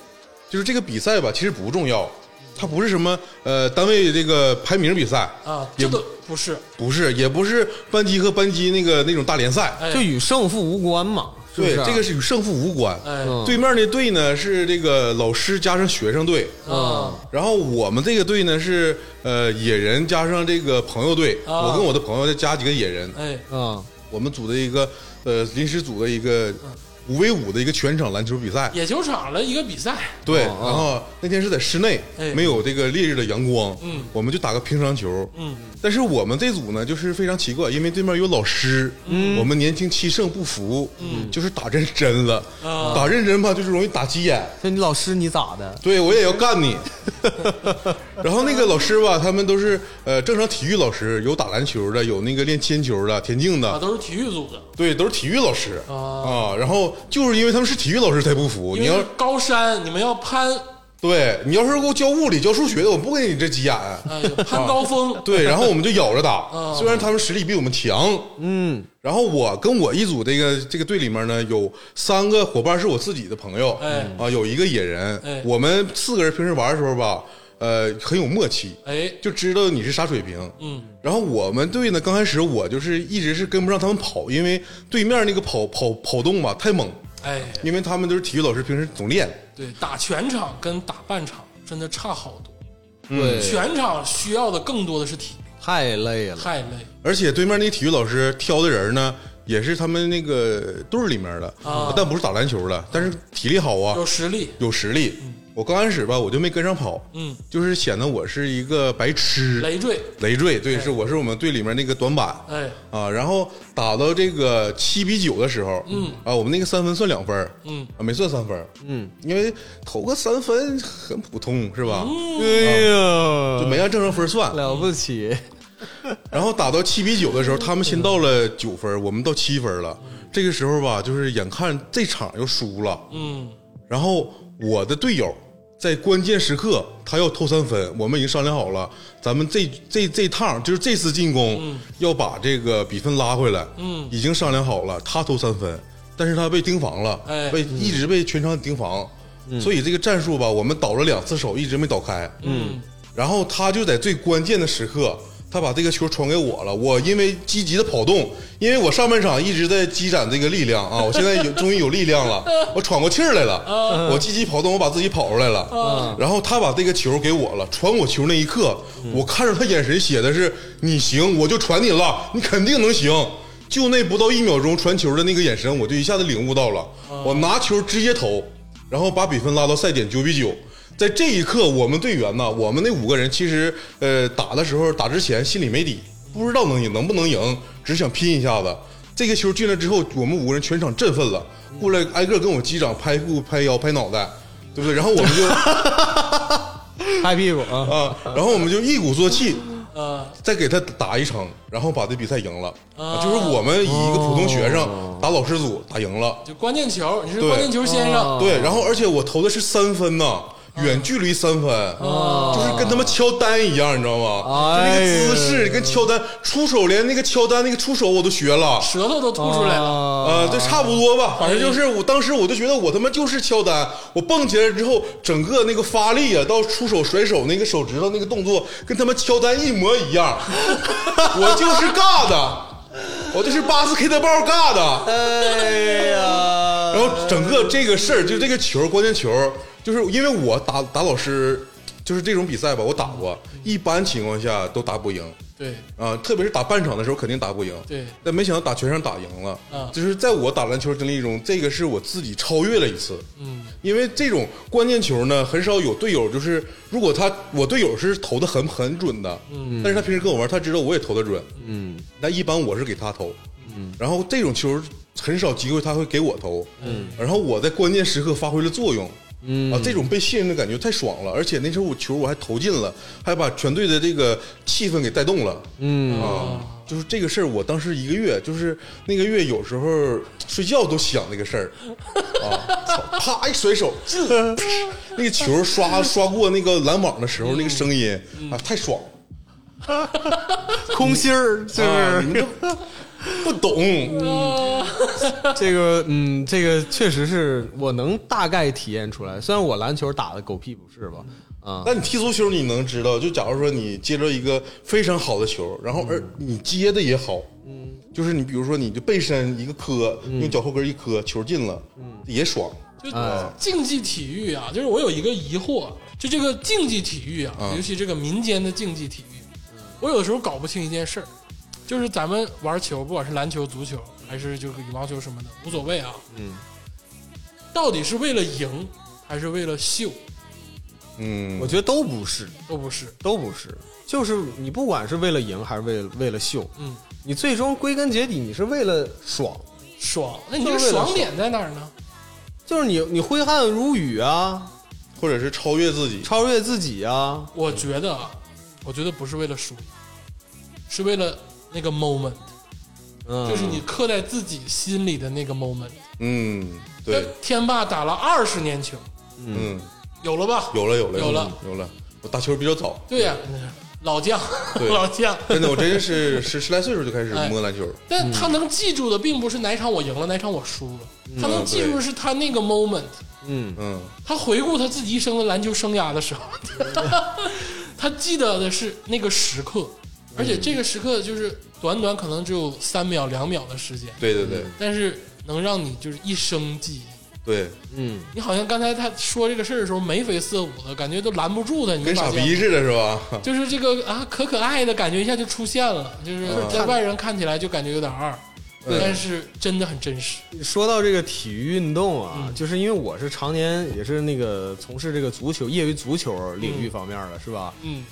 Speaker 2: 就是这个比赛吧，其实不重要，它不是什么呃单位这个排名比赛
Speaker 1: 啊，
Speaker 2: 也
Speaker 1: 这都不是，
Speaker 2: 不是，也不是班级和班级那个那种大联赛。
Speaker 1: 哎
Speaker 3: 就与胜负无关嘛，是不是啊
Speaker 2: 对，这个是与胜负无关。
Speaker 1: 啊哎
Speaker 3: 嗯
Speaker 2: 对面那队呢是这个老师加上学生队，
Speaker 1: 啊
Speaker 2: 然后我们这个队呢是呃野人加上这个朋友队，
Speaker 1: 啊
Speaker 2: 我跟我的朋友再加几个野人，
Speaker 1: 哎
Speaker 3: 嗯
Speaker 2: 我们组的一个呃临时组的一个
Speaker 1: 嗯
Speaker 2: 五 v 五的一个全场篮球比赛。
Speaker 1: 野球场了一个比赛，
Speaker 2: 对，
Speaker 3: 哦哦
Speaker 2: 然后那天是在室内
Speaker 1: 哎，
Speaker 2: 没有这个烈日的阳光，
Speaker 1: 嗯
Speaker 2: 我们就打个乒乓球。
Speaker 1: 嗯
Speaker 2: 但是我们这组呢，就是非常奇怪，因为对面有老师，
Speaker 1: 嗯
Speaker 2: 我们年轻气盛不服，就是打认真了，
Speaker 1: 啊
Speaker 2: 打认真吧，就是容易打急眼。
Speaker 3: 说你老师你咋的？
Speaker 2: 对我也要干 你。然后那个老师吧，他们都是呃正常体育老师，有打篮球的，有那个练铅球的、田径
Speaker 1: 啊，
Speaker 2: 的，
Speaker 1: 都是体育组的，
Speaker 2: 对，都是体育老师
Speaker 1: 啊
Speaker 2: 啊然后就是因为他们是体育老师才不服，
Speaker 1: 因
Speaker 2: 你
Speaker 1: 为
Speaker 2: 要
Speaker 1: 是高山，你们要攀，
Speaker 2: 对你要是给我教物理、教数学的，我不给你这 急眼。
Speaker 1: 哎，
Speaker 2: 啊
Speaker 1: 攀高峰，
Speaker 2: 对，然后我们就咬着
Speaker 1: 哦
Speaker 2: 打，虽然他们实力比我们强，
Speaker 3: 嗯
Speaker 2: 然后我跟我一组这个这个队里面呢，有三个伙伴是我自己的朋友，
Speaker 1: 哎
Speaker 2: 啊，有一个野人，
Speaker 1: 哎
Speaker 2: 我们四个人平时玩的时候吧，呃，很有默契，
Speaker 1: 哎，
Speaker 2: 就知道你是啥水平。
Speaker 1: 嗯
Speaker 2: 然后我们队呢，刚开始我就是一直是跟不上他们跑，因为对面那个跑跑跑动吧太猛，
Speaker 1: 哎，
Speaker 2: 因为他们都是体育老师，平时总练。
Speaker 1: 对，打全场跟打半场真的差好多，
Speaker 3: 对，
Speaker 1: 全场需要的更多的是体力，
Speaker 3: 太累了，
Speaker 1: 太累，
Speaker 2: 而且对面那体育老师挑的人呢，也是他们那个队儿里面的，
Speaker 1: 啊嗯
Speaker 2: 但不是打篮球的，但是体力好啊
Speaker 1: 有，实力，
Speaker 2: 有实力。我刚开始吧，我就没跟上跑，
Speaker 1: 嗯，
Speaker 2: 就是显得我是一个白痴
Speaker 1: 累赘，
Speaker 2: 累赘，对，是我是我们队里面那个短板。
Speaker 1: 哎，
Speaker 2: 啊，然后打到这个七比九的时候，嗯，啊，我们那个三分算两分，
Speaker 1: 嗯，
Speaker 2: 啊，没算三分，嗯，因为投个三分很普通，是吧？
Speaker 1: 嗯
Speaker 3: 哎呀，
Speaker 2: 就没按正常分算。
Speaker 3: 了不起，
Speaker 2: 然后打到七比九的时候，他们先到了九分，我们到七分了。这个时候吧，就是眼看这场要输了，
Speaker 1: 嗯
Speaker 2: 然后我的队友在关键时刻他要投三分，我们已经商量好了，咱们这这这趟就是这次进攻、要把这个比分拉回来，
Speaker 1: 嗯
Speaker 2: 已经商量好了，他投三分，但是他被盯防了，
Speaker 1: 哎
Speaker 2: 被一直被全场盯防，所以这个战术吧，我们倒了两次手，一直没倒开，
Speaker 1: 嗯，
Speaker 2: 然后他就在最关键的时刻。他把这个球传给我了，我因为积极的跑动，因为我上半场一直在积攒这个力量啊，我现在有终于有力量了，我喘过气儿来了，我积极跑动，我把自己跑出来了。然后他把这个球给我了，传我球那一刻，我看着他眼神写的是你行，我就传你了，你肯定能行。就那不到一秒钟传球的那个眼神，我就一下子领悟到了，我拿球直接投，然后把比分拉到赛点九比九。在这一刻，我们队员呢，我们那五个人其实呃打的时候打之前心里没底，不知道能赢能不能赢，只想拼一下子。这个球进来之后，我们五个人全场振奋了，过来挨个跟我击掌、拍腹、拍腰、拍脑袋，对不对？然后我们就
Speaker 3: 拍屁股啊！
Speaker 2: 啊，然后我们就一鼓作气，
Speaker 1: 呃，
Speaker 2: 再给他打一场，然后把这比赛赢了。
Speaker 1: 啊
Speaker 2: 就是我们以一个普通学生打老师组打赢了。
Speaker 1: 就关键球，你是
Speaker 2: 对
Speaker 1: 关键球先生，
Speaker 2: 对，然后而且我投的是三分呐，远距离三分，哦就是跟他们敲单一样，你知道吗？就那
Speaker 3: 哎
Speaker 2: 个姿
Speaker 3: 呀
Speaker 2: 势跟敲单出手，连那个敲单那个出手我都学了。
Speaker 1: 舌头都吐出来了。
Speaker 3: 啊
Speaker 2: 呃，这差不多吧，反正就是我当时我就觉得我他妈就是敲单，我蹦起来之后，整个那个发力啊，到出手甩手那个手指头那个动作，跟他妈敲单一模一样，我就是尬的，我就是巴斯 K 的 ball 尬的，
Speaker 3: 哎呀，
Speaker 2: 然后整个这个事儿，就这个球，关键球，就是因为我打打老师，就是这种比赛吧，我打过，一般情况下都打不赢
Speaker 1: 对，
Speaker 2: 啊、特别是打半场的时候肯定打不赢。
Speaker 1: 对
Speaker 2: 但没想到打全场打赢了。
Speaker 1: 啊
Speaker 2: 就是在我打篮球经历中，这个是我自己超越了一次。嗯，因为这种关键球呢，很少有队友就是，如果他我队友是投的很很准的，嗯，但是他平时跟我玩，他知道我也投的准，嗯，那一般我是给他投，嗯，然后这种球很少机会他会给我投，嗯，然后我在关键时刻发挥了作用。嗯啊，这种被信任的感觉太爽了，而且那时候我球我还投进了，还把全队的这个气氛给带动了。嗯啊，就是这个事儿，我当时一个月，就是那个月有时候睡觉都想那个事儿啊，操啪一甩手，这那个球刷刷过那个篮网的时候，那个声音啊，太爽了。
Speaker 3: 空心儿就
Speaker 2: 啊
Speaker 3: 是
Speaker 2: 你们都不懂，
Speaker 3: 这个，嗯，这个确实是我能大概体验出来。虽然我篮球打的狗屁不是吧，啊，
Speaker 2: 那你踢足球你能知道？就假如说你接着一个非常好的球，然后而你接的也好，嗯，就是你比如说你就背身一个磕，用脚后跟一磕，球进了，也爽。
Speaker 1: 就
Speaker 3: 哎
Speaker 1: 竞技体育啊，就是我有一个疑惑，就这个竞技体育啊，
Speaker 2: 嗯
Speaker 1: 尤其这个民间的竞技体育，我有的时候搞不清一件事儿，就是咱们玩球，不管是篮球、足球，还是就是羽毛球什么的，无所谓啊，嗯，到底是为了赢还是为了秀，
Speaker 2: 嗯，
Speaker 3: 我觉得都不是，
Speaker 1: 都不是，
Speaker 3: 都不是，就是你不管是为了赢还是为了为了秀，
Speaker 1: 嗯，
Speaker 3: 你最终归根结底你是为了爽，
Speaker 1: 爽。那你这个
Speaker 3: 就是为了
Speaker 1: 爽点在哪儿呢？
Speaker 3: 就是你你挥汗如雨啊，
Speaker 2: 或者是超越自己，
Speaker 3: 超越自己啊，
Speaker 1: 我觉得啊，我觉得不是为了输赢，是为了那个 moment，
Speaker 3: 嗯，
Speaker 1: 就是你刻在自己心里的那个 moment。
Speaker 2: 嗯，对，
Speaker 1: 天霸打了二十年球，
Speaker 2: 嗯，
Speaker 1: 有了吧？
Speaker 2: 有了，有了，嗯
Speaker 1: 有了，
Speaker 2: 有了。我打球比较早，
Speaker 1: 对呀、老将，
Speaker 2: 对
Speaker 1: 老将。
Speaker 2: 真的，我 真是十十来岁数就开始
Speaker 1: 哎
Speaker 2: 摸篮球。
Speaker 1: 但他能记住的并不是哪一场我赢了，哪一场我输了，他能记住的是他那个 moment。
Speaker 3: 嗯
Speaker 2: 嗯，
Speaker 1: 他回顾他自己一生的篮球生涯的时候，
Speaker 2: 嗯
Speaker 1: 他记得的是那个时刻，而且这个时刻就是短短可能只有三秒、两秒的时间，
Speaker 2: 对对对
Speaker 1: 但是能让你就是一生记忆。
Speaker 2: 对，
Speaker 3: 嗯，
Speaker 1: 你好像刚才他说这个事儿的时候眉飞色舞的，感觉都拦不住他，你
Speaker 2: 跟
Speaker 1: 发
Speaker 2: 傻
Speaker 1: 现
Speaker 2: 逼似的，是吧？
Speaker 1: 就是这个啊，可可爱的感觉一下就出现了，就是在外人看起来就感觉有点二，
Speaker 2: 对
Speaker 1: 但是真的很真实。
Speaker 3: 说到这个体育运动啊，
Speaker 1: 嗯
Speaker 3: 就是因为我是常年也是那个从事这个足球业余足球领域方面的，是吧？
Speaker 1: 嗯，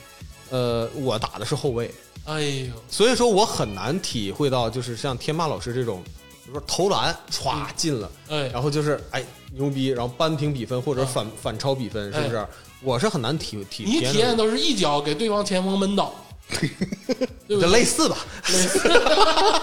Speaker 3: 呃，我打的是后卫，
Speaker 1: 哎呦，
Speaker 3: 所以说我很难体会到就是像天霸老师这种，比如说投篮歘进了，
Speaker 1: 哎，啊
Speaker 3: 然后就是哎牛逼，然后扳平比分或者反、反超比分，是不是？我是很难体体
Speaker 1: 哎你体
Speaker 3: 体验
Speaker 1: 验都是一脚给对方前锋闷倒，对不
Speaker 3: 就
Speaker 1: 对？
Speaker 3: 类似吧，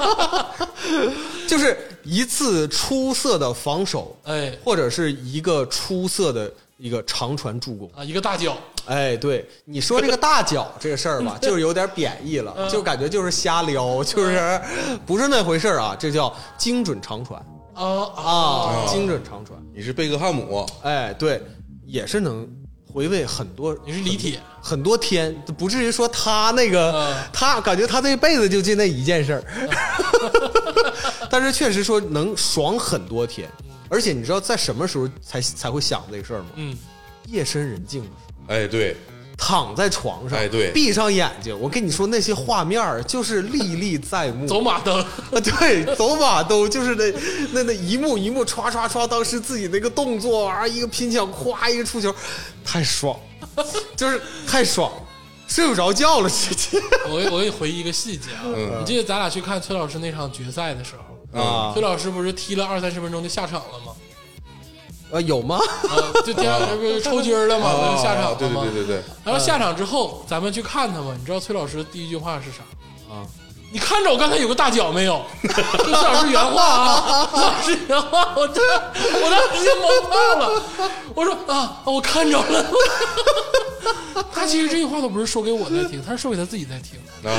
Speaker 3: 就是一次出色的防守，
Speaker 1: 哎
Speaker 3: 或者是一个出色的一个长传助攻。
Speaker 1: 啊，一个大脚，
Speaker 3: 哎，对，你说这个大脚这个事儿吧， 就是有点贬义了，
Speaker 1: 嗯
Speaker 3: 就感觉就是瞎撩，就是不是那回事儿啊，这叫精准长传
Speaker 1: 啊啊，
Speaker 3: 啊，精准长传。
Speaker 2: 你是贝克汉姆，
Speaker 3: 哎，对，也是能回味很多。
Speaker 1: 你是李铁，
Speaker 3: 很多天，不至于说他那个，
Speaker 1: 嗯
Speaker 3: 他感觉他这辈子就进那一件事儿， 但是确实说能爽很多天，而且你知道在什么时候才才会想这个事儿吗？
Speaker 1: 嗯，
Speaker 3: 夜深人静的时候，
Speaker 2: 哎，对，
Speaker 3: 躺在床上，
Speaker 2: 哎对
Speaker 3: 闭上眼睛，我跟你说那些画面儿就是历历在目，
Speaker 1: 走马灯，
Speaker 3: 啊， 对，走马灯就是那那那一幕一幕唰唰唰，当时自己那个动作啊，一个拼抢，咵一个出球，太爽，就是太爽，睡不着觉了，直接
Speaker 1: 我给我给你回忆一个细节啊，你记得咱俩去看崔老师那场决赛的时候，
Speaker 3: 啊
Speaker 1: 崔老师不是踢了二三十分钟就下场了吗？
Speaker 3: 啊，有吗？
Speaker 1: 啊，就第二不是抽筋儿了吗？不是下场
Speaker 2: 啊
Speaker 1: 了吗？
Speaker 2: 对啊对对对对，
Speaker 1: 然后下场之后，咱们去看他嘛。你知道崔老师第一句话是啥？
Speaker 3: 啊，
Speaker 1: 你看着我刚才有个大脚没有？ 这是老师原话啊，老师原话，我这我当时就懵蛋了。我说啊，我看着了。 他其实这句话都不是说给我在听，他是说给他自己在听。
Speaker 2: 啊，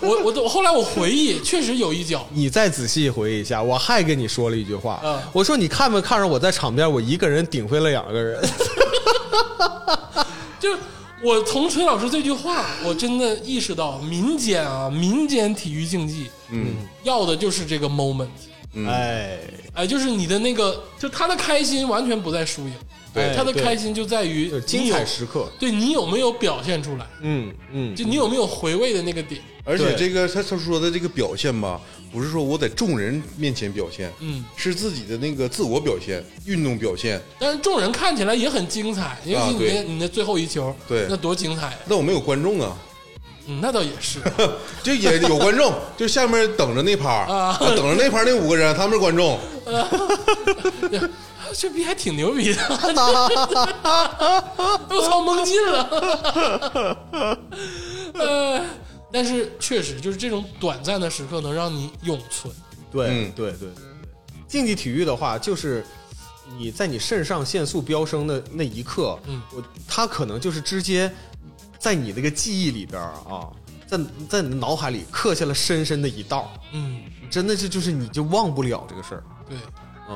Speaker 1: 我我都后来我回忆，确实有一脚，
Speaker 3: 你再仔细回忆一下，我还跟你说了一句话，
Speaker 1: 嗯
Speaker 3: 我说你看没看着我在场边，我一个人顶飞了两个人，
Speaker 1: 就是我从崔老师这句话，我真的意识到民间啊，民间体育竞技
Speaker 2: 嗯
Speaker 1: 要的就是这个 moment，
Speaker 3: 哎，
Speaker 1: 哎，就是你的那个，就他的开心完全不在输赢，
Speaker 2: 对
Speaker 1: 他的
Speaker 3: 对
Speaker 1: 开心就在于
Speaker 3: 就是
Speaker 1: 你
Speaker 3: 精
Speaker 1: 有
Speaker 3: 彩时刻，
Speaker 1: 对你有没有表现出来，
Speaker 3: 嗯嗯，
Speaker 1: 就你有没有回味的那个点，
Speaker 2: 而且
Speaker 3: 对
Speaker 2: 这个他他说的这个表现吧，不是说我在众人面前表现，
Speaker 1: 嗯，
Speaker 2: 是自己的那个自我表现、运动表现。
Speaker 1: 但是众人看起来也很精
Speaker 3: 啊
Speaker 1: 彩，尤其你那、
Speaker 2: 对
Speaker 1: 你那最后一球，
Speaker 2: 对
Speaker 1: 那多精彩呀、
Speaker 2: 那我们有观众啊，
Speaker 1: 嗯，那倒也是，
Speaker 2: 就也有观众， 就下面等着那趴儿
Speaker 1: 啊
Speaker 2: 等着那趴儿那五个人，他们是观众，
Speaker 1: 这逼还挺牛逼的， 我操，蒙进了。 呃，但是确实就是这种短暂的时刻能让你永存。
Speaker 3: 对、
Speaker 2: 嗯
Speaker 3: 对对对对，竞技体育的话，就是你在你肾上腺素飙升的那一刻，
Speaker 1: 嗯
Speaker 3: 我它可能就是直接在你这个记忆里边儿啊，在在你的脑海里刻下了深深的一道，
Speaker 1: 嗯，
Speaker 3: 真的这就是你就忘不了这个事儿，
Speaker 1: 对，啊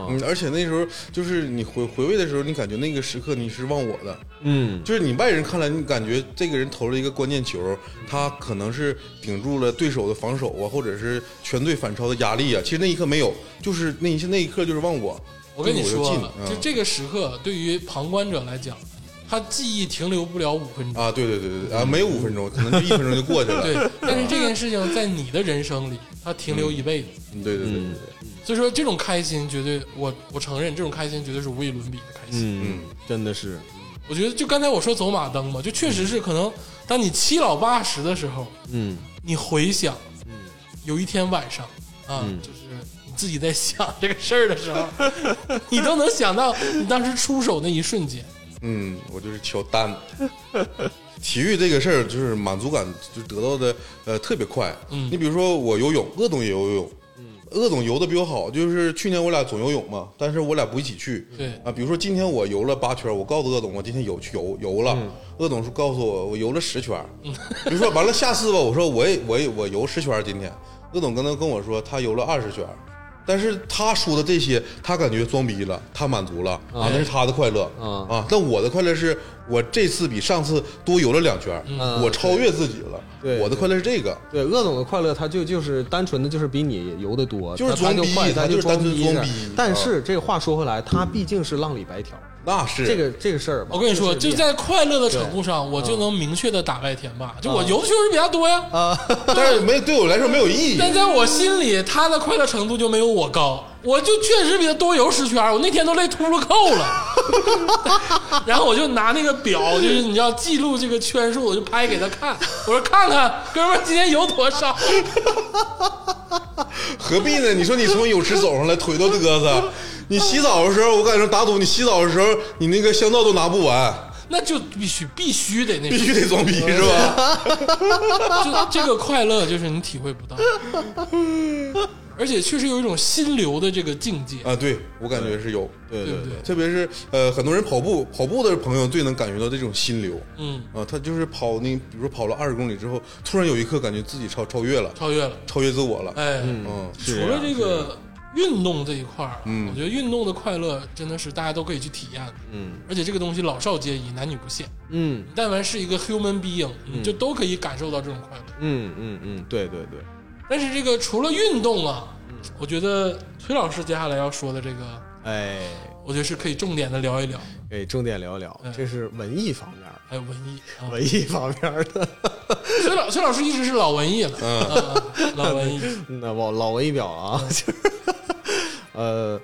Speaker 2: 嗯，而且那时候就是你回回味的时候，你感觉那个时刻你是忘我的，
Speaker 3: 嗯，
Speaker 2: 就是你外人看来，你感觉这个人投了一个关键球，他可能是顶住了对手的防守啊，或者是全队反超的压力啊。其实那一刻没有，就是那一那一刻就是忘我。
Speaker 1: 我跟你
Speaker 2: 就
Speaker 1: 说
Speaker 2: 进嗯
Speaker 1: 啊，就这个时刻对于旁观者来讲，他记忆停留不了五分钟。
Speaker 2: 啊，对对对对对啊，没有五分钟，可能就一分钟就过去了。
Speaker 1: 对，但是这件事情在你的人生里，它停留一辈子。
Speaker 2: 嗯对对对对对，
Speaker 1: 所以说，这种开心绝对，我我承认，这种开心绝对是无与伦比的开心。
Speaker 3: 嗯，真的是，
Speaker 1: 我觉得就刚才我说走马灯嘛，就确实是可能，当你七老八十的时候，
Speaker 3: 嗯，
Speaker 1: 你回想，有一天晚上啊，就是你自己在想 这个事儿的时候， 你都能想到你当时出手那一瞬间。
Speaker 2: 嗯，我就是乔丹。 体育这个事儿就是满足感就得到的呃特别快。
Speaker 1: 嗯
Speaker 2: 你比如说我游泳，鄂总也游泳，鄂总游的比我好，就是去年我俩总游泳嘛，但是我俩不一起去。
Speaker 1: 对
Speaker 2: 啊，比如说今天我游了八圈，我告诉鄂总我今天游去游游
Speaker 1: 嗯
Speaker 2: 了，鄂总说告诉我我游了十圈。比如说完了下次吧，我说我也 我也我游十圈今天，鄂总刚才跟我说他游了二十圈。但是他说的这些，他感觉装逼了，他满足了
Speaker 1: 哎
Speaker 2: 啊，那是他的快乐
Speaker 3: 嗯
Speaker 2: 啊。但我的快乐是我这次比上次多游了两圈，我超越自己了。
Speaker 3: 嗯对
Speaker 2: 我的快乐是这个，
Speaker 3: 对，鄂总的快乐，他就就是单纯的，就是比你游的多，
Speaker 2: 就是
Speaker 3: 他
Speaker 2: 装逼
Speaker 3: 他就快，
Speaker 2: 他
Speaker 3: 就
Speaker 2: 就是单纯
Speaker 3: 逼
Speaker 2: 装逼啊嗯
Speaker 3: 但是这个话说回来，他毕竟是浪里白条，
Speaker 2: 那是
Speaker 3: 这个这个事儿吧，
Speaker 1: 我跟你说，
Speaker 3: 是
Speaker 1: 就在快乐的程度上，我就能明确的打败田霸，就我游的确实比他多呀，
Speaker 3: 呃
Speaker 2: 但是没对我来说没有意义。
Speaker 1: 但在我心里，他的快乐程度就没有我高，我就确实比他多游十圈，我那天都累秃噜扣了。 然后我就拿那个表，就是你知道记录这个圈数，我就拍给他看，我说看看哥们儿今天游多少。
Speaker 2: 何必呢？你说你从泳池走上来，腿都嘚瑟。你洗澡的时候，我感觉打赌，你洗澡的时候，你那个香皂都拿不完，
Speaker 1: 那就必须必须得那
Speaker 2: 必
Speaker 1: 种，
Speaker 2: 须得装逼是 吧？
Speaker 1: 就这个快乐就是你体会不 到，而且确实有一种心流的这个境界，
Speaker 2: 啊，对我感觉是有，
Speaker 3: 对
Speaker 1: 对
Speaker 3: 对
Speaker 1: 不对？
Speaker 2: 特别是呃，很多人跑步，跑步的朋友最能感觉到这种心流。
Speaker 1: 嗯，
Speaker 2: 啊，他就是跑那，比如说跑了二十公里之后，突然有一刻感觉自己超超越了，
Speaker 1: 超越了，
Speaker 2: 超越自我了。
Speaker 1: 哎，
Speaker 2: 嗯，
Speaker 1: 除
Speaker 3: 啊
Speaker 1: 了这个运动这一块儿，
Speaker 2: 嗯
Speaker 1: 我觉得运动的快乐真的是大家都可以去体验的，
Speaker 3: 嗯，
Speaker 1: 而且这个东西老少皆宜，男女不限。
Speaker 3: 嗯
Speaker 1: 但凡是一个 human being，你就都可以感受到这种快乐。
Speaker 3: 嗯嗯嗯，对对对，
Speaker 1: 但是这个除了运动啊，我觉得崔老师接下来要说的这个，
Speaker 3: 哎，
Speaker 1: 我觉得是可以重点的聊一聊，
Speaker 3: 给重点聊一聊
Speaker 1: 嗯，
Speaker 3: 这是文艺方面儿
Speaker 1: 还有文艺啊
Speaker 3: 的，。文艺方面儿的，
Speaker 1: 崔老崔老师一直是老文艺了，嗯，老文艺，
Speaker 3: 那我老文艺表啊，
Speaker 1: 嗯
Speaker 3: 就是呃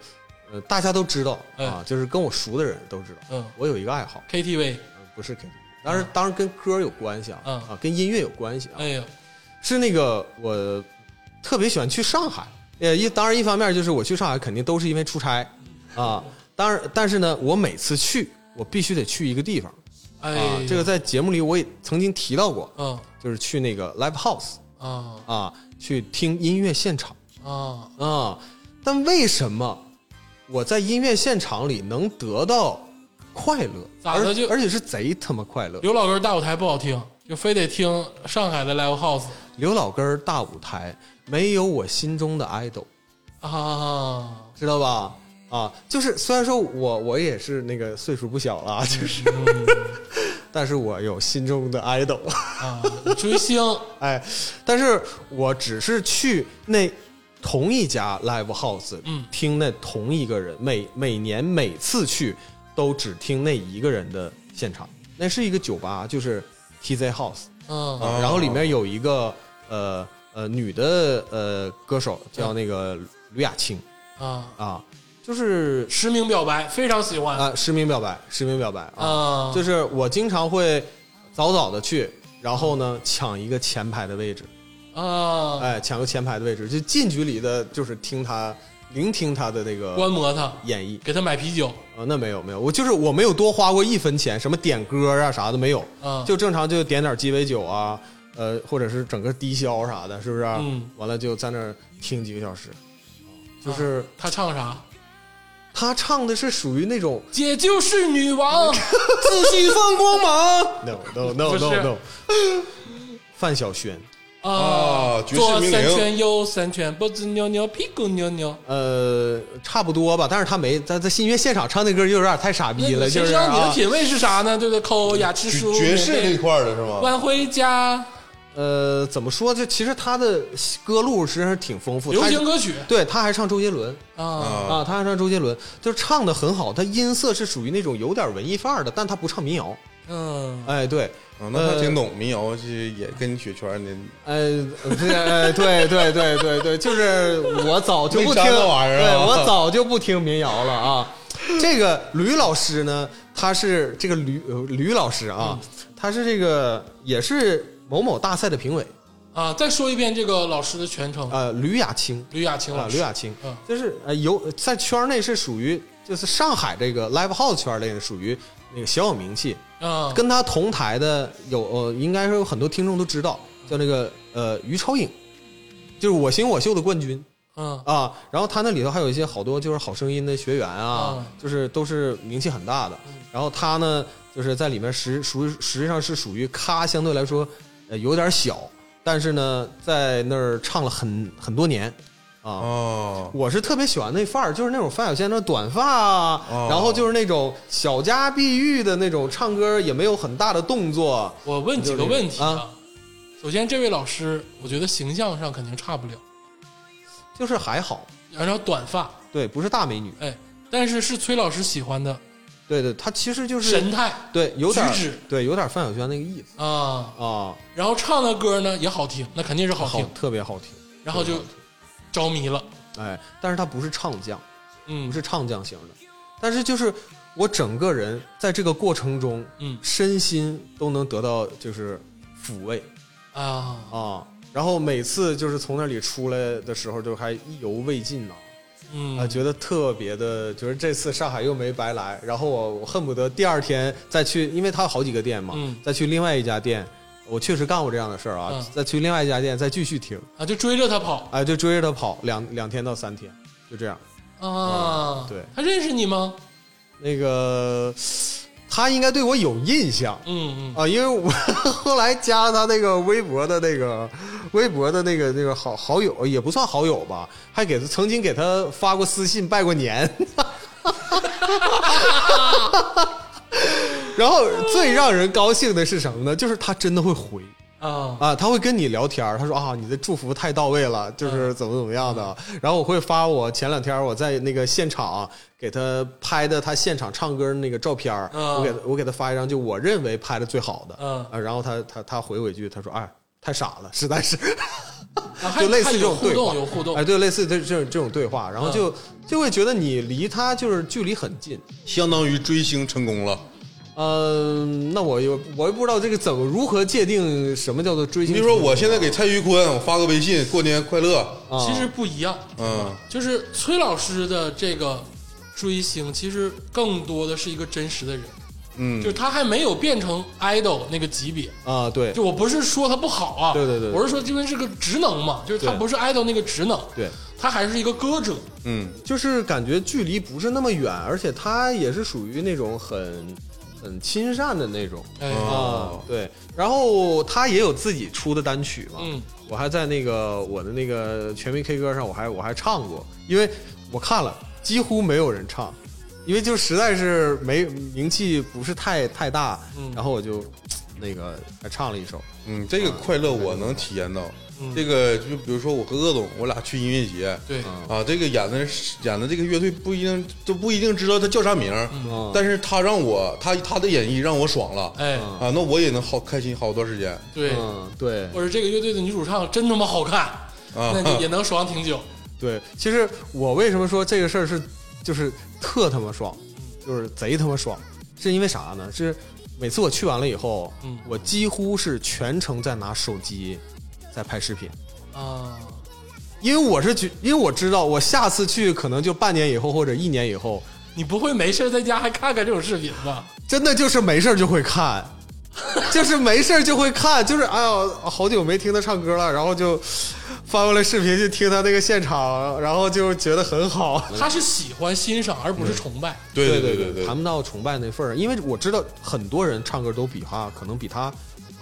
Speaker 3: 呃，大家都知道啊
Speaker 1: 嗯，
Speaker 3: 就是跟我熟的人都知道
Speaker 1: 嗯，
Speaker 3: 我有一个爱好，
Speaker 1: KTV，
Speaker 3: 呃不是 KTV，当然当然跟歌有关系啊，
Speaker 1: 嗯
Speaker 3: 啊，跟音乐有关系啊
Speaker 1: 哎，呦，
Speaker 3: 是那个我特别喜欢去上海，呃，一当然一方面就是我去上海肯定都是因为出差啊，当然但是呢，我每次去我必须得去一个地方
Speaker 1: 哎
Speaker 3: 啊
Speaker 1: 呦，，
Speaker 3: 这个在节目里我也曾经提到过，
Speaker 1: 嗯
Speaker 3: 就是去那个 live house
Speaker 1: 啊，
Speaker 3: 啊，去听音乐现场
Speaker 1: 啊，
Speaker 3: 啊、但为什么我在音乐现场里能得到快乐？
Speaker 1: 咋的
Speaker 3: 而
Speaker 1: 就
Speaker 3: 而且是贼他妈快乐。
Speaker 1: 刘老根儿大舞台不好听，就非得听上海的 live house
Speaker 3: 刘老根儿大舞台没有我心中的 idol，
Speaker 1: 啊，
Speaker 3: 知道吧？啊，就是虽然说我我也是那个岁数不小了啊，就是，但是我有心中的 idol，
Speaker 1: 啊，追星
Speaker 3: 哎，但是我只是去那同一家 live house，
Speaker 1: 嗯
Speaker 3: 听那同一个人，每每年每次去都只听那一个人的现场，那是一个酒吧，就是 TZ house，
Speaker 1: 嗯
Speaker 2: 啊
Speaker 3: 然后里面有一个呃呃女的呃歌手叫那个吕雅青
Speaker 1: 啊，
Speaker 3: 啊，就是
Speaker 1: 实名表白非常喜欢
Speaker 3: 啊实名表白，实名表白啊，
Speaker 1: 啊，
Speaker 3: 就是我经常会早早的去，然后呢抢一个前排的位置，
Speaker 1: 啊，
Speaker 3: 哎，抢个前排的位置，就近距离的，就是听他聆听他的那
Speaker 1: 观
Speaker 3: 个
Speaker 1: 摩他，
Speaker 3: 演绎
Speaker 1: 给他买啤酒
Speaker 3: 啊、那没有没有，我就是我没有多花过一分钱，什么点歌啊啥的没有，
Speaker 1: 啊，
Speaker 3: 就正常就点点鸡尾酒啊，呃，或者是整个低消啥的，是不是、啊
Speaker 1: 嗯
Speaker 3: 完了就在那儿听几个小时，就是
Speaker 1: 他唱啥？
Speaker 3: 他唱的是属于那种
Speaker 1: 姐就是女 王，
Speaker 3: 自信放光芒，no no no
Speaker 1: 不
Speaker 3: no
Speaker 1: 是
Speaker 3: no，范晓萱，
Speaker 1: 啊，
Speaker 3: 哦
Speaker 2: 啊爵士
Speaker 1: 左
Speaker 2: 名
Speaker 1: 三
Speaker 2: 伶
Speaker 1: 圈右三圈，脖子扭扭，屁股扭扭。
Speaker 3: 呃，差不多吧，但是他没他在新乐现场唱那歌就有点太傻逼了，
Speaker 1: 谁
Speaker 3: 就
Speaker 1: 知
Speaker 3: 是
Speaker 1: 道你的
Speaker 3: 啊，
Speaker 1: 品味是啥呢？对不对？抠牙齿
Speaker 2: 爵
Speaker 1: 梳，
Speaker 2: 爵士
Speaker 1: 免
Speaker 2: 这
Speaker 1: 费
Speaker 2: 块儿的是吗？
Speaker 1: 晚回家，
Speaker 3: 呃，怎么说？就其实他的歌路实际上是挺丰富，
Speaker 1: 流
Speaker 3: 他
Speaker 1: 行歌曲
Speaker 3: 对，他还唱周杰伦
Speaker 1: 啊
Speaker 2: 啊
Speaker 3: 啊，他还唱周杰伦，就是唱的很好，他音色是属于那种有点文艺范儿的，但他不唱民谣，
Speaker 1: 嗯
Speaker 3: 哎，对。
Speaker 2: 啊，那他挺懂民谣，是也跟你雪圈的
Speaker 3: 呃， 对，哎对对对对对，就是我早就不听
Speaker 2: 没啥那玩意儿啊
Speaker 3: 对我早就不听民谣了啊。这个吕老师呢，他是这个吕呃吕老师啊，
Speaker 2: 嗯
Speaker 3: 他是这个也是某某大赛的评委，
Speaker 1: 啊！再说一遍这个老师的全称，
Speaker 3: 呃，吕雅青
Speaker 1: 吕雅青
Speaker 3: 啊
Speaker 1: 老，师。
Speaker 3: 吕雅青
Speaker 1: 嗯，
Speaker 3: 就是呃有在圈内是属于就是上海这个 live house 圈内属于那个小有名气，
Speaker 1: 啊，
Speaker 3: 跟他同台的有，呃，应该是有很多听众都知道，叫那个呃于超颖，就是我行我秀的冠军
Speaker 1: 嗯
Speaker 3: 啊。然后他那里头还有一些好多就是好声音的学员啊，
Speaker 1: 啊
Speaker 3: 就是都是名气很大的。然后他呢，就是在里面实属于实际上是属于咖，相对来说呃有点小，但是呢，在那儿唱了很很多年啊。
Speaker 2: 哦，
Speaker 3: 我是特别喜欢那范儿，就是那种范晓萱那短发啊，
Speaker 2: 哦
Speaker 3: 然后就是那种小家碧玉的那种唱歌，也没有很大的动作。
Speaker 1: 我问几个问题
Speaker 3: 就是
Speaker 1: 啊。首先，这位老师，我觉得形象上肯定差不了，
Speaker 3: 就是还好，
Speaker 1: 然后短发，
Speaker 3: 对，不是大美女，
Speaker 1: 哎，但是是崔老师喜欢的
Speaker 3: 对对，她其实就是
Speaker 1: 神态
Speaker 3: 对有点
Speaker 1: 举止
Speaker 3: 对有点范晓萱那个意思
Speaker 1: 啊。
Speaker 3: 啊，
Speaker 1: 然后唱的歌呢也好听，那肯定是好
Speaker 3: 好
Speaker 1: 听，
Speaker 3: 特别好听，
Speaker 1: 然后就着迷了。
Speaker 3: 哎，但是她不是唱将，
Speaker 1: 嗯
Speaker 3: 不是唱将型的，但是就是我整个人在这个过程中，
Speaker 1: 嗯
Speaker 3: 身心都能得到就是抚慰
Speaker 1: 啊，
Speaker 3: 啊。然后每次就是从那里出来的时候，就还意犹未尽呢、啊，
Speaker 1: 嗯
Speaker 3: 觉得特别的，觉得这次上海又没白来。然后我我恨不得第二天再去，因为它有好几个店嘛，
Speaker 1: 嗯
Speaker 3: 再去另外一家店。我确实干过这样的事儿啊，
Speaker 1: 嗯
Speaker 3: 再去另外一家店再继续听，
Speaker 1: 啊，就追着他跑
Speaker 3: 哎，就追着他跑两两天到三天，就这样。
Speaker 1: 啊。
Speaker 3: 哦对
Speaker 1: 他认识你吗？
Speaker 3: 那个他应该对我有印象
Speaker 1: 嗯嗯
Speaker 3: 啊，因为我后来加了他那个微博的那个微博的那个那个好好友，也不算好友吧，还给他曾经给他发过私信拜过年。 然后最让人高兴的是什么呢？就是他真的会回
Speaker 1: 啊
Speaker 3: 啊，他会跟你聊天儿。他说啊，你的祝福太到位
Speaker 1: 嗯
Speaker 3: 了，就是怎么怎么样的。然后我会发我前两天我在那个现场给他拍的他现场唱歌那个照片儿，
Speaker 1: 嗯
Speaker 3: 我给他我给他发一张，就我认为拍的最好的。
Speaker 1: 嗯
Speaker 3: 啊，然后他他他回我一句，他说哎，太傻了，实在是。
Speaker 1: 啊，还
Speaker 3: 就类似
Speaker 1: 还
Speaker 3: 这
Speaker 1: 有
Speaker 3: 种
Speaker 1: 互
Speaker 3: 对
Speaker 1: 动，
Speaker 3: 话，
Speaker 1: 有互动嗯
Speaker 3: 哎，。对，类似这这这种对话，然后就、就会觉得你离他就是距离很近。
Speaker 2: 相当于追星成功了。
Speaker 3: 嗯，那我又我又不知道这个怎么如何界定什么叫做追
Speaker 2: 你
Speaker 3: 星
Speaker 2: 比
Speaker 3: 成
Speaker 2: 如
Speaker 3: 功。
Speaker 2: 说，我现在给蔡徐坤我发个微信，过年快乐，
Speaker 3: 啊
Speaker 1: 其实不一样，
Speaker 2: 嗯，
Speaker 1: 就是崔老师的这个追星，其实更多的是一个真实的人，嗯，就是他还没有变成 idol 那个级别。
Speaker 3: 啊，对
Speaker 1: 就我不是说他不好啊，
Speaker 3: 对对对
Speaker 1: 我是说因为是个职能嘛，就是他
Speaker 3: 对
Speaker 1: 不是 idol 那个职能，
Speaker 3: 对，
Speaker 1: 他还是一个歌者，
Speaker 2: 嗯
Speaker 3: 就是感觉距离不是那么远，而且他也是属于那种很很亲善的那种。
Speaker 1: 哎，
Speaker 3: 啊，对，然后他也有自己出的单曲嘛，
Speaker 1: 嗯，
Speaker 3: 我还在那个我的那个全民 K 歌上，我还我还唱过，因为我看了，几乎没有人唱，因为就实在是没名气不是太太大，
Speaker 1: 嗯
Speaker 3: 然后我就那个还唱了一首，
Speaker 2: 嗯，这个快乐我能体验到。
Speaker 1: 嗯
Speaker 2: 这个就比如说我和鄂总，我俩去音乐节，
Speaker 1: 对，
Speaker 3: 嗯
Speaker 2: 啊，这个演的是演的这个乐队不一定都不一定知道他叫啥名儿，
Speaker 3: 嗯
Speaker 2: 但是他让我他他的演绎让我爽了，
Speaker 1: 哎，
Speaker 3: 嗯
Speaker 2: 啊，那我也能好开心好多时间
Speaker 1: 对，
Speaker 3: 嗯，对，
Speaker 1: 或者这个乐队的女主唱真他妈好看，
Speaker 3: 嗯
Speaker 2: 啊
Speaker 1: 那 你也能爽挺久，
Speaker 3: 对，其实我为什么说这个事儿是就是特他妈爽，就是贼他妈爽，是因为啥呢？是每次我去完了以后，
Speaker 1: 嗯
Speaker 3: 我几乎是全程在拿手机在拍视频，
Speaker 1: 啊，
Speaker 3: 因为我是觉，因为我知道我下次去可能就半年以后或者一年以后，
Speaker 1: 你不会没事在家还看看这种视频吧？
Speaker 3: 真的就是没事儿就会看。就是没事儿就会看，就是哎呦，好久没听他唱歌了，然后就翻过来视频去听他那个现场，然后就觉得很好。
Speaker 1: 他是喜欢欣赏，而不是崇拜。
Speaker 2: 对
Speaker 3: 对
Speaker 2: 对
Speaker 3: 谈不到崇拜那份儿，因为我知道很多人唱歌都比他可能比他，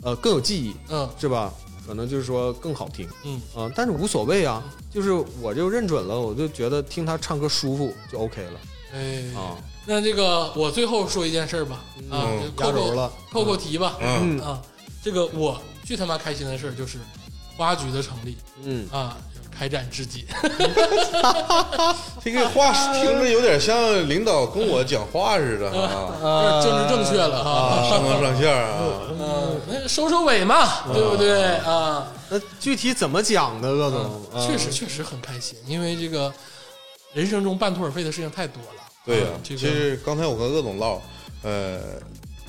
Speaker 3: 呃，更有记忆，
Speaker 1: 嗯
Speaker 3: 是吧？可能就是说更好听，
Speaker 1: 嗯
Speaker 3: 啊、但是无所谓啊，就是我就认准了，我就觉得听他唱歌舒服就 OK 了
Speaker 1: 哎，
Speaker 3: 啊。
Speaker 1: 那这个我最后说一件事儿吧，啊，
Speaker 2: 嗯
Speaker 1: 就
Speaker 3: 压
Speaker 1: 扣
Speaker 3: 轴
Speaker 1: 扣
Speaker 3: 了
Speaker 1: 扣扣题吧，
Speaker 2: 嗯
Speaker 3: 嗯
Speaker 1: 啊，这个我最他妈开心的事儿就是花局的成立
Speaker 3: 嗯，
Speaker 1: 啊，开展至今，
Speaker 2: 这个话听着有点像领导跟我讲话似的啊，
Speaker 1: 有点 政治正确了
Speaker 2: 啊
Speaker 1: 哈，
Speaker 2: 上纲上线啊，
Speaker 1: 嗯，那收收尾
Speaker 2: 嗯
Speaker 1: 嘛，对不对啊？
Speaker 3: 那具体怎么讲呢，鄂总？
Speaker 2: 嗯
Speaker 3: 啊
Speaker 1: 嗯确实，确实很开心，因为这个人生中半途而废的事情太多了。
Speaker 2: 对呀
Speaker 1: 啊，这
Speaker 2: 其
Speaker 1: 个
Speaker 2: 实刚才我跟鄂总唠，呃，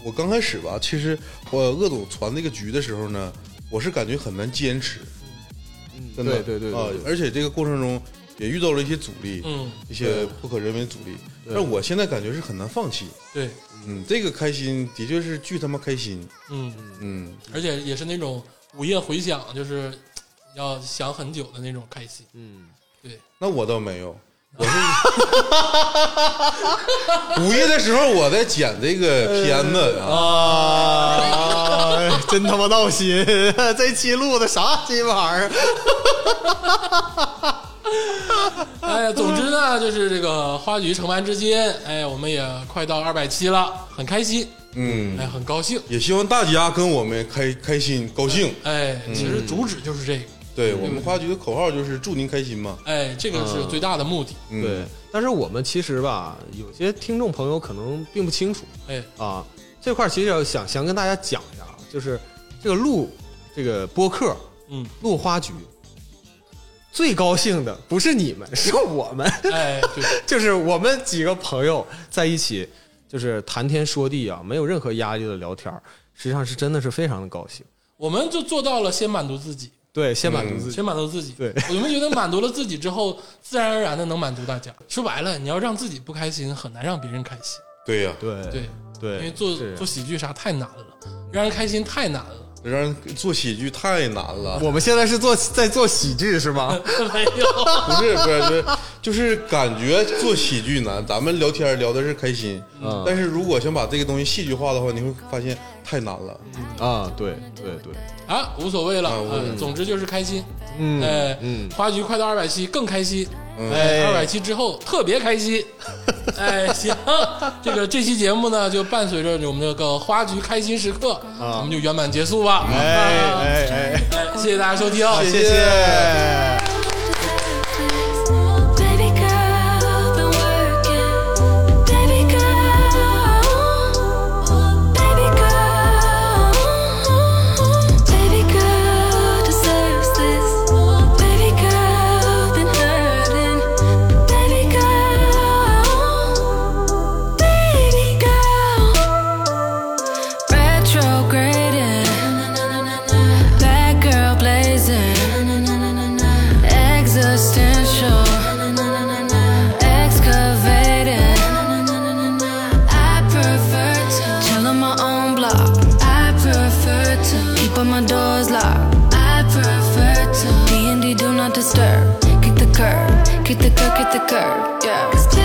Speaker 2: 我刚开始吧，其实我鄂总传这个局的时候呢，我是感觉很难坚持，
Speaker 3: 嗯
Speaker 2: 真的，
Speaker 3: 对对对
Speaker 2: 啊
Speaker 3: 对，，
Speaker 2: 而且这个过程中也遇到了一些阻力，
Speaker 1: 嗯，
Speaker 2: 一些不可人为阻力，但我现在感觉是很难放弃，
Speaker 1: 对，
Speaker 2: 嗯，这个开心的确是巨他妈开心，
Speaker 1: 嗯，
Speaker 2: 嗯，
Speaker 1: 而且也是那种午夜回想，就是要想很久的那种开心。
Speaker 3: 嗯，
Speaker 1: 对，
Speaker 2: 那我倒没有，我是午夜的时候我在剪这个片子啊，
Speaker 3: 啊，真他妈闹心！ 这期录的啥鸡巴玩意儿？
Speaker 1: 哎呀，总之呢，就是这个花局承办至今，哎，我们也快到二百期了，很开心，
Speaker 2: 嗯，
Speaker 1: 哎，很高兴，
Speaker 2: 也希望大家跟我们开开心高兴，
Speaker 1: 哎，其实
Speaker 2: 嗯
Speaker 1: 主旨就是这个，
Speaker 2: 对我们花局的口号就是祝您开心嘛，
Speaker 1: 哎，这个是最大的目的，
Speaker 2: 嗯
Speaker 3: 对，，但是我们其实吧，有些听众朋友可能并不清楚
Speaker 1: 哎，
Speaker 3: 啊，这块儿其实要想想跟大家讲一下，啊就是这个录这个播客
Speaker 1: 嗯，
Speaker 3: 录花局，最高兴的不是你们，是我们，
Speaker 1: 哎，对，
Speaker 3: 就是我们几个朋友在一起，就是谈天说地啊，没有任何压力的聊天儿，实际上是真的是非常的高兴。
Speaker 1: 我们就做到了先满足自己，
Speaker 3: 对，先满足自己，
Speaker 1: 嗯先满足自己。
Speaker 3: 对
Speaker 1: 我们觉得满足了自己之后，自然而然的能满足大家。说白了，你要让自己不开心，很难让别人开心。
Speaker 2: 对呀，
Speaker 3: 对
Speaker 1: 对，
Speaker 3: 对，
Speaker 1: 因为做
Speaker 3: 是
Speaker 1: 做喜剧啥太难了，让人开心太难了。
Speaker 2: 让人做喜剧太难了，
Speaker 3: 我们现在是做在做喜剧是吗？
Speaker 1: 没有，
Speaker 2: 不是不是不是，就是感觉做喜剧难。咱们聊天聊的是开心，
Speaker 3: 嗯
Speaker 2: 但是如果想把这个东西戏剧化的话，你会发现太难了。
Speaker 3: 啊，对对对，
Speaker 1: 啊，无所谓了。
Speaker 2: 啊无所谓
Speaker 1: 呃总之就是开心。
Speaker 3: 嗯
Speaker 1: 哎，
Speaker 3: 嗯
Speaker 1: 花局快到二百期更开心。
Speaker 3: 哎
Speaker 1: 二百期之后特别开 心。哎，行，这个这期节目呢，就伴随着我们这个花局开心时刻，我们就圆满结束吧。啊
Speaker 3: 啊哎哎
Speaker 1: 哎，谢谢大家收听，
Speaker 3: 哎，谢
Speaker 2: 谢
Speaker 3: 谢。
Speaker 4: Baby girl, been working. Baby girl, baby girl, baby girl deserves this. Baby girl, been hurting. Baby girl, baby girl, retrograding. Bad girl blazing.
Speaker 5: at the curb, yeah.